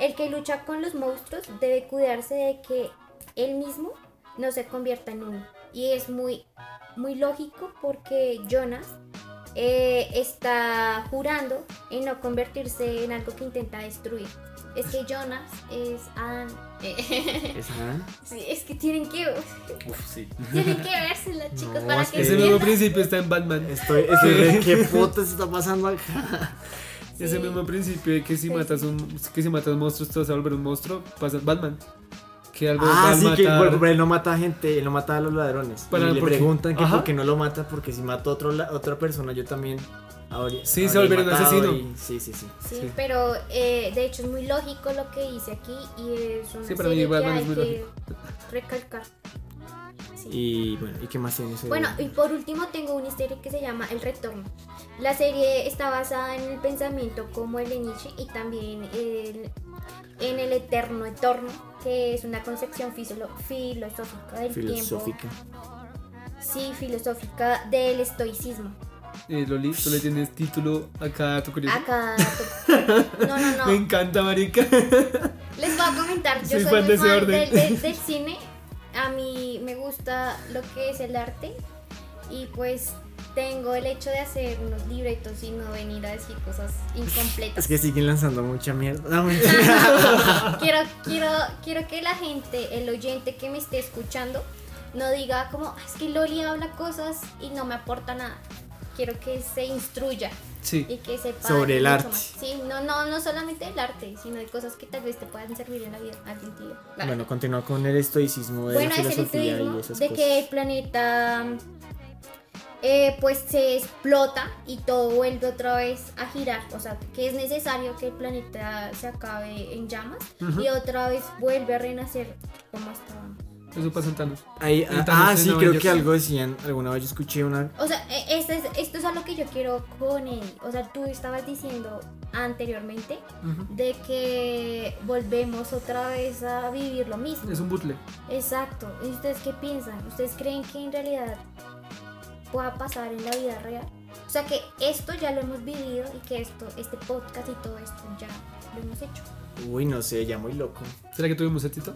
[SPEAKER 5] El que lucha con los monstruos debe cuidarse de que él mismo no se convierta en uno. Y es muy, muy lógico porque Jonas eh, está jurando en no convertirse en algo que intenta destruir. Es que Jonas es Adán. eh,
[SPEAKER 3] ¿Es Adán?
[SPEAKER 5] sí, es que tienen que,
[SPEAKER 4] <laughs>
[SPEAKER 7] Uf, sí.
[SPEAKER 5] tienen que vérsela, chicos,
[SPEAKER 3] No,
[SPEAKER 5] para
[SPEAKER 3] es
[SPEAKER 5] que
[SPEAKER 3] que
[SPEAKER 4] <laughs> Ese
[SPEAKER 5] entiendan.
[SPEAKER 4] mismo principio está en Batman.
[SPEAKER 3] Estoy, estoy- ¿Qué putas está pasando acá?
[SPEAKER 4] Ese
[SPEAKER 5] Sí.
[SPEAKER 4] mismo principio de que si matas un que si matas monstruos te vas a volver un monstruo, pasa Batman. que algo va
[SPEAKER 3] Ah,
[SPEAKER 4] a
[SPEAKER 3] sí, que
[SPEAKER 4] matar.
[SPEAKER 3] bueno, él no mata a gente, él no mata a los ladrones.
[SPEAKER 4] Para-
[SPEAKER 3] y le
[SPEAKER 4] porque-
[SPEAKER 3] preguntan que
[SPEAKER 4] Ajá.
[SPEAKER 3] por qué no lo mata, porque si mato a otro la- otra persona, yo también habría.
[SPEAKER 4] Sí, se
[SPEAKER 3] habría
[SPEAKER 4] volvería un
[SPEAKER 3] matado
[SPEAKER 4] asesino.
[SPEAKER 3] y- sí, sí, sí.
[SPEAKER 5] Sí,
[SPEAKER 4] Sí.
[SPEAKER 5] pero eh, de hecho es muy lógico lo que hice aquí y es una
[SPEAKER 4] Sí, para mí
[SPEAKER 5] serie que
[SPEAKER 4] Batman es
[SPEAKER 5] hay
[SPEAKER 4] muy
[SPEAKER 5] que recalcar. Sí.
[SPEAKER 3] Y bueno, ¿y qué más tiene ese?
[SPEAKER 5] Bueno, y por último tengo una serie que se llama El Retorno. La serie está basada en el pensamiento como el de Nietzsche y también el- en el eterno eterno, que es una concepción fisolo- filosófica del
[SPEAKER 3] filosófica.
[SPEAKER 5] tiempo. Sí, filosófica del estoicismo.
[SPEAKER 4] Eh, Loli, tú le tienes título acá a tu curiosidad.
[SPEAKER 5] Acá... No, Ah, no, no.
[SPEAKER 4] Me encanta, marica.
[SPEAKER 5] <laughs> Les voy a comentar, yo
[SPEAKER 4] Soy
[SPEAKER 5] soy,
[SPEAKER 4] fan de
[SPEAKER 5] muy
[SPEAKER 4] ese
[SPEAKER 5] fan
[SPEAKER 4] orden.
[SPEAKER 5] del, del-
[SPEAKER 3] <laughs>
[SPEAKER 5] del cine. A mí me gusta lo que es el arte. Y pues tengo el hecho de hacer unos libretos y no venir a decir cosas incompletas.
[SPEAKER 3] Es que siguen lanzando mucha mierda. No,
[SPEAKER 5] <laughs>
[SPEAKER 3] mentira.
[SPEAKER 5] quiero, quiero, quiero que la gente, el oyente que me esté escuchando, no diga como, "Ah, es que Loli habla cosas y no me aporta nada. Quiero que se instruya
[SPEAKER 4] Sí.
[SPEAKER 5] y que sepa
[SPEAKER 3] Sobre el
[SPEAKER 5] mucho
[SPEAKER 3] arte.
[SPEAKER 5] más. Sí, no, no, no solamente el arte, sino de cosas que tal vez te puedan servir en la vida algún día.
[SPEAKER 3] Bueno, continúa con el estoicismo de
[SPEAKER 5] Bueno,
[SPEAKER 3] la
[SPEAKER 5] es el
[SPEAKER 3] filosofía
[SPEAKER 5] estudio
[SPEAKER 3] y esas
[SPEAKER 5] de
[SPEAKER 3] cosas.
[SPEAKER 5] que el planeta eh, pues se explota y todo vuelve otra vez a girar. O sea, que es necesario que el planeta se acabe en llamas y otra vez vuelve a renacer como estaba.
[SPEAKER 4] Eso pasa en Thanos.
[SPEAKER 3] Ahí- ah,
[SPEAKER 4] Entonces,
[SPEAKER 3] ah, sí,
[SPEAKER 4] no,
[SPEAKER 3] creo
[SPEAKER 4] yo-
[SPEAKER 3] que algo decían. Alguna vez yo escuché una.
[SPEAKER 5] O sea, e- este es- esto es a lo que yo quiero con él. O sea, tú estabas diciendo anteriormente de que volvemos otra vez a vivir lo mismo.
[SPEAKER 4] Es un butle.
[SPEAKER 5] Exacto. ¿Y ustedes qué piensan? ¿Ustedes creen que en realidad pueda pasar en la vida real? O sea que esto ya lo hemos vivido y que esto, este podcast y todo esto ya lo hemos hecho.
[SPEAKER 3] Uy, no sé, ya muy loco.
[SPEAKER 4] ¿Será que tuvimos éxito?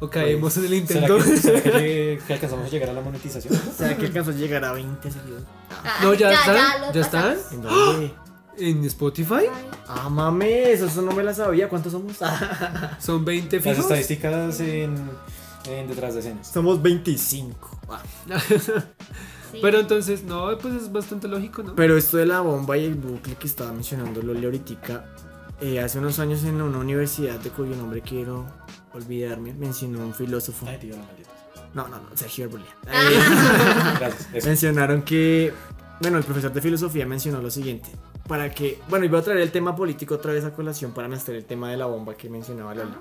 [SPEAKER 4] ¿O caemos en el
[SPEAKER 6] ¿Será
[SPEAKER 4] intento?
[SPEAKER 6] que, será que lleg- que alcanzamos a llegar a la monetización?
[SPEAKER 3] O sea, que alcanzó a llegar a 20 seguidores.
[SPEAKER 4] <laughs> No, ya, están.
[SPEAKER 5] lo
[SPEAKER 4] ¿Ya, están?
[SPEAKER 5] pasamos.
[SPEAKER 3] ¿En dónde?
[SPEAKER 4] ¿En Spotify?
[SPEAKER 5] Ay,
[SPEAKER 3] Ah, mames, eso no me la sabía. ¿Cuántos somos? Ah,
[SPEAKER 4] Son 20
[SPEAKER 6] Las
[SPEAKER 4] fijos.
[SPEAKER 6] estadísticas en, en detrás de escenas.
[SPEAKER 3] somos 25. Ah,
[SPEAKER 5] sí.
[SPEAKER 4] Pero entonces, no, pues es bastante lógico, ¿no?
[SPEAKER 3] Pero esto de la bomba y el bucle que estaba mencionando Loli ahorita, eh, hace unos años en una universidad de cuyo nombre quiero olvidarme, mencionó un filósofo.
[SPEAKER 6] Ay, tío, la maldita.
[SPEAKER 3] No, no, no, Sergio Arboleda.
[SPEAKER 6] Gracias.
[SPEAKER 3] <laughs>
[SPEAKER 6] eso.
[SPEAKER 3] Mencionaron que, bueno, el profesor de filosofía mencionó lo siguiente. Para que, bueno, y voy a traer el tema político otra vez a colación para mezclar el tema de la bomba que mencionaba Loli.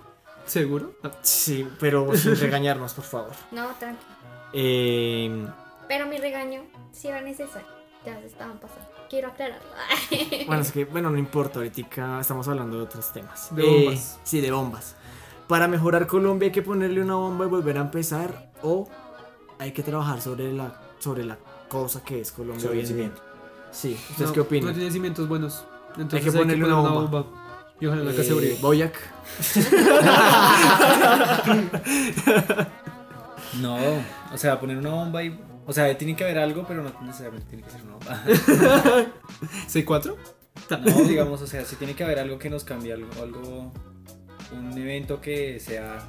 [SPEAKER 4] ¿Seguro? Ah,
[SPEAKER 3] Sí, pero sin regañarnos, por favor.
[SPEAKER 5] No, tranqui.
[SPEAKER 3] Eh,
[SPEAKER 5] Pero mi regaño sí era necesario. Ya se estaban pasando. Quiero aclararlo.
[SPEAKER 3] Bueno, es que, bueno, no importa, ahorita estamos hablando de otros temas. Eh,
[SPEAKER 4] De bombas.
[SPEAKER 3] Sí, de bombas. Para mejorar Colombia hay que ponerle una bomba y volver a empezar o hay que trabajar sobre la, sobre la cosa que es Colombia.
[SPEAKER 6] Sobre
[SPEAKER 3] hoy en
[SPEAKER 6] el
[SPEAKER 3] día. Sí, ¿ustedes
[SPEAKER 4] no,
[SPEAKER 3] qué
[SPEAKER 4] No
[SPEAKER 3] opinan?
[SPEAKER 4] tiene cimientos buenos. Entonces
[SPEAKER 3] que ponerle una bomba.
[SPEAKER 4] Y ojalá la
[SPEAKER 3] Eh,
[SPEAKER 4] casa brille.
[SPEAKER 3] Boyac.
[SPEAKER 7] No, o sea, poner una bomba y. O sea, tiene que haber algo, pero no necesariamente tiene que ser una bomba.
[SPEAKER 3] Eh,
[SPEAKER 4] ¿C4?
[SPEAKER 7] No, digamos, o sea, si tiene que haber algo que nos cambie, algo, algo- un evento que sea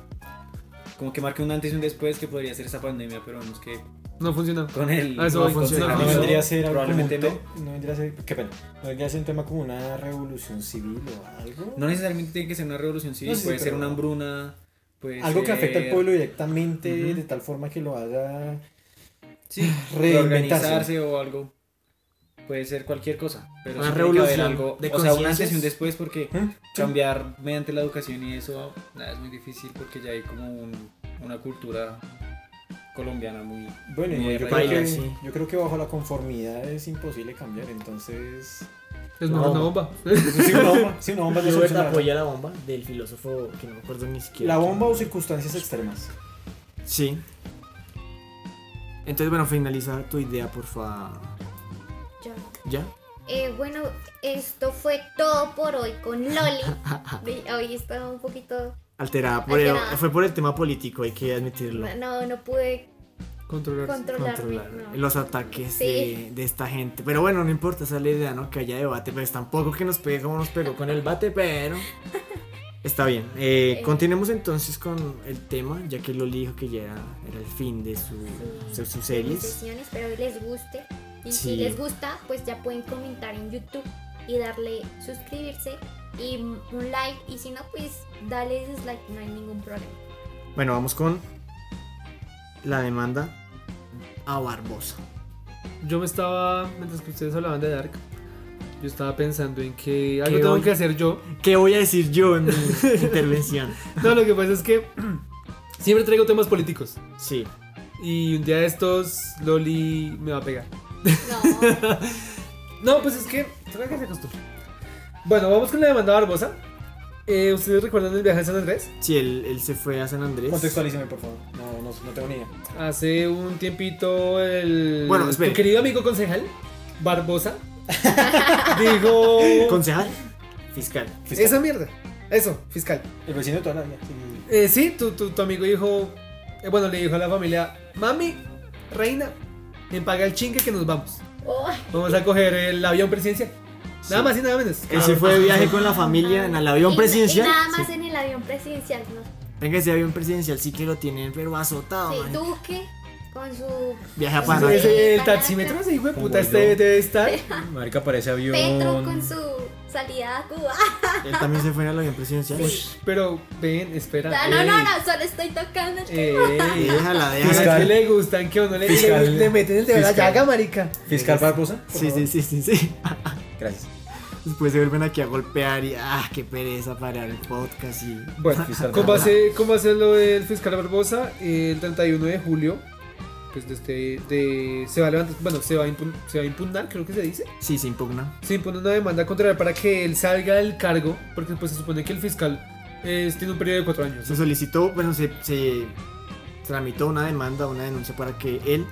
[SPEAKER 7] como que marque un antes y un después que podría ser esa pandemia, pero vemos que
[SPEAKER 4] No funciona.
[SPEAKER 7] con el
[SPEAKER 4] Ah, eso
[SPEAKER 7] con
[SPEAKER 4] va a funcionar.
[SPEAKER 6] No
[SPEAKER 7] el
[SPEAKER 4] No,
[SPEAKER 7] coronavirus
[SPEAKER 6] vendría a ser algo como un
[SPEAKER 7] probablemente no.
[SPEAKER 6] te- no vendría a ser, qué pena, no vendría a ser un tema como una revolución civil o algo.
[SPEAKER 7] No necesariamente tiene que ser una revolución civil,
[SPEAKER 6] No, sí, sí,
[SPEAKER 7] puede ser
[SPEAKER 6] pero-
[SPEAKER 7] una hambruna, puede
[SPEAKER 6] algo que
[SPEAKER 7] ser-
[SPEAKER 6] afecta al pueblo directamente de tal forma que lo haga
[SPEAKER 7] sí,
[SPEAKER 6] reinventarse.
[SPEAKER 7] Ah, reorganizarse o algo. Puede ser cualquier cosa, pero
[SPEAKER 3] Una
[SPEAKER 7] sí tiene que haber
[SPEAKER 3] revolución
[SPEAKER 7] algo,
[SPEAKER 3] de
[SPEAKER 7] o sea, un antes
[SPEAKER 3] conciencias.
[SPEAKER 7] y un después porque
[SPEAKER 6] ¿Mm? Sí.
[SPEAKER 7] cambiar mediante la educación y eso nada, es muy difícil porque ya hay como un- una cultura colombiana muy
[SPEAKER 6] Bueno,
[SPEAKER 7] Muy
[SPEAKER 6] y yo, creo
[SPEAKER 3] arraigado,
[SPEAKER 6] que,
[SPEAKER 3] sí.
[SPEAKER 6] yo creo que bajo la conformidad es imposible cambiar,
[SPEAKER 3] <laughs>
[SPEAKER 6] entonces...
[SPEAKER 4] Es mejor una
[SPEAKER 3] No.
[SPEAKER 4] bomba. <laughs>
[SPEAKER 6] Sí, una bomba, sí, una bomba es la
[SPEAKER 3] Luego
[SPEAKER 6] solución.
[SPEAKER 3] apoya la bomba del filósofo que no me acuerdo ni siquiera.
[SPEAKER 6] La bomba o circunstancias extremas.
[SPEAKER 3] Sí. Entonces, bueno, finaliza tu idea, por favor.
[SPEAKER 5] Ya.
[SPEAKER 3] ¿Ya?
[SPEAKER 5] Eh, bueno, esto fue todo por hoy con
[SPEAKER 4] <laughs>
[SPEAKER 5] Loli. Hoy estaba un poquito...
[SPEAKER 3] Alterada por el-
[SPEAKER 5] Alterada.
[SPEAKER 3] fue por el tema político, hay que admitirlo.
[SPEAKER 5] No, no pude
[SPEAKER 4] Controlar.
[SPEAKER 5] controlarme.
[SPEAKER 3] controlar
[SPEAKER 5] no.
[SPEAKER 3] los ataques
[SPEAKER 5] Sí.
[SPEAKER 3] de, de esta gente. Pero bueno, no importa, esa es la idea, ¿no? Que haya debate, pues tampoco que nos pegue como nos pegó con el bate,
[SPEAKER 5] <laughs>
[SPEAKER 3] pero está bien. Eh,
[SPEAKER 5] Eh.
[SPEAKER 3] Continuemos entonces con el tema, ya que Loli dijo que ya era, era el fin de su,
[SPEAKER 5] Sí,
[SPEAKER 3] de sus
[SPEAKER 5] mis
[SPEAKER 3] series.
[SPEAKER 5] sesiones, espero que les guste. Y
[SPEAKER 3] Sí.
[SPEAKER 5] si les gusta, pues ya pueden comentar en YouTube y darle suscribirse y un like. Y si no, pues dale dislike, no hay ningún problema.
[SPEAKER 3] Bueno, vamos con la demanda a Barbosa.
[SPEAKER 4] Yo me estaba, mientras que ustedes hablaban de Dark, yo estaba pensando en
[SPEAKER 3] ¿Qué
[SPEAKER 4] que algo tengo
[SPEAKER 3] hoy?
[SPEAKER 4] que hacer yo.
[SPEAKER 3] ¿Qué voy a decir yo en mi
[SPEAKER 5] <laughs>
[SPEAKER 3] intervención?
[SPEAKER 4] No, lo que pasa es
[SPEAKER 3] <clears throat>
[SPEAKER 4] que siempre traigo temas políticos.
[SPEAKER 3] Sí.
[SPEAKER 4] Y un día de estos, Loli me va a pegar.
[SPEAKER 3] <laughs>
[SPEAKER 5] No,
[SPEAKER 4] No, pues es que, creo que se acostumbra. Bueno, vamos con la demanda Barbosa. Eh, ¿Ustedes recuerdan el viaje a San Andrés?
[SPEAKER 3] Sí, él, él se fue a San Andrés.
[SPEAKER 6] Contextualízame, por favor. No, no, no tengo ni idea.
[SPEAKER 4] Hace un tiempito el
[SPEAKER 3] Bueno,
[SPEAKER 4] tu
[SPEAKER 3] espere.
[SPEAKER 4] querido amigo concejal Barbosa dijo
[SPEAKER 3] ¿Concejal? Fiscal.
[SPEAKER 6] Fiscal.
[SPEAKER 4] esa mierda. Eso, fiscal.
[SPEAKER 6] El vecino de toda la vida. Sí, sí, sí.
[SPEAKER 4] Eh, sí, tu, tu, tu amigo dijo, eh, bueno, le dijo a la familia, mami, reina, me paga el chingue que nos vamos.
[SPEAKER 5] oh,
[SPEAKER 4] Vamos a coger el avión presidencial. Nada más y nada menos.
[SPEAKER 3] Él se fue de viaje con la familia en el avión
[SPEAKER 5] y-
[SPEAKER 3] presidencial.
[SPEAKER 5] y nada más
[SPEAKER 3] Sí.
[SPEAKER 5] en el avión presidencial, ¿no?
[SPEAKER 3] Venga, ese avión presidencial sí que lo tienen, pero azotado.
[SPEAKER 5] Sí,
[SPEAKER 3] man.
[SPEAKER 5] Duque con su
[SPEAKER 3] Viaje a
[SPEAKER 4] Ese-
[SPEAKER 3] Panamá.
[SPEAKER 4] ese- el taxímetro, ese hijo de puta, este debe estar.
[SPEAKER 8] Marica, parece avión.
[SPEAKER 5] Petro, con su salida
[SPEAKER 3] <laughs>
[SPEAKER 5] a Cuba.
[SPEAKER 3] Él también se fue en el avión presidencial.
[SPEAKER 4] Pero ven, espera.
[SPEAKER 5] Ah, no, no,
[SPEAKER 4] ey,
[SPEAKER 5] no, solo estoy tocando
[SPEAKER 3] Eh,
[SPEAKER 5] el tema.
[SPEAKER 4] ey.
[SPEAKER 3] Déjala, déjala.
[SPEAKER 4] Fiscal.
[SPEAKER 6] Fiscal.
[SPEAKER 4] que le gustan, que uno le, le,
[SPEAKER 8] Fiscal.
[SPEAKER 4] le meten el dedo en la
[SPEAKER 8] Fiscal.
[SPEAKER 4] llaga, marica.
[SPEAKER 8] Fiscal Barbosa.
[SPEAKER 3] Sí, sí, sí, sí, sí.
[SPEAKER 8] Pues- Gracias.
[SPEAKER 6] Ah,
[SPEAKER 3] Después se vuelven aquí a golpear y ah, qué pereza parar el podcast y
[SPEAKER 4] Bueno,
[SPEAKER 8] Fiscal
[SPEAKER 4] ¿cómo
[SPEAKER 8] Barbosa.
[SPEAKER 4] hace, cómo hace lo del fiscal Barbosa? El 31 de julio, pues de este, de, se va a levantar, bueno, se va a, impun- se va a impugnar, creo que se dice.
[SPEAKER 3] sí, se impugna.
[SPEAKER 4] Se impone una demanda contra él para que él salga del cargo, porque pues se supone que el fiscal eh, tiene un periodo de cuatro años.
[SPEAKER 3] Se solicitó, bueno, se, se tramitó una demanda, una denuncia para que él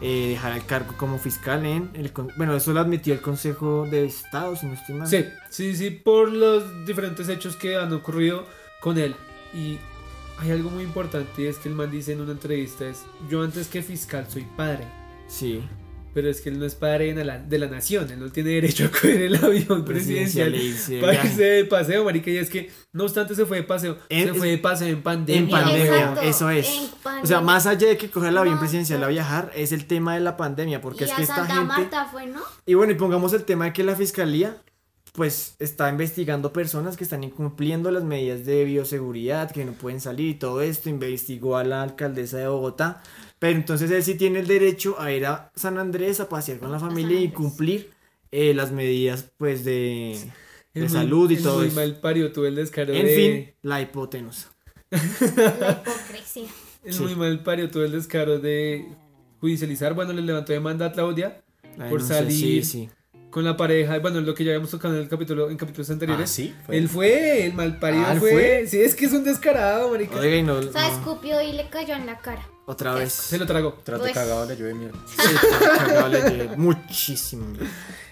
[SPEAKER 3] eh, dejara el cargo como fiscal en el... con- Bueno, eso lo admitió el Consejo de Estado, si no estoy mal.
[SPEAKER 4] Sí, sí, sí, por los diferentes hechos que han ocurrido con él. Y hay algo muy importante y es que el man dice en una entrevista es, yo antes que fiscal soy padre.
[SPEAKER 3] Sí.
[SPEAKER 4] Pero es que él no es padre de la, de la nación, él no tiene derecho a coger el avión
[SPEAKER 3] Pues
[SPEAKER 4] presidencial.
[SPEAKER 3] Presidencial, y-
[SPEAKER 4] <laughs> Para que se de paseo, marica, y es que no obstante se fue de paseo,
[SPEAKER 3] En-
[SPEAKER 4] se fue de paseo en pandemia.
[SPEAKER 3] En pandemia,
[SPEAKER 5] Exacto,
[SPEAKER 3] eso
[SPEAKER 5] en
[SPEAKER 3] es.
[SPEAKER 5] pandemia.
[SPEAKER 3] O sea, más allá de que coger el avión
[SPEAKER 5] No,
[SPEAKER 3] presidencial a
[SPEAKER 5] no.
[SPEAKER 3] viajar, es el tema de la pandemia, porque
[SPEAKER 5] y
[SPEAKER 3] es
[SPEAKER 5] a
[SPEAKER 3] que esta
[SPEAKER 5] Santa
[SPEAKER 3] gente...
[SPEAKER 5] Marta fue, ¿no?
[SPEAKER 3] Y bueno, y pongamos el tema de que la fiscalía pues está investigando personas que están incumpliendo las medidas de bioseguridad, que no pueden salir y todo esto, investigó a la alcaldesa de Bogotá, pero entonces él sí tiene el derecho a ir a San Andrés a pasear con la familia y
[SPEAKER 5] Andrés.
[SPEAKER 3] cumplir eh, las medidas pues de,
[SPEAKER 4] Es
[SPEAKER 3] de
[SPEAKER 4] muy-
[SPEAKER 3] salud y
[SPEAKER 4] es
[SPEAKER 3] todo
[SPEAKER 4] muy
[SPEAKER 3] eso.
[SPEAKER 4] mal parió, tuve el descaro
[SPEAKER 3] En
[SPEAKER 4] de-
[SPEAKER 3] fin, la hipotenusa.
[SPEAKER 5] La
[SPEAKER 3] <laughs>
[SPEAKER 5] hipocresía.
[SPEAKER 4] Es
[SPEAKER 3] Sí.
[SPEAKER 4] muy mal parió todo el descaro de judicializar. Bueno, le levantó demanda a Claudia
[SPEAKER 3] La
[SPEAKER 4] Por
[SPEAKER 3] denuncia, Sí,
[SPEAKER 4] salir.
[SPEAKER 3] sí.
[SPEAKER 4] con la pareja. Bueno, lo que ya habíamos tocado en, el capítulo, en capítulos anteriores.
[SPEAKER 8] Pues sí.
[SPEAKER 4] Él fue, el mal parido
[SPEAKER 3] Ah, ¿él
[SPEAKER 4] fue.
[SPEAKER 3] fue?
[SPEAKER 4] Sí, es que es un descarado, marica.
[SPEAKER 3] Oiga, y no,
[SPEAKER 5] O sea,
[SPEAKER 3] no,
[SPEAKER 5] escupió y le cayó en la cara.
[SPEAKER 3] otra vez.
[SPEAKER 4] Se lo tragó.
[SPEAKER 8] Trato
[SPEAKER 5] Pues-
[SPEAKER 8] cagado la lluvia mierda.
[SPEAKER 3] Sí, cagado, le llegué muchísimo.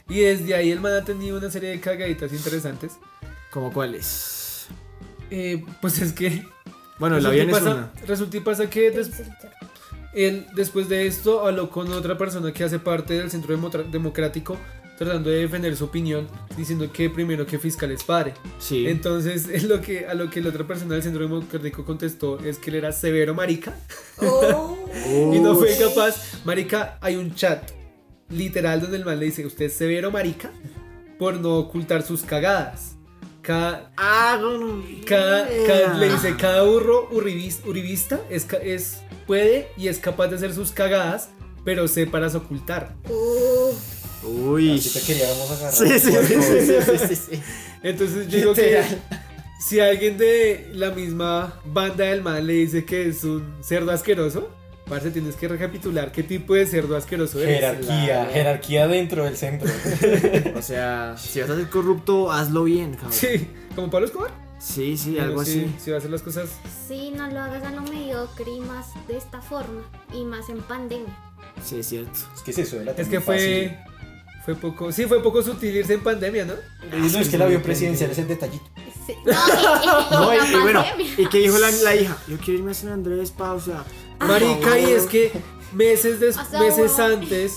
[SPEAKER 4] Y desde ahí el man ha tenido una serie de cagaditas interesantes.
[SPEAKER 3] ¿Cómo cuáles?
[SPEAKER 4] Eh, pues es que.
[SPEAKER 3] Bueno, el
[SPEAKER 4] resulta y
[SPEAKER 3] avión es
[SPEAKER 4] pasa-
[SPEAKER 3] una.
[SPEAKER 4] Resulta y pasa que des-
[SPEAKER 5] Pero
[SPEAKER 4] él, después de esto, habló con otra persona que hace parte del Centro Demotra- Democrático, tratando de defender su opinión, diciendo que primero que fiscal es padre.
[SPEAKER 3] Sí.
[SPEAKER 4] Entonces, <laughs> es lo que, a lo que la otra persona del Centro Democrático contestó es que él era severo marica y no fue capaz. Marica, hay un chat literal donde el man le dice, usted es severo marica por no ocultar sus cagadas. Cada,
[SPEAKER 3] Ah, no.
[SPEAKER 4] cada, cada- le dice, cada burro uribis- uribista, es, ca- es, puede y es capaz de hacer sus cagadas, pero sé para ocultar.
[SPEAKER 3] Uy.
[SPEAKER 6] Si te queríamos agarrar.
[SPEAKER 3] Sí, sí, sí, sí, sí, sí, sí.
[SPEAKER 4] Entonces yo digo que si alguien de la misma banda del man le dice que es un cerdo asqueroso, parce, tienes que recapitular qué tipo de cerdo asqueroso eres.
[SPEAKER 6] Jerarquía, jerarquía dentro del centro.
[SPEAKER 4] <laughs>
[SPEAKER 3] O sea, si vas a ser corrupto, hazlo bien, cabrón. Sí,
[SPEAKER 4] Sí, como Pablo Escobar.
[SPEAKER 3] sí,
[SPEAKER 4] Bueno,
[SPEAKER 3] algo
[SPEAKER 4] sí,
[SPEAKER 3] así.
[SPEAKER 4] Si va a hacer las cosas.
[SPEAKER 5] Sí, no lo hagas a lo mediocre y más de esta forma. Y más en pandemia.
[SPEAKER 3] Sí, es cierto.
[SPEAKER 6] Es que es eso, era
[SPEAKER 4] Es
[SPEAKER 6] también
[SPEAKER 4] que fue.
[SPEAKER 6] fácil.
[SPEAKER 4] Fue poco. Sí, fue poco sutil irse en pandemia, ¿no?
[SPEAKER 6] No, es que el avión presidencial es el detallito.
[SPEAKER 5] Sí. No, y-
[SPEAKER 3] <laughs>
[SPEAKER 5] y-
[SPEAKER 3] No, y,
[SPEAKER 5] la
[SPEAKER 3] y bueno,
[SPEAKER 5] pandemia.
[SPEAKER 3] ¿y qué dijo la, la hija? Yo quiero irme a San Andrés, pausa.
[SPEAKER 4] Marica, y es que meses, des-
[SPEAKER 5] Ah, O sea,
[SPEAKER 4] meses
[SPEAKER 5] huevón.
[SPEAKER 4] antes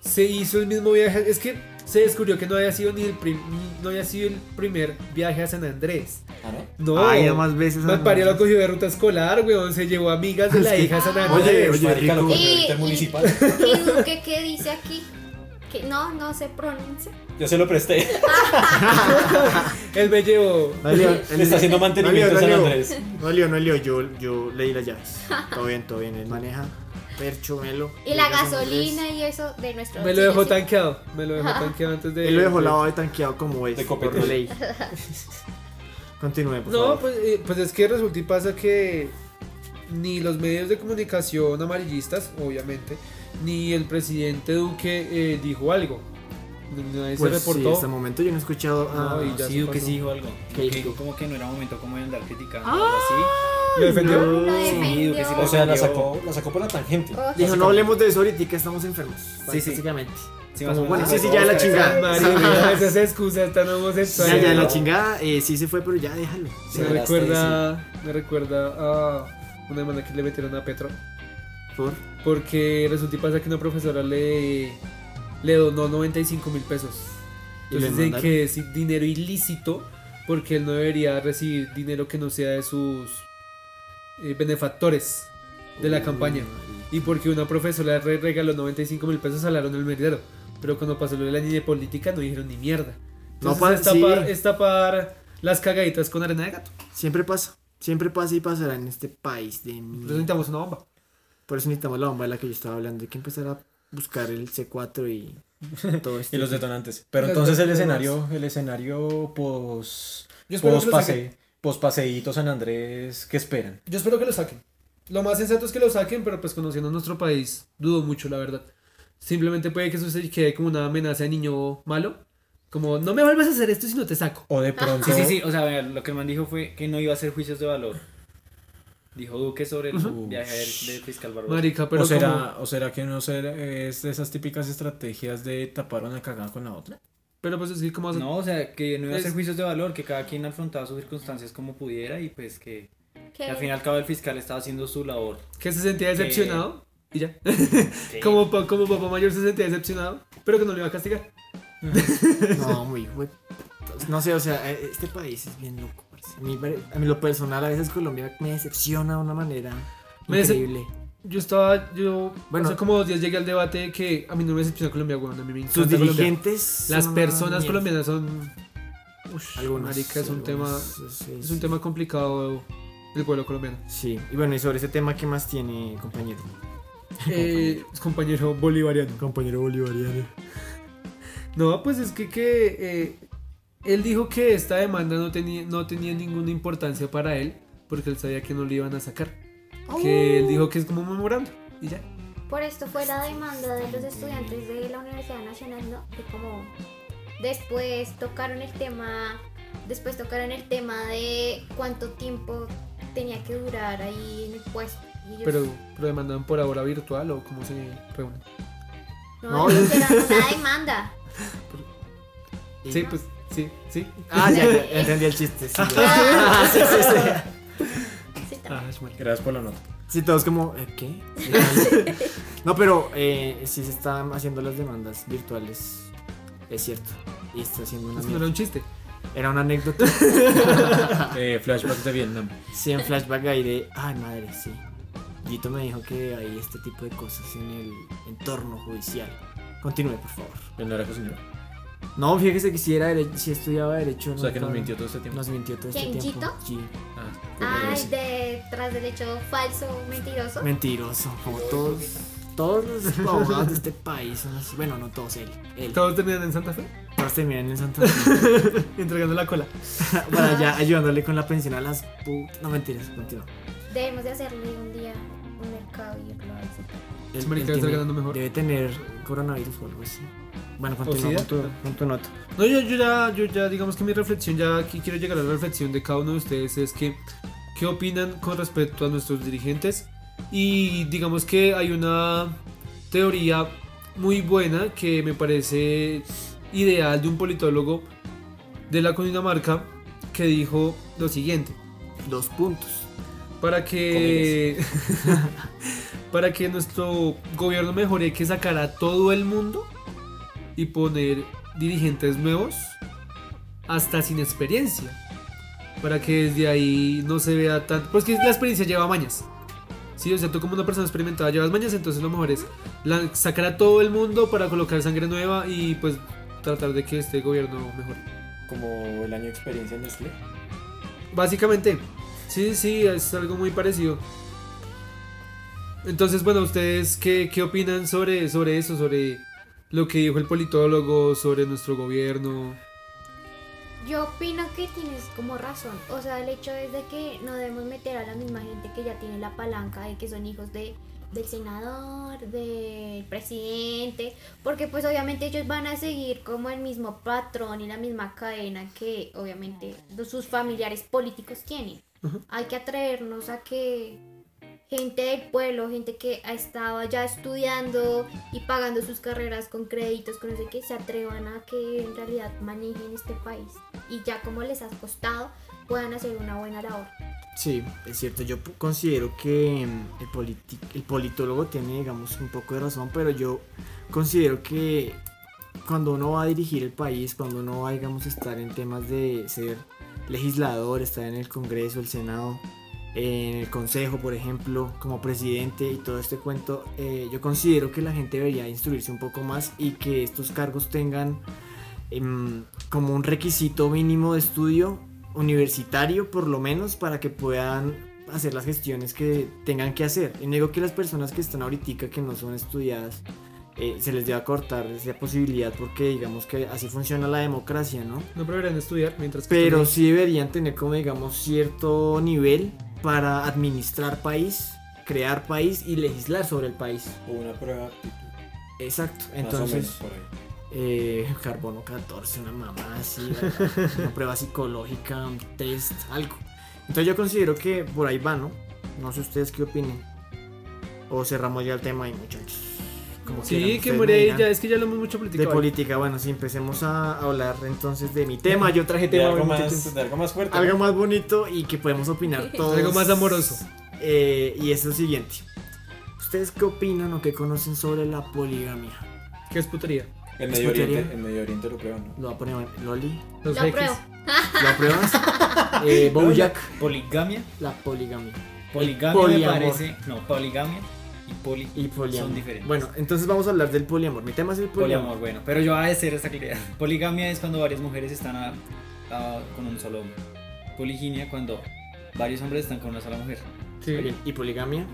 [SPEAKER 4] se hizo el mismo viaje. Es que se descubrió que no había sido ni el prim- no había sido el primer viaje a San Andrés.
[SPEAKER 6] Ah, ¿no?
[SPEAKER 4] No.
[SPEAKER 3] Ay, nada más veces.
[SPEAKER 4] Mal parió lo cogió de ruta escolar, weón. Se llevó amigas de la hija a San Andrés.
[SPEAKER 3] Oye, oye,
[SPEAKER 6] Marica, lo
[SPEAKER 3] rico.
[SPEAKER 6] cogió ahorita el
[SPEAKER 5] Y-
[SPEAKER 6] municipal.
[SPEAKER 5] ¿Y Duque qué dice aquí? Que no, no se pronuncia.
[SPEAKER 6] Yo se lo presté.
[SPEAKER 4] El bellevo.
[SPEAKER 3] No
[SPEAKER 6] <laughs>
[SPEAKER 3] lío, él-
[SPEAKER 6] Le está haciendo mantenimiento
[SPEAKER 3] no
[SPEAKER 6] a San
[SPEAKER 3] lío.
[SPEAKER 6] Andrés.
[SPEAKER 3] No lío, no lío, yo, yo leí las
[SPEAKER 5] <laughs>
[SPEAKER 3] llaves. Todo bien, todo bien, él maneja Percho, Melo.
[SPEAKER 5] Y la
[SPEAKER 3] Llega San Andrés.
[SPEAKER 5] gasolina y eso de nuestro.
[SPEAKER 4] Me lo dejó
[SPEAKER 5] bolsillo, sí.
[SPEAKER 4] tanqueado. Me lo dejó tanqueado antes de.
[SPEAKER 3] Él lo dejó lavado y tanqueado como es.
[SPEAKER 6] De
[SPEAKER 3] por
[SPEAKER 6] copete. <laughs>
[SPEAKER 3] ley. Continúe, por
[SPEAKER 4] No,
[SPEAKER 3] favor.
[SPEAKER 4] pues, eh, pues es que resulta y pasa que ni los medios de comunicación amarillistas, obviamente, ni el presidente Duque eh, dijo algo. N- Nadie
[SPEAKER 3] Pues
[SPEAKER 4] se
[SPEAKER 3] sí,
[SPEAKER 4] reportó.
[SPEAKER 3] hasta el momento yo no he escuchado a...
[SPEAKER 4] No, y ya
[SPEAKER 7] sí,
[SPEAKER 4] se
[SPEAKER 7] Duque
[SPEAKER 4] pasó.
[SPEAKER 7] sí dijo algo.
[SPEAKER 3] ¿Qué
[SPEAKER 7] Que
[SPEAKER 3] dijo?
[SPEAKER 7] dijo como que no era momento como de andar criticando o algo así.
[SPEAKER 4] Lo defendió.
[SPEAKER 3] No.
[SPEAKER 5] Lo
[SPEAKER 3] Sí,
[SPEAKER 5] defendió.
[SPEAKER 7] que sí
[SPEAKER 6] O sea, la sacó, la sacó por la tangente.
[SPEAKER 5] Ojo.
[SPEAKER 3] Dijo, no hablemos de eso ahorita que estamos enfermos.
[SPEAKER 7] Sí, sí.
[SPEAKER 3] Básicamente.
[SPEAKER 7] Sí,
[SPEAKER 3] Como,
[SPEAKER 7] más o menos.
[SPEAKER 3] bueno, sí, sí, ya la chingada.
[SPEAKER 4] María, esas excusas tan
[SPEAKER 3] Ya,
[SPEAKER 4] homosexuales.
[SPEAKER 3] ya, la chingada, eh, sí se fue, pero ya déjalo.
[SPEAKER 4] Me
[SPEAKER 6] Sí,
[SPEAKER 4] recuerda, me recuerda a una hermana que le metieron a Petro.
[SPEAKER 3] Por...
[SPEAKER 4] Porque resulta y pasa que una profesora le, le donó 95 mil pesos.
[SPEAKER 3] Y le
[SPEAKER 4] Entonces dicen
[SPEAKER 3] mandaron.
[SPEAKER 4] que es dinero ilícito porque él no debería recibir dinero que no sea de sus eh, benefactores de la campaña. Y porque una profesora le regaló 95 mil pesos, salaron el merdero. Pero cuando pasó lo de la niña política no dijeron ni mierda.
[SPEAKER 3] No,
[SPEAKER 4] Entonces
[SPEAKER 3] pa-
[SPEAKER 4] es, tapar,
[SPEAKER 3] sí.
[SPEAKER 4] es tapar las cagaditas con arena de gato.
[SPEAKER 3] Siempre pasa. Siempre pasa y pasará en este país de mierda.
[SPEAKER 4] Entonces necesitamos una bomba.
[SPEAKER 3] Por eso necesitamos la bomba de la que yo estaba hablando. Hay que empezar a buscar el C4
[SPEAKER 4] <laughs>
[SPEAKER 3] y todo esto.
[SPEAKER 6] Y los detonantes. Pero
[SPEAKER 4] Los
[SPEAKER 6] entonces el
[SPEAKER 4] detonantes.
[SPEAKER 6] escenario, el escenario pos,
[SPEAKER 4] Yo espero que
[SPEAKER 6] pos
[SPEAKER 4] lo saquen.
[SPEAKER 6] pase, pos paseíto San Andrés, ¿qué esperan?
[SPEAKER 4] Yo espero que lo saquen. Lo más sensato es que lo saquen, pero pues conociendo nuestro país, dudo mucho, la verdad. Simplemente puede que eso se quede como una amenaza de niño malo. Como, no me vuelvas a hacer esto si no te saco.
[SPEAKER 6] O de pronto,
[SPEAKER 7] Sí, sí, sí. O sea, vea, lo que el man dijo fue que no iba a hacer juicios de valor. Dijo Duque sobre el viaje del- del fiscal Barbosa.
[SPEAKER 4] Marica, pero
[SPEAKER 8] ¿O será,
[SPEAKER 4] como-
[SPEAKER 8] ¿O será que no será, es de esas típicas estrategias de tapar una cagada con la otra?
[SPEAKER 4] Pero pues es que como...
[SPEAKER 7] No, o sea, que no iba a hacer
[SPEAKER 4] Es-
[SPEAKER 7] juicios de valor, que cada quien afrontaba sus circunstancias como pudiera y pues que, que al fin y al cabo el fiscal estaba haciendo su labor.
[SPEAKER 4] Que se sentía decepcionado. Y ya. <laughs>
[SPEAKER 7] Sí.
[SPEAKER 4] como, pa- como papá mayor se sentía decepcionado, pero que no le iba a castigar.
[SPEAKER 3] No, muy güey. No sé, o sea, eh, este país es bien loco. parce. A mí, pare- a mí lo personal, a veces Colombia me decepciona de una manera
[SPEAKER 4] Me decep-
[SPEAKER 3] increíble.
[SPEAKER 4] Yo estaba, yo...
[SPEAKER 3] Bueno.
[SPEAKER 4] hace como dos días llegué al debate de que a mí no me decepciona Colombia, weón. A mí me encanta
[SPEAKER 3] Sus
[SPEAKER 4] Colombia.
[SPEAKER 3] dirigentes.
[SPEAKER 4] Las
[SPEAKER 3] son una
[SPEAKER 4] personas
[SPEAKER 3] mierda.
[SPEAKER 4] colombianas son... Ush,
[SPEAKER 3] Algunos.
[SPEAKER 4] marica, es un tema...
[SPEAKER 3] algunos, sí,
[SPEAKER 4] Es
[SPEAKER 3] sí.
[SPEAKER 4] un tema complicado del pueblo colombiano.
[SPEAKER 3] Sí, y bueno, y sobre ese tema, ¿qué más tiene, compañero?
[SPEAKER 4] Eh, compañero bolivariano.
[SPEAKER 3] Compañero bolivariano.
[SPEAKER 4] No, pues es que, que, eh, él dijo que esta demanda no tenía, no tenía ninguna importancia para él porque él sabía que no le iban a sacar. Que él dijo que es como un memorando y ya.
[SPEAKER 5] Por esto fue la
[SPEAKER 3] Este
[SPEAKER 5] demanda de los estudiantes de la Universidad Nacional, ¿no? Que como después tocaron el tema, después tocaron el tema de cuánto tiempo tenía que durar ahí en el puesto. Y ellos,
[SPEAKER 4] Pero, pero demandan por ahora virtual o cómo se reúnen.
[SPEAKER 5] no,
[SPEAKER 3] no.
[SPEAKER 5] hicieron
[SPEAKER 3] <laughs>
[SPEAKER 5] una demanda.
[SPEAKER 4] Sí, pues sí, sí.
[SPEAKER 3] Ah, ya, ya, ya entendí el chiste. Sí,
[SPEAKER 4] <laughs>
[SPEAKER 3] ya. Ah, sí, sí, sí.
[SPEAKER 5] <laughs> Sí, también.
[SPEAKER 4] Ah, es marica.
[SPEAKER 6] Gracias por la nota.
[SPEAKER 3] Sí, todos como, ¿eh, ¿qué? <laughs> no, pero eh, sí se están haciendo las demandas virtuales, es cierto. Y está haciendo una
[SPEAKER 4] Eso no
[SPEAKER 3] mierda.
[SPEAKER 4] era un chiste.
[SPEAKER 3] Era una anécdota. <laughs>
[SPEAKER 4] Ah.
[SPEAKER 6] Eh, flashbacks de Vietnam.
[SPEAKER 3] sí, en flashback ahí de, ay madre, sí. Gito me dijo que hay este tipo de cosas en el entorno judicial. Continúe, por favor.
[SPEAKER 6] El naranjo señor.
[SPEAKER 3] No, fíjese que si, era dere- si estudiaba derecho.
[SPEAKER 6] O sea que nos
[SPEAKER 3] no-
[SPEAKER 6] mintió todo este tiempo.
[SPEAKER 3] Nos mintió todo este
[SPEAKER 5] ¿Quién,
[SPEAKER 3] tiempo.
[SPEAKER 5] Gito?
[SPEAKER 3] Sí.
[SPEAKER 6] Ah,
[SPEAKER 5] Ah,
[SPEAKER 6] sí.
[SPEAKER 5] el de tras del hecho falso, mentiroso.
[SPEAKER 3] Mentiroso, como todos, todos los abogados de este país son así. Bueno, no todos, él. él.
[SPEAKER 4] Todos terminan en Santa Fe
[SPEAKER 3] Todos terminan en Santa Fe.
[SPEAKER 4] entregando la cola.
[SPEAKER 3] Para allá ayudándole con la pensión a las putas. No mentiras, continúa.
[SPEAKER 5] Debemos de hacerle un día un mercado y irlo a visitar.
[SPEAKER 3] Él- él
[SPEAKER 4] marica está
[SPEAKER 3] tiene-
[SPEAKER 4] ganando mejor.
[SPEAKER 3] Debe tener coronavirus o algo así. Bueno, continúa
[SPEAKER 4] sida.
[SPEAKER 3] con tu, con tu nota.
[SPEAKER 4] No, yo, yo ya, yo ya, digamos que mi reflexión, ya aquí quiero llegar a la reflexión de cada uno de ustedes, es que, ¿qué opinan con respecto a nuestros dirigentes? Y digamos que hay una teoría muy buena que me parece ideal de un politólogo de la Cundinamarca que dijo lo siguiente
[SPEAKER 3] Dos puntos.
[SPEAKER 4] para que <laughs> para que nuestro gobierno mejore hay que sacar a todo el mundo y poner dirigentes nuevos hasta sin experiencia para que desde ahí no se vea tanto pues que la experiencia lleva mañas Sí, o sea, tú como una persona experimentada llevas mañas, entonces lo mejor es la- sacar a todo el mundo para colocar sangre nueva y pues tratar de que este gobierno mejore.
[SPEAKER 6] Como el año de experiencia en Nestlé.
[SPEAKER 4] Básicamente, sí, sí, es algo muy parecido. Entonces, bueno, ¿ustedes qué, qué opinan sobre, sobre eso? Sobre lo que dijo el politólogo, sobre nuestro gobierno.
[SPEAKER 5] Yo opino que tienes como razón. O sea, el hecho es de que no debemos meter a la misma gente que ya tiene la palanca de que son hijos de del senador, del presidente, porque pues obviamente ellos van a seguir como el mismo patrón y la misma cadena que obviamente los- sus familiares políticos tienen. Hay que atrevernos a que gente del pueblo, gente que ha estado allá estudiando y pagando sus carreras con créditos, con no sé qué, se atrevan a que en realidad manejen este país y ya como les ha costado puedan hacer una buena labor.
[SPEAKER 3] Sí, es cierto. Yo p- considero que mm, el, politi- el politólogo tiene, digamos, un poco de razón, pero yo considero que cuando uno va a dirigir el país, cuando uno va, digamos, a estar en temas de ser legislador, estar en el Congreso, el Senado, en el Consejo, por ejemplo, como presidente y todo este cuento, eh, yo considero que la gente debería instruirse un poco más y que estos cargos tengan em, como un requisito mínimo de estudio universitario por lo menos para que puedan hacer las gestiones que tengan que hacer. Y no digo que las personas que están ahorita que no son estudiadas eh, se les deba cortar esa posibilidad porque digamos que así funciona la democracia, ¿no?
[SPEAKER 4] No deberían estudiar mientras que...
[SPEAKER 3] Pero
[SPEAKER 4] están-
[SPEAKER 3] sí deberían tener como digamos cierto nivel para administrar país, crear país y legislar sobre el país.
[SPEAKER 6] O una prueba de aptitud.
[SPEAKER 3] Exacto.
[SPEAKER 6] Entonces,
[SPEAKER 3] Entonces, eh, carbono 14, una mamá así, ¿verdad? una prueba psicológica, un test, algo. Entonces yo considero que por ahí va, ¿no? No sé ustedes qué opinen. O cerramos ya el tema ahí, muchachos. Como quieran,
[SPEAKER 4] Sí, que
[SPEAKER 3] ustedes me
[SPEAKER 4] muere ahí,
[SPEAKER 3] dirán.
[SPEAKER 4] ya es que ya lo hemos mucho
[SPEAKER 3] De
[SPEAKER 4] platicado.
[SPEAKER 3] política, bueno, sí, empecemos a hablar entonces de mi tema. Yo traje
[SPEAKER 6] de
[SPEAKER 3] tema
[SPEAKER 6] algo,
[SPEAKER 3] muchachos.
[SPEAKER 6] más, de algo más fuerte.
[SPEAKER 3] Algo más bonito y que podemos opinar todos.
[SPEAKER 4] Algo más amoroso.
[SPEAKER 3] Eh, y es lo siguiente. ¿Ustedes qué opinan o qué conocen sobre la poligamia?
[SPEAKER 4] ¿Qué es putería?
[SPEAKER 6] En Medio,
[SPEAKER 3] Escucharía.
[SPEAKER 6] Oriente, en Medio Oriente lo prueban, ¿no?
[SPEAKER 3] Lo voy a poner Loli.
[SPEAKER 4] Los
[SPEAKER 5] Lo
[SPEAKER 4] jeques.
[SPEAKER 5] apruebo.
[SPEAKER 3] ¿La
[SPEAKER 7] <laughs>
[SPEAKER 3] pruebas? eh, Bojack,
[SPEAKER 7] Poligamia.
[SPEAKER 3] la poligamia
[SPEAKER 7] Poligamia
[SPEAKER 3] poliamor.
[SPEAKER 7] me parece. No, poligamia y poli.
[SPEAKER 3] y poliamor.
[SPEAKER 7] Son diferentes.
[SPEAKER 3] Bueno, entonces vamos a hablar del poliamor. Mi tema es el poliamor.
[SPEAKER 7] poliamor, bueno. Pero yo voy a decir esta claridad. <laughs> Poligamia es cuando varias mujeres están a- a- con un solo hombre. Poliginia cuando varios hombres están con una sola mujer.
[SPEAKER 3] Bien, Y poligamia.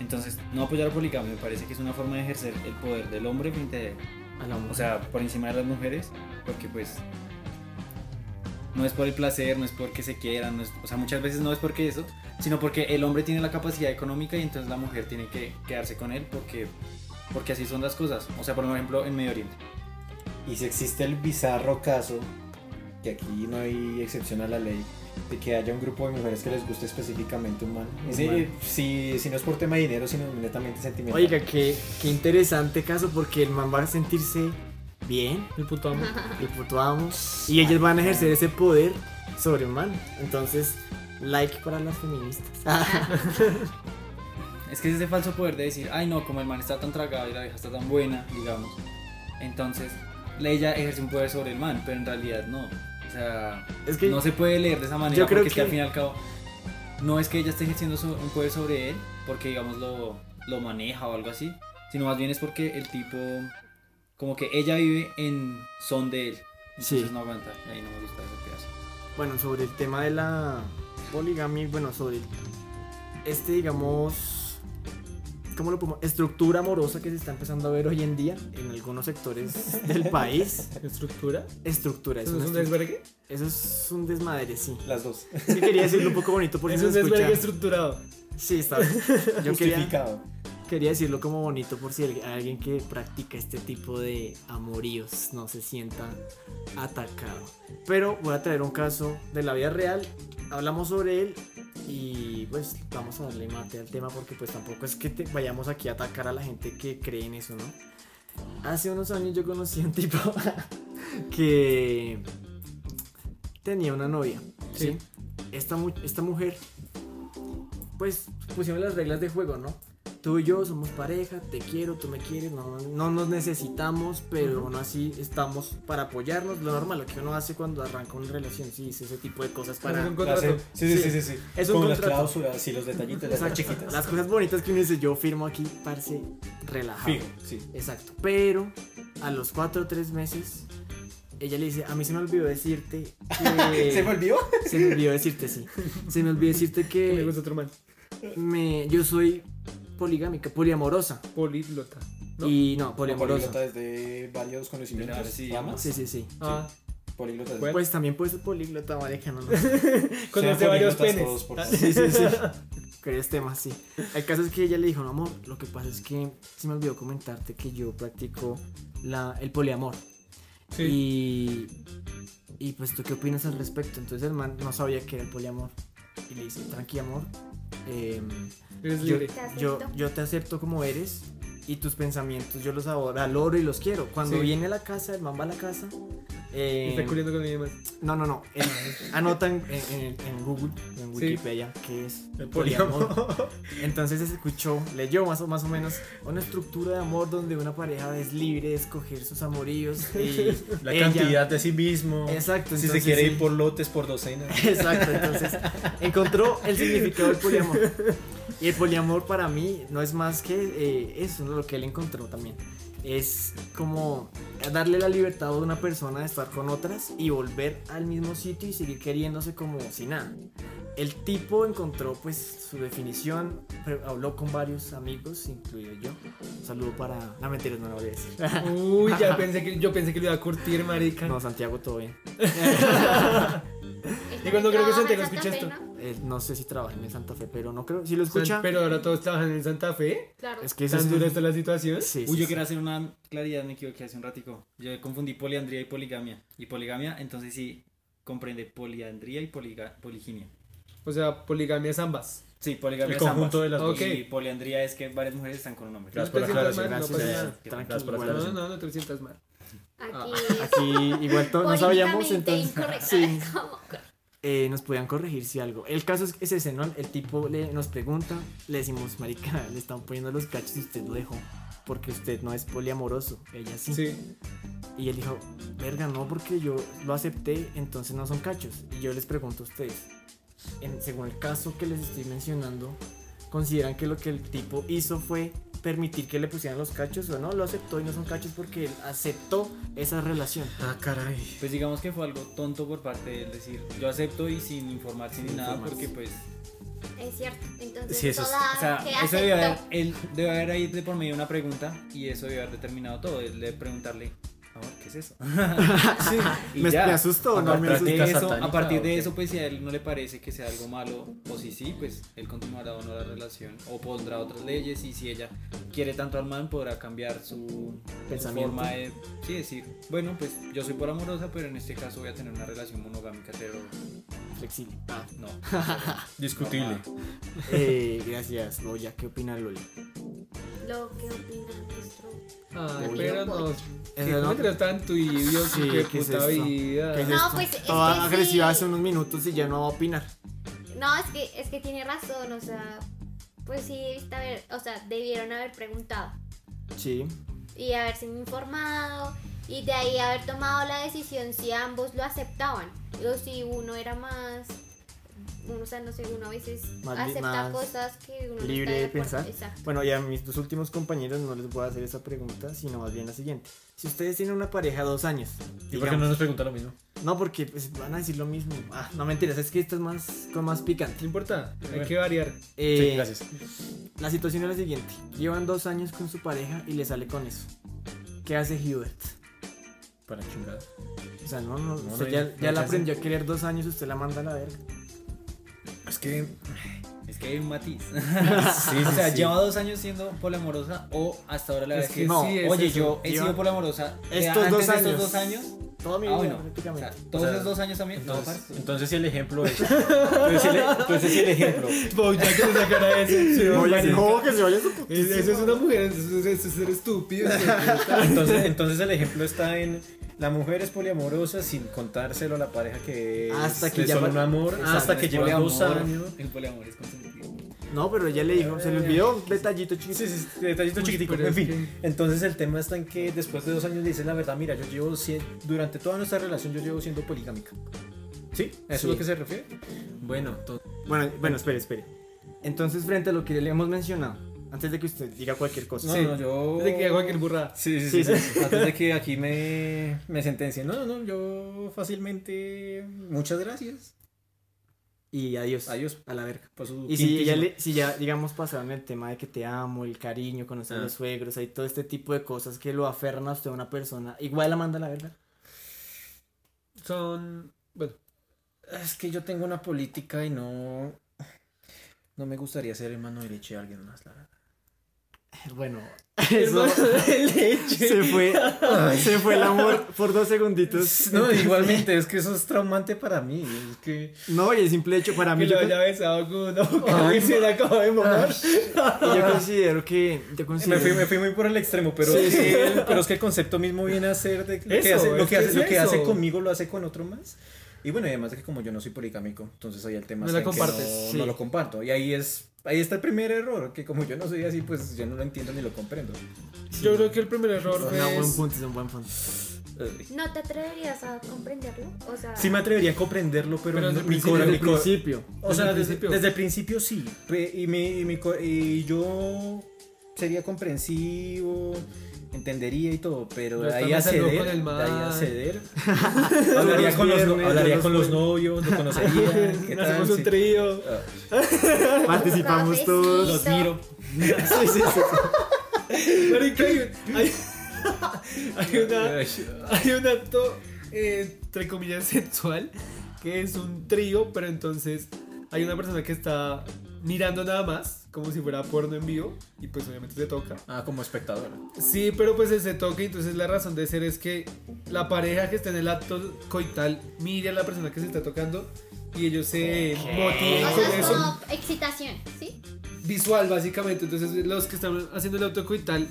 [SPEAKER 7] Entonces, no apoyar la poligamia me parece que es una forma de ejercer el poder del hombre frente
[SPEAKER 3] A la
[SPEAKER 7] a, o
[SPEAKER 3] mujer.
[SPEAKER 7] sea, por encima de las mujeres, porque pues no es por el placer, no es porque se quieran, no es- o sea, muchas veces no es porque eso, sino porque el hombre tiene la capacidad económica y entonces la mujer tiene que quedarse con él porque porque así son las cosas. O sea, por ejemplo, en Medio Oriente.
[SPEAKER 6] Y si existe el bizarro caso, que aquí no hay excepción a la ley, de que haya un grupo de mujeres que les guste específicamente un man. Y si, si, si no es por tema de dinero, sino netamente sentimental.
[SPEAKER 3] Oiga, qué, qué interesante caso porque el man va a sentirse bien,
[SPEAKER 4] El puto amo.
[SPEAKER 3] el puto amo, y ellos van a ejercer ese poder sobre un man. Entonces, like para las feministas. <laughs>
[SPEAKER 7] Es que es ese falso poder de decir, ay no, como el man está tan tragado y la vieja está tan buena, digamos. Entonces, la- ella ejerce un poder sobre el man, pero en realidad no. O sea,
[SPEAKER 3] es que
[SPEAKER 7] no se puede leer de esa manera
[SPEAKER 3] yo creo
[SPEAKER 7] porque es que
[SPEAKER 3] que-
[SPEAKER 7] al fin y al cabo no es que ella esté ejerciendo so- un poder sobre él porque digamos lo, lo maneja o algo así, sino más bien es porque el tipo como que ella vive en son de él. Entonces
[SPEAKER 3] Sí.
[SPEAKER 7] no aguanta, ahí no me gusta eso que hace.
[SPEAKER 3] Bueno, sobre el tema de la poligamia, bueno, sobre este, digamos, ¿cómo lo pongo? Estructura amorosa que se está empezando a ver hoy en día en algunos sectores del país.
[SPEAKER 4] ¿Estructura?
[SPEAKER 3] Estructura,
[SPEAKER 4] ¿Eso
[SPEAKER 3] eso,
[SPEAKER 4] no es un
[SPEAKER 3] desmadre.
[SPEAKER 4] desvergue?
[SPEAKER 3] eso es un desmadre, sí.
[SPEAKER 6] Las dos.
[SPEAKER 3] Es que quería decirlo un poco bonito
[SPEAKER 4] <laughs>
[SPEAKER 3] por si
[SPEAKER 4] Es
[SPEAKER 3] se
[SPEAKER 4] un desvergue
[SPEAKER 3] escucha.
[SPEAKER 4] estructurado.
[SPEAKER 3] Sí, está bien. Yo quería,
[SPEAKER 6] Justificado.
[SPEAKER 3] quería decirlo como bonito por si hay alguien que practica este tipo de amoríos no se sienta atacado. Pero voy a traer un caso de la vida real. Hablamos sobre él y pues vamos a darle mate al tema porque pues tampoco es que te- vayamos aquí a atacar a la gente que cree en eso, ¿no? Hace unos años yo conocí a un <laughs> tipo que tenía una novia. Sí. Esta, mu- esta mujer, pues pusimos las reglas de juego, ¿no? Tú y yo somos pareja, te quiero, tú me quieres, no, no nos necesitamos, pero aún así estamos para apoyarnos. Lo normal, lo que uno hace cuando arranca una relación, sí, dice ese tipo de cosas para...
[SPEAKER 4] Es un contrato.
[SPEAKER 6] Hace- Sí, sí,
[SPEAKER 3] Sí.
[SPEAKER 6] sí, sí. sí.
[SPEAKER 3] Es un
[SPEAKER 6] Con las
[SPEAKER 3] contrato.
[SPEAKER 6] cláusulas y los detallitos, las
[SPEAKER 3] Exacto.
[SPEAKER 6] chiquitas.
[SPEAKER 3] Las cosas bonitas que uno dice, yo firmo aquí, parce, relajado.
[SPEAKER 6] Fijo, sí.
[SPEAKER 3] Exacto. Pero a los 4 o 3 meses ella le dice, a mí se me olvidó decirte que...
[SPEAKER 6] ¿Se me olvidó?
[SPEAKER 3] Se me olvidó decirte, sí. Se me olvidó decirte
[SPEAKER 4] Que me
[SPEAKER 3] que
[SPEAKER 4] gusta otro man.
[SPEAKER 3] me, yo soy poligámica, poliamorosa.
[SPEAKER 4] Políglota. ¿No?
[SPEAKER 3] Y no,
[SPEAKER 6] Políglota
[SPEAKER 3] poliamorosa.
[SPEAKER 6] es de varios conocimientos.
[SPEAKER 7] Claro, sí,
[SPEAKER 6] ramas.
[SPEAKER 3] Sí, sí, sí.
[SPEAKER 4] Ah,
[SPEAKER 6] Políglota es
[SPEAKER 4] Bueno.
[SPEAKER 3] Pues también puede ser políglota, marica, no lo
[SPEAKER 4] conoce
[SPEAKER 6] Sean
[SPEAKER 4] varios
[SPEAKER 6] políglotas
[SPEAKER 4] penes.
[SPEAKER 6] todos, por
[SPEAKER 4] Ah,
[SPEAKER 6] favor.
[SPEAKER 3] Sí, sí, sí. Crees temas, sí. El caso es que ella le dijo, no, amor, lo que pasa es que se me olvidó comentarte que yo practico la, el poliamor.
[SPEAKER 4] sí.
[SPEAKER 3] Y, y pues tú qué opinas al respecto. Entonces el man no sabía que era el poliamor. Y le dice, tranqui, amor. em,
[SPEAKER 4] Eres
[SPEAKER 3] yo,
[SPEAKER 4] libre.
[SPEAKER 3] yo, yo te acepto como eres y tus pensamientos yo los adoro, valoro y los quiero. Cuando
[SPEAKER 4] Sí.
[SPEAKER 3] viene a la casa, el man va a la casa.
[SPEAKER 4] Y
[SPEAKER 3] eh,
[SPEAKER 4] Está culiando con alguien más.
[SPEAKER 3] no, no, no. eh, anotan en, en- en Google, en
[SPEAKER 4] Sí.
[SPEAKER 3] Wikipedia, que es el poliamor. Entonces se escuchó, leyó más o, más o menos una estructura de amor donde una pareja es libre de escoger sus amoríos
[SPEAKER 4] <laughs>
[SPEAKER 3] y
[SPEAKER 8] La
[SPEAKER 3] ella-
[SPEAKER 8] cantidad de sí mismo.
[SPEAKER 3] Exacto.
[SPEAKER 8] si se
[SPEAKER 3] entonces
[SPEAKER 8] quiere
[SPEAKER 3] sí.
[SPEAKER 8] ir por lotes, por docenas.
[SPEAKER 3] <laughs> Exacto, entonces encontró el significado del poliamor. Y el poliamor para mí no es más que eh, eso, ¿no? lo que él encontró también. Es como darle la libertad a una persona de estar con otras y volver al mismo sitio y seguir queriéndose como si nada. El tipo encontró pues su definición, pre- habló con varios amigos, incluido yo. Un saludo para... No, mentiras, no lo voy a decir.
[SPEAKER 4] Uy, ya pensé que yo pensé que lo iba a curtir, marica.
[SPEAKER 3] No, Santiago, todo bien.
[SPEAKER 4] Yo cuando creo que Santiago escucha esto.
[SPEAKER 3] Eh, no sé si trabaja en Santa Fe, pero no creo. Si lo
[SPEAKER 4] O sea,
[SPEAKER 3] escucha...
[SPEAKER 4] Pero ahora todos trabajan en Santa Fe.
[SPEAKER 5] Claro.
[SPEAKER 3] Es que eso
[SPEAKER 4] ¿Tan
[SPEAKER 3] es
[SPEAKER 4] dura está la situación?
[SPEAKER 3] Sí,
[SPEAKER 7] Uy,
[SPEAKER 3] sí,
[SPEAKER 7] yo
[SPEAKER 3] sí.
[SPEAKER 7] quería hacer una claridad, me equivoqué hace un ratico. Yo confundí poliandría y poligamia. Y poligamia, entonces sí, comprende poliandría y poliga- poliginia.
[SPEAKER 4] O sea, poligamia es ambas.
[SPEAKER 7] Sí,
[SPEAKER 8] El
[SPEAKER 7] poligamia es ambas.
[SPEAKER 8] conjunto de las
[SPEAKER 4] dos.
[SPEAKER 7] Y poliandría es que varias mujeres están con un hombre.
[SPEAKER 8] Gracias
[SPEAKER 4] No
[SPEAKER 8] por la
[SPEAKER 4] te
[SPEAKER 8] aclaración.
[SPEAKER 4] sientas mal, no
[SPEAKER 8] Gracias. eh,
[SPEAKER 4] pasa nada.
[SPEAKER 3] Tranquilo,
[SPEAKER 8] por la
[SPEAKER 3] bueno,
[SPEAKER 4] No, no,
[SPEAKER 8] aclaración.
[SPEAKER 4] no, no te sientas mal.
[SPEAKER 5] Aquí.
[SPEAKER 3] Aquí igual todos <laughs> no sabíamos, entonces
[SPEAKER 5] Políticamente
[SPEAKER 3] sí,
[SPEAKER 5] incorrecto. Como que-
[SPEAKER 3] eh, nos podían corregir si algo. El caso es que es ese, ¿no? El tipo le, nos pregunta, le decimos, marica, le están poniendo los cachos y usted lo dejó, porque usted no es poliamoroso, ella sí.
[SPEAKER 4] Sí.
[SPEAKER 3] Y él dijo, verga, no, porque yo lo acepté, entonces no son cachos. Y yo les pregunto a ustedes, en- según el caso que les estoy mencionando, ¿consideran que lo que el tipo hizo fue permitir que le pusieran los cachos o no? Lo aceptó y no son cachos porque él aceptó esa relación.
[SPEAKER 8] Ah, caray.
[SPEAKER 7] Pues digamos que fue algo tonto por parte de él decir, yo acepto y sin informarse ni
[SPEAKER 3] Sin
[SPEAKER 7] nada,
[SPEAKER 3] informarse.
[SPEAKER 7] porque pues.
[SPEAKER 5] <laughs> Es cierto. Entonces,
[SPEAKER 8] Sí, eso es-
[SPEAKER 5] toda
[SPEAKER 7] O sea,
[SPEAKER 5] que
[SPEAKER 7] eso debe haber,
[SPEAKER 5] Ah, aceptó.
[SPEAKER 7] él debe haber ahí de por medio una pregunta y eso debe haber determinado todo. Él de preguntarle, amor, ¿qué es eso? <laughs> Y
[SPEAKER 3] ¿Me,
[SPEAKER 7] ya.
[SPEAKER 3] me asustó o
[SPEAKER 7] A
[SPEAKER 3] no? Me
[SPEAKER 7] partir,
[SPEAKER 3] asustó.
[SPEAKER 7] de
[SPEAKER 8] ¿Práctica
[SPEAKER 7] eso,
[SPEAKER 8] satánica
[SPEAKER 7] a partir
[SPEAKER 8] o
[SPEAKER 7] de
[SPEAKER 8] qué?
[SPEAKER 7] eso, pues si a él no le parece que sea algo malo, o si sí, pues él continuará o no la relación, o pondrá otras leyes, y si ella quiere tanto al man, podrá cambiar su
[SPEAKER 3] Pensamiento.
[SPEAKER 7] forma de sí, decir, bueno, pues yo soy por amorosa, pero en este caso voy a tener una relación monogámica, pero
[SPEAKER 3] Flexible.
[SPEAKER 7] no.
[SPEAKER 8] Discutible.
[SPEAKER 3] Eh, gracias, Loya. ¿Qué opina Loli?
[SPEAKER 5] Lo que opina nuestro.
[SPEAKER 4] Ah,
[SPEAKER 3] Uy.
[SPEAKER 4] pero no.
[SPEAKER 3] Esa
[SPEAKER 4] ¿Qué
[SPEAKER 3] no-
[SPEAKER 4] ¿Cómo te lo están tu idiota?
[SPEAKER 3] Sí,
[SPEAKER 4] qué
[SPEAKER 3] ¿qué es
[SPEAKER 4] puta
[SPEAKER 3] esto?
[SPEAKER 4] vida.
[SPEAKER 3] ¿Qué es
[SPEAKER 5] No,
[SPEAKER 3] esto?
[SPEAKER 5] pues, es
[SPEAKER 3] Toda
[SPEAKER 5] que
[SPEAKER 3] agresiva
[SPEAKER 5] sí.
[SPEAKER 3] hace unos minutos y ya no va a opinar.
[SPEAKER 5] No, es que, es que tiene razón, o sea, pues sí, debiste haber, o sea, debieron haber preguntado
[SPEAKER 3] Sí.
[SPEAKER 5] y haberse informado y de ahí haber tomado la decisión si ambos lo aceptaban o si uno era más, uno, o sea, no sé, uno a veces
[SPEAKER 3] Más li-
[SPEAKER 5] acepta
[SPEAKER 3] más
[SPEAKER 5] cosas que uno no
[SPEAKER 3] libre de
[SPEAKER 5] está acuerdo.
[SPEAKER 3] pensar.
[SPEAKER 5] Exacto.
[SPEAKER 3] Bueno, y a mis dos últimos compañeros no les voy a hacer esa pregunta, sino más bien la siguiente. Si ustedes tienen una pareja de dos años,
[SPEAKER 8] ¿Y por qué
[SPEAKER 3] digamos-
[SPEAKER 8] no nos pregunta lo mismo?
[SPEAKER 3] No, porque pues, van a decir lo mismo. Ah, no mentiras, es que esto es más con más picante.
[SPEAKER 4] No importa, hay que variar.
[SPEAKER 3] Eh,
[SPEAKER 8] Sí, gracias.
[SPEAKER 3] La situación es la siguiente: llevan dos años con su pareja y le sale con eso. ¿Qué hace Hubert?
[SPEAKER 8] Para chingada.
[SPEAKER 3] O sea, no, no, usted
[SPEAKER 8] no,
[SPEAKER 3] ya,
[SPEAKER 8] no
[SPEAKER 3] ya la
[SPEAKER 8] chance.
[SPEAKER 3] aprendió a querer dos años, usted la manda a la verga.
[SPEAKER 8] Es
[SPEAKER 6] <laughs>
[SPEAKER 8] que.
[SPEAKER 7] Es que hay un matiz.
[SPEAKER 8] Sí,
[SPEAKER 7] <laughs> o
[SPEAKER 8] sí,
[SPEAKER 7] sea,
[SPEAKER 8] sí.
[SPEAKER 7] lleva dos años siendo poliamorosa o hasta ahora la
[SPEAKER 4] Es
[SPEAKER 7] verdad
[SPEAKER 4] que sí, es
[SPEAKER 7] oye,
[SPEAKER 4] eso.
[SPEAKER 7] yo he
[SPEAKER 3] Lleva-
[SPEAKER 7] sido poliamorosa de
[SPEAKER 3] Estos
[SPEAKER 7] antes
[SPEAKER 3] dos
[SPEAKER 7] de estos
[SPEAKER 3] años.
[SPEAKER 7] dos años.
[SPEAKER 3] Toda mi
[SPEAKER 7] Ah,
[SPEAKER 3] vida,
[SPEAKER 7] bueno. O sea,
[SPEAKER 3] prácticamente.
[SPEAKER 7] todos
[SPEAKER 8] O sea,
[SPEAKER 7] esos dos años también. no,
[SPEAKER 8] Entonces,
[SPEAKER 7] parce.
[SPEAKER 8] entonces si el ejemplo es. Entonces si el, entonces si el
[SPEAKER 4] <laughs>
[SPEAKER 8] ejemplo.
[SPEAKER 4] Bojack que esa cara de decepción,
[SPEAKER 3] Oye,
[SPEAKER 4] marica.
[SPEAKER 3] no, que se vaya su
[SPEAKER 4] Es- Eso es una mujer, eso es, eso es ser estúpido. eso.
[SPEAKER 8] Entonces, entonces el ejemplo está en. La mujer es poliamorosa sin contárselo a la pareja que es
[SPEAKER 3] Hasta que
[SPEAKER 8] de
[SPEAKER 3] ya
[SPEAKER 8] solo
[SPEAKER 3] va-
[SPEAKER 8] un amor,
[SPEAKER 3] Exacto.
[SPEAKER 8] hasta que
[SPEAKER 7] El
[SPEAKER 8] lleva dos
[SPEAKER 7] poliamor-
[SPEAKER 8] años.
[SPEAKER 7] El poliamor es consentido.
[SPEAKER 3] No, pero ya le dijo, se le olvidó un detallito chiquito.
[SPEAKER 8] Sí, sí, sí, detallito
[SPEAKER 4] Uy,
[SPEAKER 8] chiquitico.
[SPEAKER 4] pero
[SPEAKER 8] En
[SPEAKER 4] es
[SPEAKER 8] fin, entonces el tema está en que después de dos años le dicen la verdad, mira, yo llevo sie- durante toda nuestra relación yo llevo siendo poligámica. ¿Sí? ¿A eso
[SPEAKER 3] Sí.
[SPEAKER 8] es lo que se refiere? Bueno, entonces
[SPEAKER 3] Bueno, bueno, espere, espere. Entonces, frente a lo que le hemos mencionado, Antes de que usted diga cualquier cosa.
[SPEAKER 6] No,
[SPEAKER 4] Sí.
[SPEAKER 6] no, yo.
[SPEAKER 4] Desde que hago cualquier burrada.
[SPEAKER 6] Sí, sí, sí. Antes de que aquí me, me sentencien. No, no, no, yo fácilmente. Muchas gracias.
[SPEAKER 3] Y adiós.
[SPEAKER 6] Adiós.
[SPEAKER 3] A la verga.
[SPEAKER 6] Por su
[SPEAKER 3] Y si ya,
[SPEAKER 6] quintísima.
[SPEAKER 3] le- si ya, digamos, pasaron el tema de que te amo, el cariño, conocer a
[SPEAKER 7] Ah.
[SPEAKER 3] los suegros, hay todo este tipo de cosas que lo aferran a usted a una persona, igual la manda a la verga.
[SPEAKER 4] Son. Bueno,
[SPEAKER 6] Es que yo tengo una política y no. No me gustaría ser hermano derecho de alguien más, la verdad.
[SPEAKER 3] Bueno, eso se fue, se fue el amor por dos segunditos.
[SPEAKER 6] No, igualmente, es que eso es traumante para mí. Es que.
[SPEAKER 3] No, y el simple hecho para mí.
[SPEAKER 4] que
[SPEAKER 3] Yo,
[SPEAKER 4] lo haya
[SPEAKER 3] con-
[SPEAKER 4] besado con una boca y se la acabo de mojar.
[SPEAKER 3] y yo considero que. Yo
[SPEAKER 6] Me
[SPEAKER 3] considero,
[SPEAKER 6] fui, me fui muy por el extremo, pero,
[SPEAKER 4] Sí,
[SPEAKER 6] es
[SPEAKER 4] sí.
[SPEAKER 6] que el- pero es que el concepto mismo viene a ser de lo que,
[SPEAKER 4] Eso,
[SPEAKER 6] hace, lo,
[SPEAKER 4] es
[SPEAKER 6] que
[SPEAKER 4] que
[SPEAKER 6] hace,
[SPEAKER 4] es
[SPEAKER 6] lo que hace
[SPEAKER 4] eso.
[SPEAKER 6] conmigo lo hace con otro más. Y bueno, y además de que como yo no soy poligámico, entonces ahí el
[SPEAKER 4] No
[SPEAKER 6] tema está
[SPEAKER 4] la
[SPEAKER 6] en que
[SPEAKER 4] compartes,
[SPEAKER 6] no,
[SPEAKER 3] sí.
[SPEAKER 6] no lo comparto. Y ahí es ahí está el primer error, que como yo no soy así, pues yo no lo entiendo ni lo comprendo.
[SPEAKER 4] Yo creo que el primer error
[SPEAKER 3] Es un buen
[SPEAKER 4] es.
[SPEAKER 3] punto, es un buen punto.
[SPEAKER 5] ¿No te atreverías a comprenderlo? O sea,
[SPEAKER 6] Sí me atrevería a comprenderlo, pero,
[SPEAKER 4] Pero
[SPEAKER 6] no-
[SPEAKER 4] desde el
[SPEAKER 6] mi
[SPEAKER 4] principio,
[SPEAKER 6] cora-
[SPEAKER 3] Desde
[SPEAKER 6] mi
[SPEAKER 3] el
[SPEAKER 6] cora-
[SPEAKER 3] principio.
[SPEAKER 6] O sea,
[SPEAKER 4] Desde el
[SPEAKER 6] desde,
[SPEAKER 4] principio.
[SPEAKER 6] desde el principio sí. Pe- Y, mi, y, mi co- y yo sería comprensivo, entendería y todo, pero
[SPEAKER 4] No
[SPEAKER 6] de
[SPEAKER 4] está
[SPEAKER 6] ahí a
[SPEAKER 4] pensando
[SPEAKER 6] ceder.
[SPEAKER 4] con el
[SPEAKER 6] De ahí a
[SPEAKER 4] man. <laughs>
[SPEAKER 6] ceder. hablaría con los, no-
[SPEAKER 4] viernes,
[SPEAKER 6] hablaría
[SPEAKER 4] los
[SPEAKER 6] con los
[SPEAKER 4] jueves.
[SPEAKER 6] novios, lo <laughs> conocería. ¿qué tal?
[SPEAKER 4] Hacemos
[SPEAKER 6] Sí.
[SPEAKER 4] un trío.
[SPEAKER 6] Ah,
[SPEAKER 3] Participamos
[SPEAKER 5] cafecito.
[SPEAKER 3] todos.
[SPEAKER 6] Los miro.
[SPEAKER 3] Sí, sí, sí.
[SPEAKER 4] Pero hay, que- hay, hay una. Hay un acto, eh, entre comillas, sexual, que es un trío, pero entonces hay una persona que está mirando nada más, como si fuera porno en vivo, y pues obviamente se toca.
[SPEAKER 6] Ah, como espectador.
[SPEAKER 4] Sí, pero pues ese toque, entonces la razón de ser es que la pareja que está en el acto coital mire a la persona que se está tocando y ellos se motiven
[SPEAKER 5] o
[SPEAKER 4] con
[SPEAKER 5] sea, es
[SPEAKER 4] eso.
[SPEAKER 5] como excitación, ¿sí?
[SPEAKER 4] Visual, básicamente. Entonces los que están haciendo el acto coital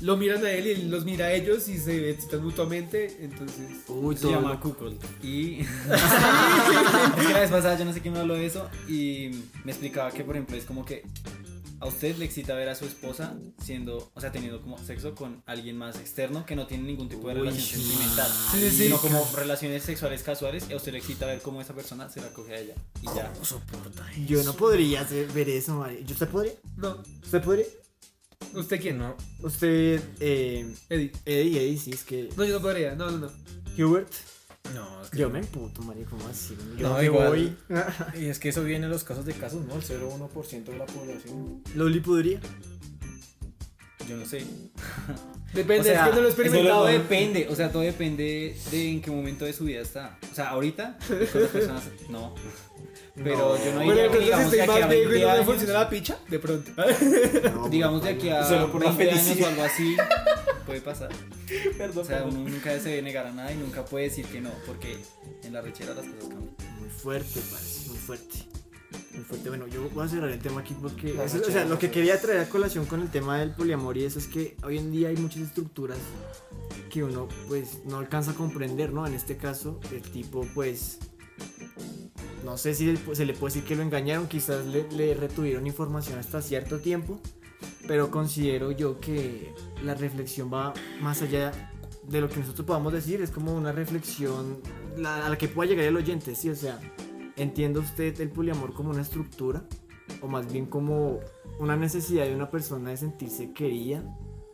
[SPEAKER 4] lo miran a él y él los mira a ellos y se excitan mutuamente. Entonces...
[SPEAKER 3] Uy,
[SPEAKER 7] Se
[SPEAKER 3] todo
[SPEAKER 7] llama
[SPEAKER 3] loco.
[SPEAKER 7] Kukol. Y.
[SPEAKER 4] <laughs>
[SPEAKER 7] Es que la vez pasada yo no sé quién me habló de eso y me explicaba que, por ejemplo, es como que a usted le excita ver a su esposa siendo, o sea, teniendo como sexo con alguien más externo que no tiene ningún tipo de
[SPEAKER 3] Uy,
[SPEAKER 7] relación sentimental,
[SPEAKER 3] sí,
[SPEAKER 4] sí, sí.
[SPEAKER 7] sino como relaciones sexuales casuales y a usted le excita ver cómo esa persona se la coge a ella y ya.
[SPEAKER 3] Yo no podría hacer- ver eso, Mario. ¿Yo usted podría?
[SPEAKER 4] No,
[SPEAKER 3] ¿Usted podría?
[SPEAKER 4] ¿usted quién? No.
[SPEAKER 3] Usted, eh.
[SPEAKER 4] Eddie.
[SPEAKER 3] Eddie, Eddie, sí, es que.
[SPEAKER 4] No, yo no podría. No, no, no.
[SPEAKER 3] Hubert.
[SPEAKER 6] No, es que,
[SPEAKER 3] Yo me emputo, Mario, ¿cómo así? Yo
[SPEAKER 6] No,
[SPEAKER 3] me
[SPEAKER 6] igual.
[SPEAKER 3] voy.
[SPEAKER 6] y es que eso viene en los casos de casos, ¿no? El 0,1% de la población.
[SPEAKER 3] Loli podría.
[SPEAKER 7] Yo no sé.
[SPEAKER 4] Depende,
[SPEAKER 7] O sea,
[SPEAKER 4] es que no lo he experimentado.
[SPEAKER 7] Todo depende, o sea, todo depende de en qué momento de su vida está. O sea,
[SPEAKER 4] <laughs>
[SPEAKER 7] ahorita, con las personas, no. Pero yo no
[SPEAKER 4] Bueno, de
[SPEAKER 7] diría que,
[SPEAKER 4] pronto si
[SPEAKER 7] digamos, de
[SPEAKER 4] estoy
[SPEAKER 7] aquí a
[SPEAKER 4] más viejo y
[SPEAKER 7] 20
[SPEAKER 4] no me
[SPEAKER 7] años,
[SPEAKER 4] funciona la picha, de pronto.
[SPEAKER 3] No,
[SPEAKER 7] <laughs> digamos de aquí a
[SPEAKER 6] Solo por la
[SPEAKER 7] 20 años o
[SPEAKER 6] felicidad.
[SPEAKER 4] <laughs>
[SPEAKER 7] algo así, puede pasar. O sea, uno nunca se debe negar a nada y nunca puede decir que no, porque en la rechera las cosas
[SPEAKER 4] <laughs>
[SPEAKER 7] cambian.
[SPEAKER 3] Muy fuerte, parece, muy fuerte. Muy fuerte. Bueno, yo voy a cerrar el tema aquí porque. eso- o sea, lo que quería traer a colación con el tema del poliamor y eso es que hoy en día hay muchas estructuras que uno, pues, no alcanza a comprender, ¿no? En este caso, el tipo, pues. No sé si le- se le puede decir que lo engañaron, quizás le, le retuvieron información hasta cierto tiempo, pero considero yo que la reflexión va más allá de lo que nosotros podamos decir, es como una reflexión la- a la que pueda llegar el oyente, sí, o sea, ¿Entiende usted el poliamor como una estructura o más bien como una necesidad de una persona de sentirse querida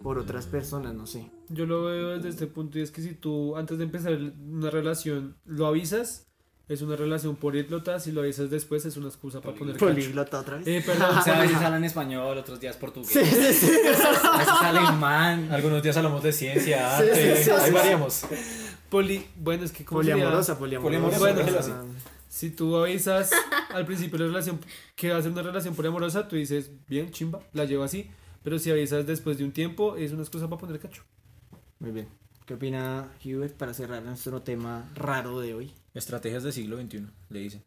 [SPEAKER 3] por otras personas? No sé.
[SPEAKER 4] Yo lo veo desde este punto y es que si tú antes de empezar una relación lo avisas, es una relación políglota, si lo avisas después es una excusa para poner cacho.
[SPEAKER 3] Políglota otra vez.
[SPEAKER 4] Eh, perdón,
[SPEAKER 7] O sea, a veces hablan español, otros días portugués,
[SPEAKER 3] Sí, sí, sí.
[SPEAKER 7] a veces alemán.
[SPEAKER 6] Algunos días hablamos de ciencia,
[SPEAKER 3] Sí,
[SPEAKER 6] arte,
[SPEAKER 3] sí, sí,
[SPEAKER 6] ahí
[SPEAKER 3] sí.
[SPEAKER 6] variamos.
[SPEAKER 4] poli... Bueno, es que como
[SPEAKER 3] Poliamorosa, poliamorosa.
[SPEAKER 6] Poliamorosa,
[SPEAKER 3] Bueno,
[SPEAKER 6] déjelo
[SPEAKER 4] si tú avisas al principio de la relación que va a ser una relación poliamorosa, tú dices, bien, chimba, la llevo así. Pero si avisas después de un tiempo, es una excusa para poner cacho.
[SPEAKER 3] Muy bien. ¿Qué opina Hubert para cerrar nuestro tema raro de hoy?
[SPEAKER 6] Estrategias del siglo XXI, le dicen.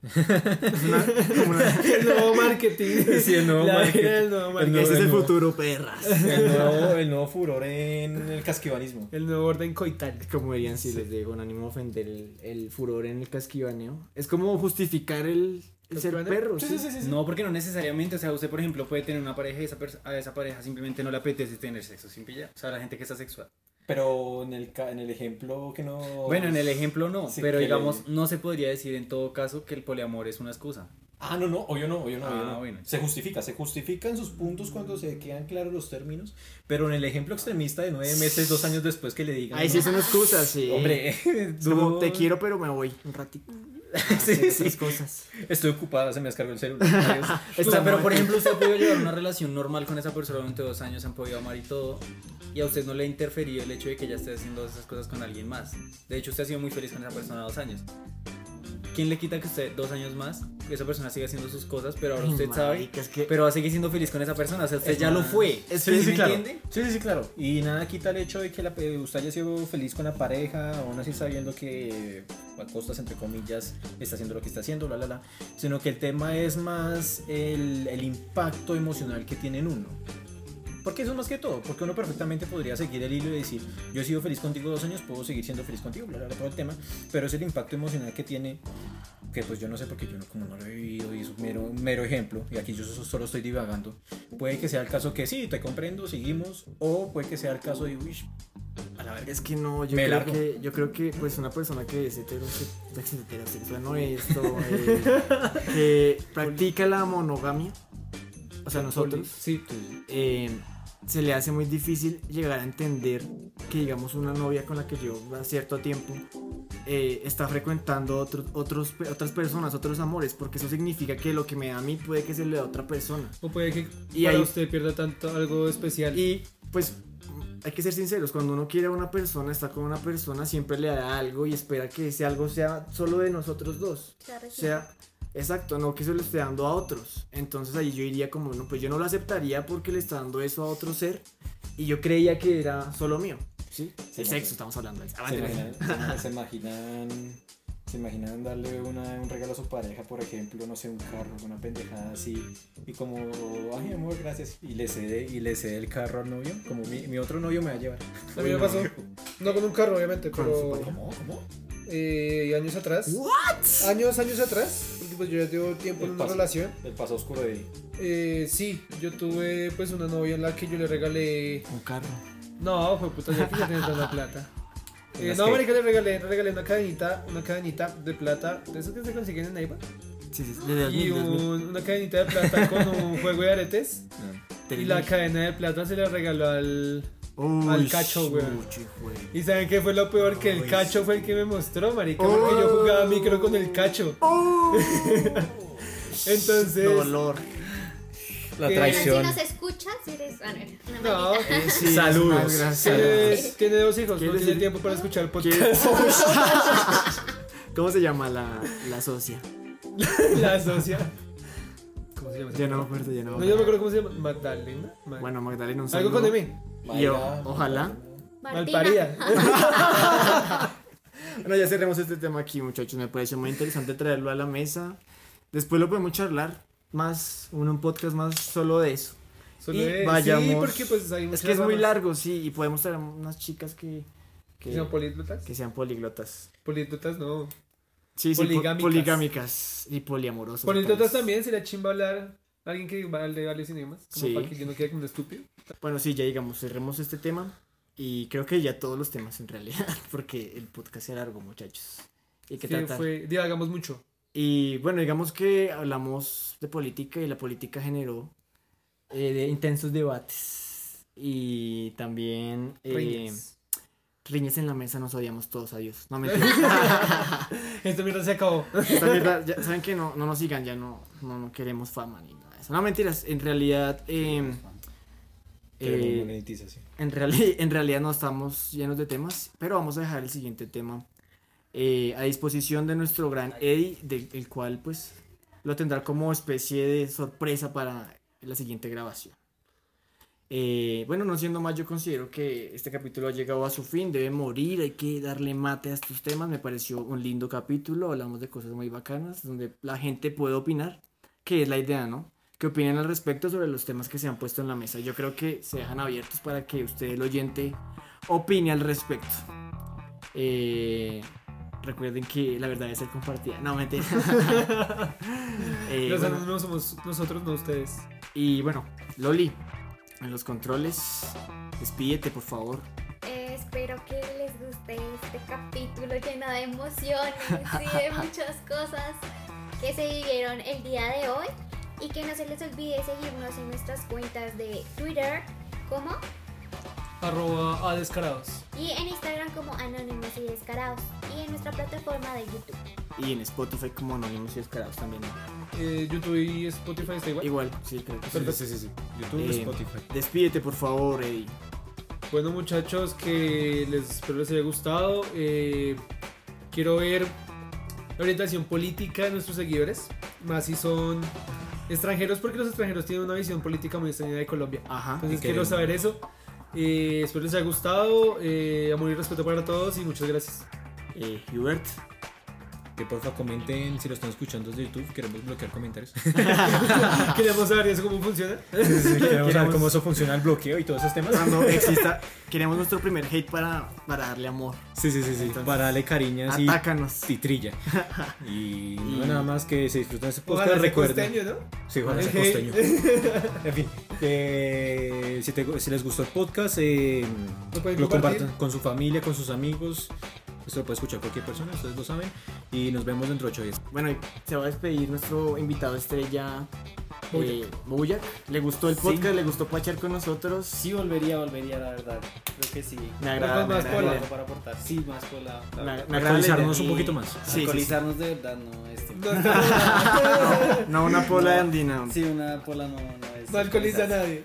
[SPEAKER 3] <laughs>
[SPEAKER 4] El nuevo marketing.
[SPEAKER 6] Sí, el nuevo
[SPEAKER 4] La vida
[SPEAKER 6] marketing.
[SPEAKER 4] del nuevo marketing.
[SPEAKER 6] No,
[SPEAKER 3] Ese es el
[SPEAKER 6] no.
[SPEAKER 3] futuro, perras.
[SPEAKER 6] <laughs> El nuevo, el nuevo furor en el casquivanismo.
[SPEAKER 4] El nuevo orden coital.
[SPEAKER 3] Como dirían si les digo, un ánimo ofender el, el furor en el casquivaneo. Es como justificar el, el ser
[SPEAKER 4] ¿Casquivaneo?
[SPEAKER 3] perro. sí.
[SPEAKER 7] No, porque no necesariamente, o sea, usted por ejemplo puede tener una pareja y esa pers- a esa pareja simplemente no le apetece tener sexo, sin pillar. O sea, la gente que está sexual.
[SPEAKER 6] Pero en el, ca- en el ejemplo que no.
[SPEAKER 7] Bueno, en el ejemplo no,
[SPEAKER 6] Oh, Sí,
[SPEAKER 7] pero
[SPEAKER 6] que
[SPEAKER 7] digamos,
[SPEAKER 6] le-
[SPEAKER 7] no se podría decir en todo caso que el poliamor es una excusa.
[SPEAKER 6] Ah, no, no, yo no, yo no, obvio
[SPEAKER 7] Ah,
[SPEAKER 6] no.
[SPEAKER 7] bueno.
[SPEAKER 6] Se justifica, se justifican sus puntos cuando se quedan claros los términos, pero en el ejemplo extremista de nueve meses, dos años después que le digan.
[SPEAKER 3] Ahí sí son excusas, sí.
[SPEAKER 6] Hombre,
[SPEAKER 3] Es <laughs> como,
[SPEAKER 6] no.
[SPEAKER 3] te quiero, pero me voy un <laughs> ratito.
[SPEAKER 6] Sí,
[SPEAKER 3] Hacer
[SPEAKER 6] sí.
[SPEAKER 3] esas cosas.
[SPEAKER 6] Estoy ocupada, se me descargó el celular. adiós.
[SPEAKER 7] O sea, pero por ejemplo, usted ha podido llevar
[SPEAKER 6] <laughs>
[SPEAKER 7] una relación normal con esa persona durante dos años, se han podido amar y todo, y a usted no le ha interferido el hecho de que ella esté haciendo esas cosas con alguien más. De hecho, usted ha sido muy feliz con esa persona dos años. ¿Quién le quita que usted dos años más, que esa persona siga haciendo sus cosas, pero ahora
[SPEAKER 3] Ay,
[SPEAKER 7] usted sabe,
[SPEAKER 3] marica, es que-
[SPEAKER 7] pero va a seguir siendo feliz con esa persona? O sea, usted ya lo fue.
[SPEAKER 3] es
[SPEAKER 7] ¿Sí
[SPEAKER 6] Sí, sí,
[SPEAKER 7] me
[SPEAKER 6] claro.
[SPEAKER 7] entiende?
[SPEAKER 6] Sí, sí, sí, claro. Y nada quita el hecho de que la, eh, usted haya sido feliz con la pareja, aún así sabiendo que eh, a costas, entre comillas, está haciendo lo que está haciendo, la, la, la. Sino que el tema es más el, el impacto emocional que tiene en uno. Porque eso es más que todo, porque uno perfectamente podría seguir el hilo y decir, yo he sido feliz contigo dos años, puedo seguir siendo feliz contigo, bla, bla, bla, todo el tema, pero es el impacto emocional que tiene, que pues yo no sé porque yo no, como no lo he vivido y es un mero, un mero ejemplo, y aquí yo so- solo estoy divagando, puede que sea el caso que sí, te comprendo, seguimos, o puede que sea el caso de, uy, a la verga.
[SPEAKER 3] Es que no, yo
[SPEAKER 6] Me
[SPEAKER 3] creo
[SPEAKER 6] largo.
[SPEAKER 3] que, yo creo que pues una persona que es heterose- heterosexual, no esto, eh, que practica la monogamia, o sea nosotros,
[SPEAKER 4] Sí.
[SPEAKER 3] eh, se le hace muy difícil llegar a entender que digamos una novia con la que yo a cierto tiempo eh, está frecuentando otro- otros, pe- otras personas, otros amores, porque eso significa que lo que me da a mí puede que se le da a otra persona.
[SPEAKER 4] O puede que
[SPEAKER 3] Y
[SPEAKER 4] para
[SPEAKER 3] ahí-
[SPEAKER 4] usted pierda tanto algo especial.
[SPEAKER 3] Y pues hay que ser sinceros, cuando uno quiere a una persona, está con una persona, siempre le da algo y espera que ese algo sea solo de nosotros dos.
[SPEAKER 5] O sea,
[SPEAKER 3] O sea, exacto, no que se lo esté dando a otros. Entonces ahí yo diría como, no, pues yo no lo aceptaría porque le está dando eso a otro ser y yo creía que era solo mío. ¿Sí? el
[SPEAKER 6] Sí, no
[SPEAKER 3] sexo,
[SPEAKER 6] sé.
[SPEAKER 3] estamos hablando. de eso.
[SPEAKER 6] Se
[SPEAKER 3] Aguante,
[SPEAKER 6] <laughs> imaginan, se imaginan- se imaginan, se imaginan darle una- un regalo a su pareja, por ejemplo, no sé, un carro, una pendejada así, y como, ay, amor, gracias, y le cede, y le cede el carro al novio, como mi, mi otro novio me va a llevar.
[SPEAKER 4] A mí me pasó. No con un carro, obviamente,
[SPEAKER 3] Con su
[SPEAKER 4] pero.
[SPEAKER 3] pareja.
[SPEAKER 6] ¿Cómo?
[SPEAKER 4] eh, años atrás. Años, años atrás. Porque pues yo ya llevo tiempo en
[SPEAKER 6] El
[SPEAKER 4] una
[SPEAKER 6] paso.
[SPEAKER 4] relación.
[SPEAKER 6] El paso oscuro de
[SPEAKER 4] Eh, sí, yo tuve pues una novia en la que yo le regalé.
[SPEAKER 3] Un carro.
[SPEAKER 4] No, fue puta, ya que ya tenés tanta plata. <laughs> Eh,
[SPEAKER 6] ¿Unas
[SPEAKER 4] no,
[SPEAKER 6] qué?
[SPEAKER 4] marica, le regalé, le regalé una cadenita, una cadenita de plata, de esas que se consiguen en Neiva,
[SPEAKER 3] Sí, sí, desde
[SPEAKER 4] y
[SPEAKER 3] 2000,
[SPEAKER 4] un- una cadenita de plata con <laughs> un juego de aretes,
[SPEAKER 6] Ah.
[SPEAKER 4] y la cadena de plata se la regaló al... al cacho, güey. ¿Y saben qué fue lo peor? Que el cacho fue el que me mostró, marica, porque yo jugaba micro con el cacho. Entonces...
[SPEAKER 3] Dolor.
[SPEAKER 6] la
[SPEAKER 4] Eh,
[SPEAKER 5] si
[SPEAKER 6] traición.
[SPEAKER 5] nos escuchas, eres. Ah, no, no,
[SPEAKER 4] No,
[SPEAKER 5] maldita.
[SPEAKER 3] Saludos.
[SPEAKER 4] tiene, tiene dos hijos, no
[SPEAKER 3] ¿Quieres
[SPEAKER 4] tiene
[SPEAKER 3] decir-
[SPEAKER 4] tiempo para
[SPEAKER 3] ¿Qué- <laughs>
[SPEAKER 4] escuchar podcast.
[SPEAKER 3] ¿Cómo se llama la, la socia?
[SPEAKER 4] La socia. <laughs> ¿Cómo se llama?
[SPEAKER 3] Ya no me acuerdo, ya no.
[SPEAKER 4] No,
[SPEAKER 3] me
[SPEAKER 4] yo me
[SPEAKER 3] acuerdo.
[SPEAKER 4] acuerdo cómo se llama. Magdalena. Ma-
[SPEAKER 3] Bueno, Magdalena, un saludo.
[SPEAKER 4] Algo con M.
[SPEAKER 3] Y yo, ojalá.
[SPEAKER 5] Martina.
[SPEAKER 4] Malparida. <laughs>
[SPEAKER 3] Bueno, ya cerremos este tema aquí, muchachos. Me pareció muy interesante traerlo a la mesa. Después lo podemos charlar más, un, un podcast más solo de eso.
[SPEAKER 4] Solo
[SPEAKER 3] Y
[SPEAKER 4] es-
[SPEAKER 3] vayamos-
[SPEAKER 4] Sí, porque pues hay
[SPEAKER 3] Es
[SPEAKER 4] muchas
[SPEAKER 3] que es muy
[SPEAKER 4] ramas
[SPEAKER 3] largo, sí, y podemos traer unas chicas que,
[SPEAKER 4] que
[SPEAKER 3] que,
[SPEAKER 4] son políglotas.
[SPEAKER 3] que sean políglotas.
[SPEAKER 4] Políglotas no.
[SPEAKER 3] Sí, sí, po-
[SPEAKER 4] Poligámicas.
[SPEAKER 3] poligámicas y poliamorosas.
[SPEAKER 4] Políglotas
[SPEAKER 3] tal vez.
[SPEAKER 4] también sería chimba hablar. Alguien que vale varios idiomas. Como
[SPEAKER 3] Sí.
[SPEAKER 4] para que yo no quede como un estúpido.
[SPEAKER 3] Bueno, sí, ya digamos, cerremos este tema. Y creo que ya todos los temas en realidad, <laughs> porque el podcast se largo, muchachos. Y que
[SPEAKER 4] Que
[SPEAKER 3] tratar.
[SPEAKER 4] fue. Divagamos mucho.
[SPEAKER 3] Y bueno, digamos que hablamos de política y la política generó eh, de intensos debates y también eh,
[SPEAKER 4] Riñas.
[SPEAKER 3] riñas en la mesa, nos odiamos todos, adiós. No mentira. <laughs>
[SPEAKER 4] Esta mierda se acabó.
[SPEAKER 3] Esta mierda, ya- Saben que no, no nos sigan, ya no, no, no queremos fama ni nada de eso. No mentiras, en realidad. eh,
[SPEAKER 6] Pero no
[SPEAKER 3] eh,
[SPEAKER 6] monetiza, sí.
[SPEAKER 3] en, reali- <laughs> en realidad no estamos llenos de temas, pero vamos a dejar el siguiente tema eh, a disposición de nuestro gran Eddie, del el cual pues lo tendrá como especie de sorpresa para la siguiente grabación. Eh, bueno, no siendo más, yo considero que este capítulo ha llegado a su fin, debe morir, hay que darle mate a estos temas, me pareció un lindo capítulo, hablamos de cosas muy bacanas, donde la gente puede opinar, que es la idea, ¿no? que opinen al respecto sobre los temas que se han puesto en la mesa. Yo creo que se dejan abiertos para que usted, el oyente, opine al respecto. Eh, recuerden que la verdad es ser compartida. No, mentira. Eh,
[SPEAKER 4] Los
[SPEAKER 3] bueno,
[SPEAKER 4] anónimos somos nosotros, no ustedes.
[SPEAKER 3] y bueno, Loli, en los controles, despídete, por favor.
[SPEAKER 5] Eh, espero que les guste este capítulo lleno de emociones y de muchas cosas. que se vivieron el día de hoy y que no se les olvide seguirnos en nuestras cuentas de Twitter como
[SPEAKER 4] Arroba a descarados.
[SPEAKER 5] y en Instagram como Anónimos y Descarados y en nuestra plataforma de YouTube.
[SPEAKER 3] Y en Spotify como Anónimos y Descarados también.
[SPEAKER 4] Eh, YouTube y Spotify está igual.
[SPEAKER 3] Igual, sí, creo que sí.
[SPEAKER 4] Perfecto.
[SPEAKER 6] Sí, sí, sí. YouTube,
[SPEAKER 3] Eh,
[SPEAKER 6] Spotify.
[SPEAKER 3] Despídete, por favor, Eddie.
[SPEAKER 4] Bueno muchachos, que les espero les haya gustado. Eh, quiero ver la orientación política de nuestros seguidores, más si son extranjeros, porque los extranjeros tienen una visión política muy extraña de Colombia.
[SPEAKER 3] Ajá.
[SPEAKER 4] Entonces
[SPEAKER 6] Y
[SPEAKER 4] quiero
[SPEAKER 6] queremos.
[SPEAKER 4] saber eso. Eh, espero les haya gustado. Eh, amor y respeto para todos y muchas gracias.
[SPEAKER 3] Eh, Hubert.
[SPEAKER 6] Que porfa comenten si lo están escuchando desde YouTube. Queremos bloquear comentarios. <laughs>
[SPEAKER 4] Queremos saber eso cómo funciona.
[SPEAKER 6] Queremos saber cómo eso funciona el bloqueo y todos
[SPEAKER 3] <laughs>
[SPEAKER 6] esos temas.
[SPEAKER 3] Cuando Ah, exista, queremos nuestro primer hate para, para darle amor.
[SPEAKER 6] Sí, sí, sí, sí.
[SPEAKER 3] Entonces,
[SPEAKER 6] para darle cariño así.
[SPEAKER 3] Atácanos.
[SPEAKER 4] <laughs>
[SPEAKER 6] Titrilla. Y, no, nada más que se disfruten ese podcast.
[SPEAKER 4] Ojalá sea
[SPEAKER 6] recuerden.
[SPEAKER 4] costeño, ¿no?
[SPEAKER 6] Sí, ojalá sea
[SPEAKER 4] Ejé. <laughs>
[SPEAKER 6] costeño. En fin, eh, si, te- si les gustó el podcast, eh,
[SPEAKER 4] Lo pueden
[SPEAKER 6] lo
[SPEAKER 4] compartir.
[SPEAKER 6] compartan con su familia, con sus amigos. Esto lo puede escuchar cualquier persona, ustedes lo saben. Y nos vemos dentro de ocho días.
[SPEAKER 3] Bueno, y se va a despedir nuestro invitado estrella, eh, Bojack. ¿Le gustó el
[SPEAKER 7] Sí.
[SPEAKER 3] podcast? ¿Le gustó pachar con nosotros?
[SPEAKER 7] Sí, volvería, volvería, la verdad. Creo que sí.
[SPEAKER 3] Me agrada.
[SPEAKER 4] Con
[SPEAKER 3] me
[SPEAKER 4] más
[SPEAKER 3] agrada.
[SPEAKER 7] Tengo
[SPEAKER 4] Hola.
[SPEAKER 7] algo para aportar. Sí, más cola.
[SPEAKER 3] Me- me agrada la
[SPEAKER 6] Actualizarnos un
[SPEAKER 3] idea.
[SPEAKER 6] poquito más.
[SPEAKER 3] Sí, sí, sí.
[SPEAKER 7] Alcoholizarnos de verdad no es tiempo.
[SPEAKER 4] No, no,
[SPEAKER 3] <laughs> No, una pola de andina.
[SPEAKER 7] Sí, una pola no, no es.
[SPEAKER 4] no alcoholiza a nadie.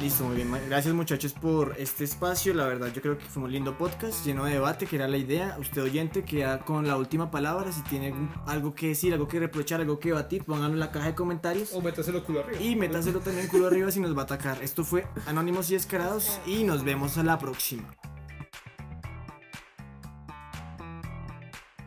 [SPEAKER 3] Listo, muy bien. ma- Gracias muchachos por este espacio. La verdad yo creo que fue un lindo podcast lleno de debate, que era la idea. Usted oyente queda con la última palabra. Si tiene algún- algo que decir, algo que reprochar, algo que debatir, pónganlo en la caja de comentarios.
[SPEAKER 4] <laughs> O métaselo culo arriba.
[SPEAKER 3] Y métaselo también culo arriba si nos va a atacar. Esto fue Anónimos y Descarados y nos vemos a la próxima.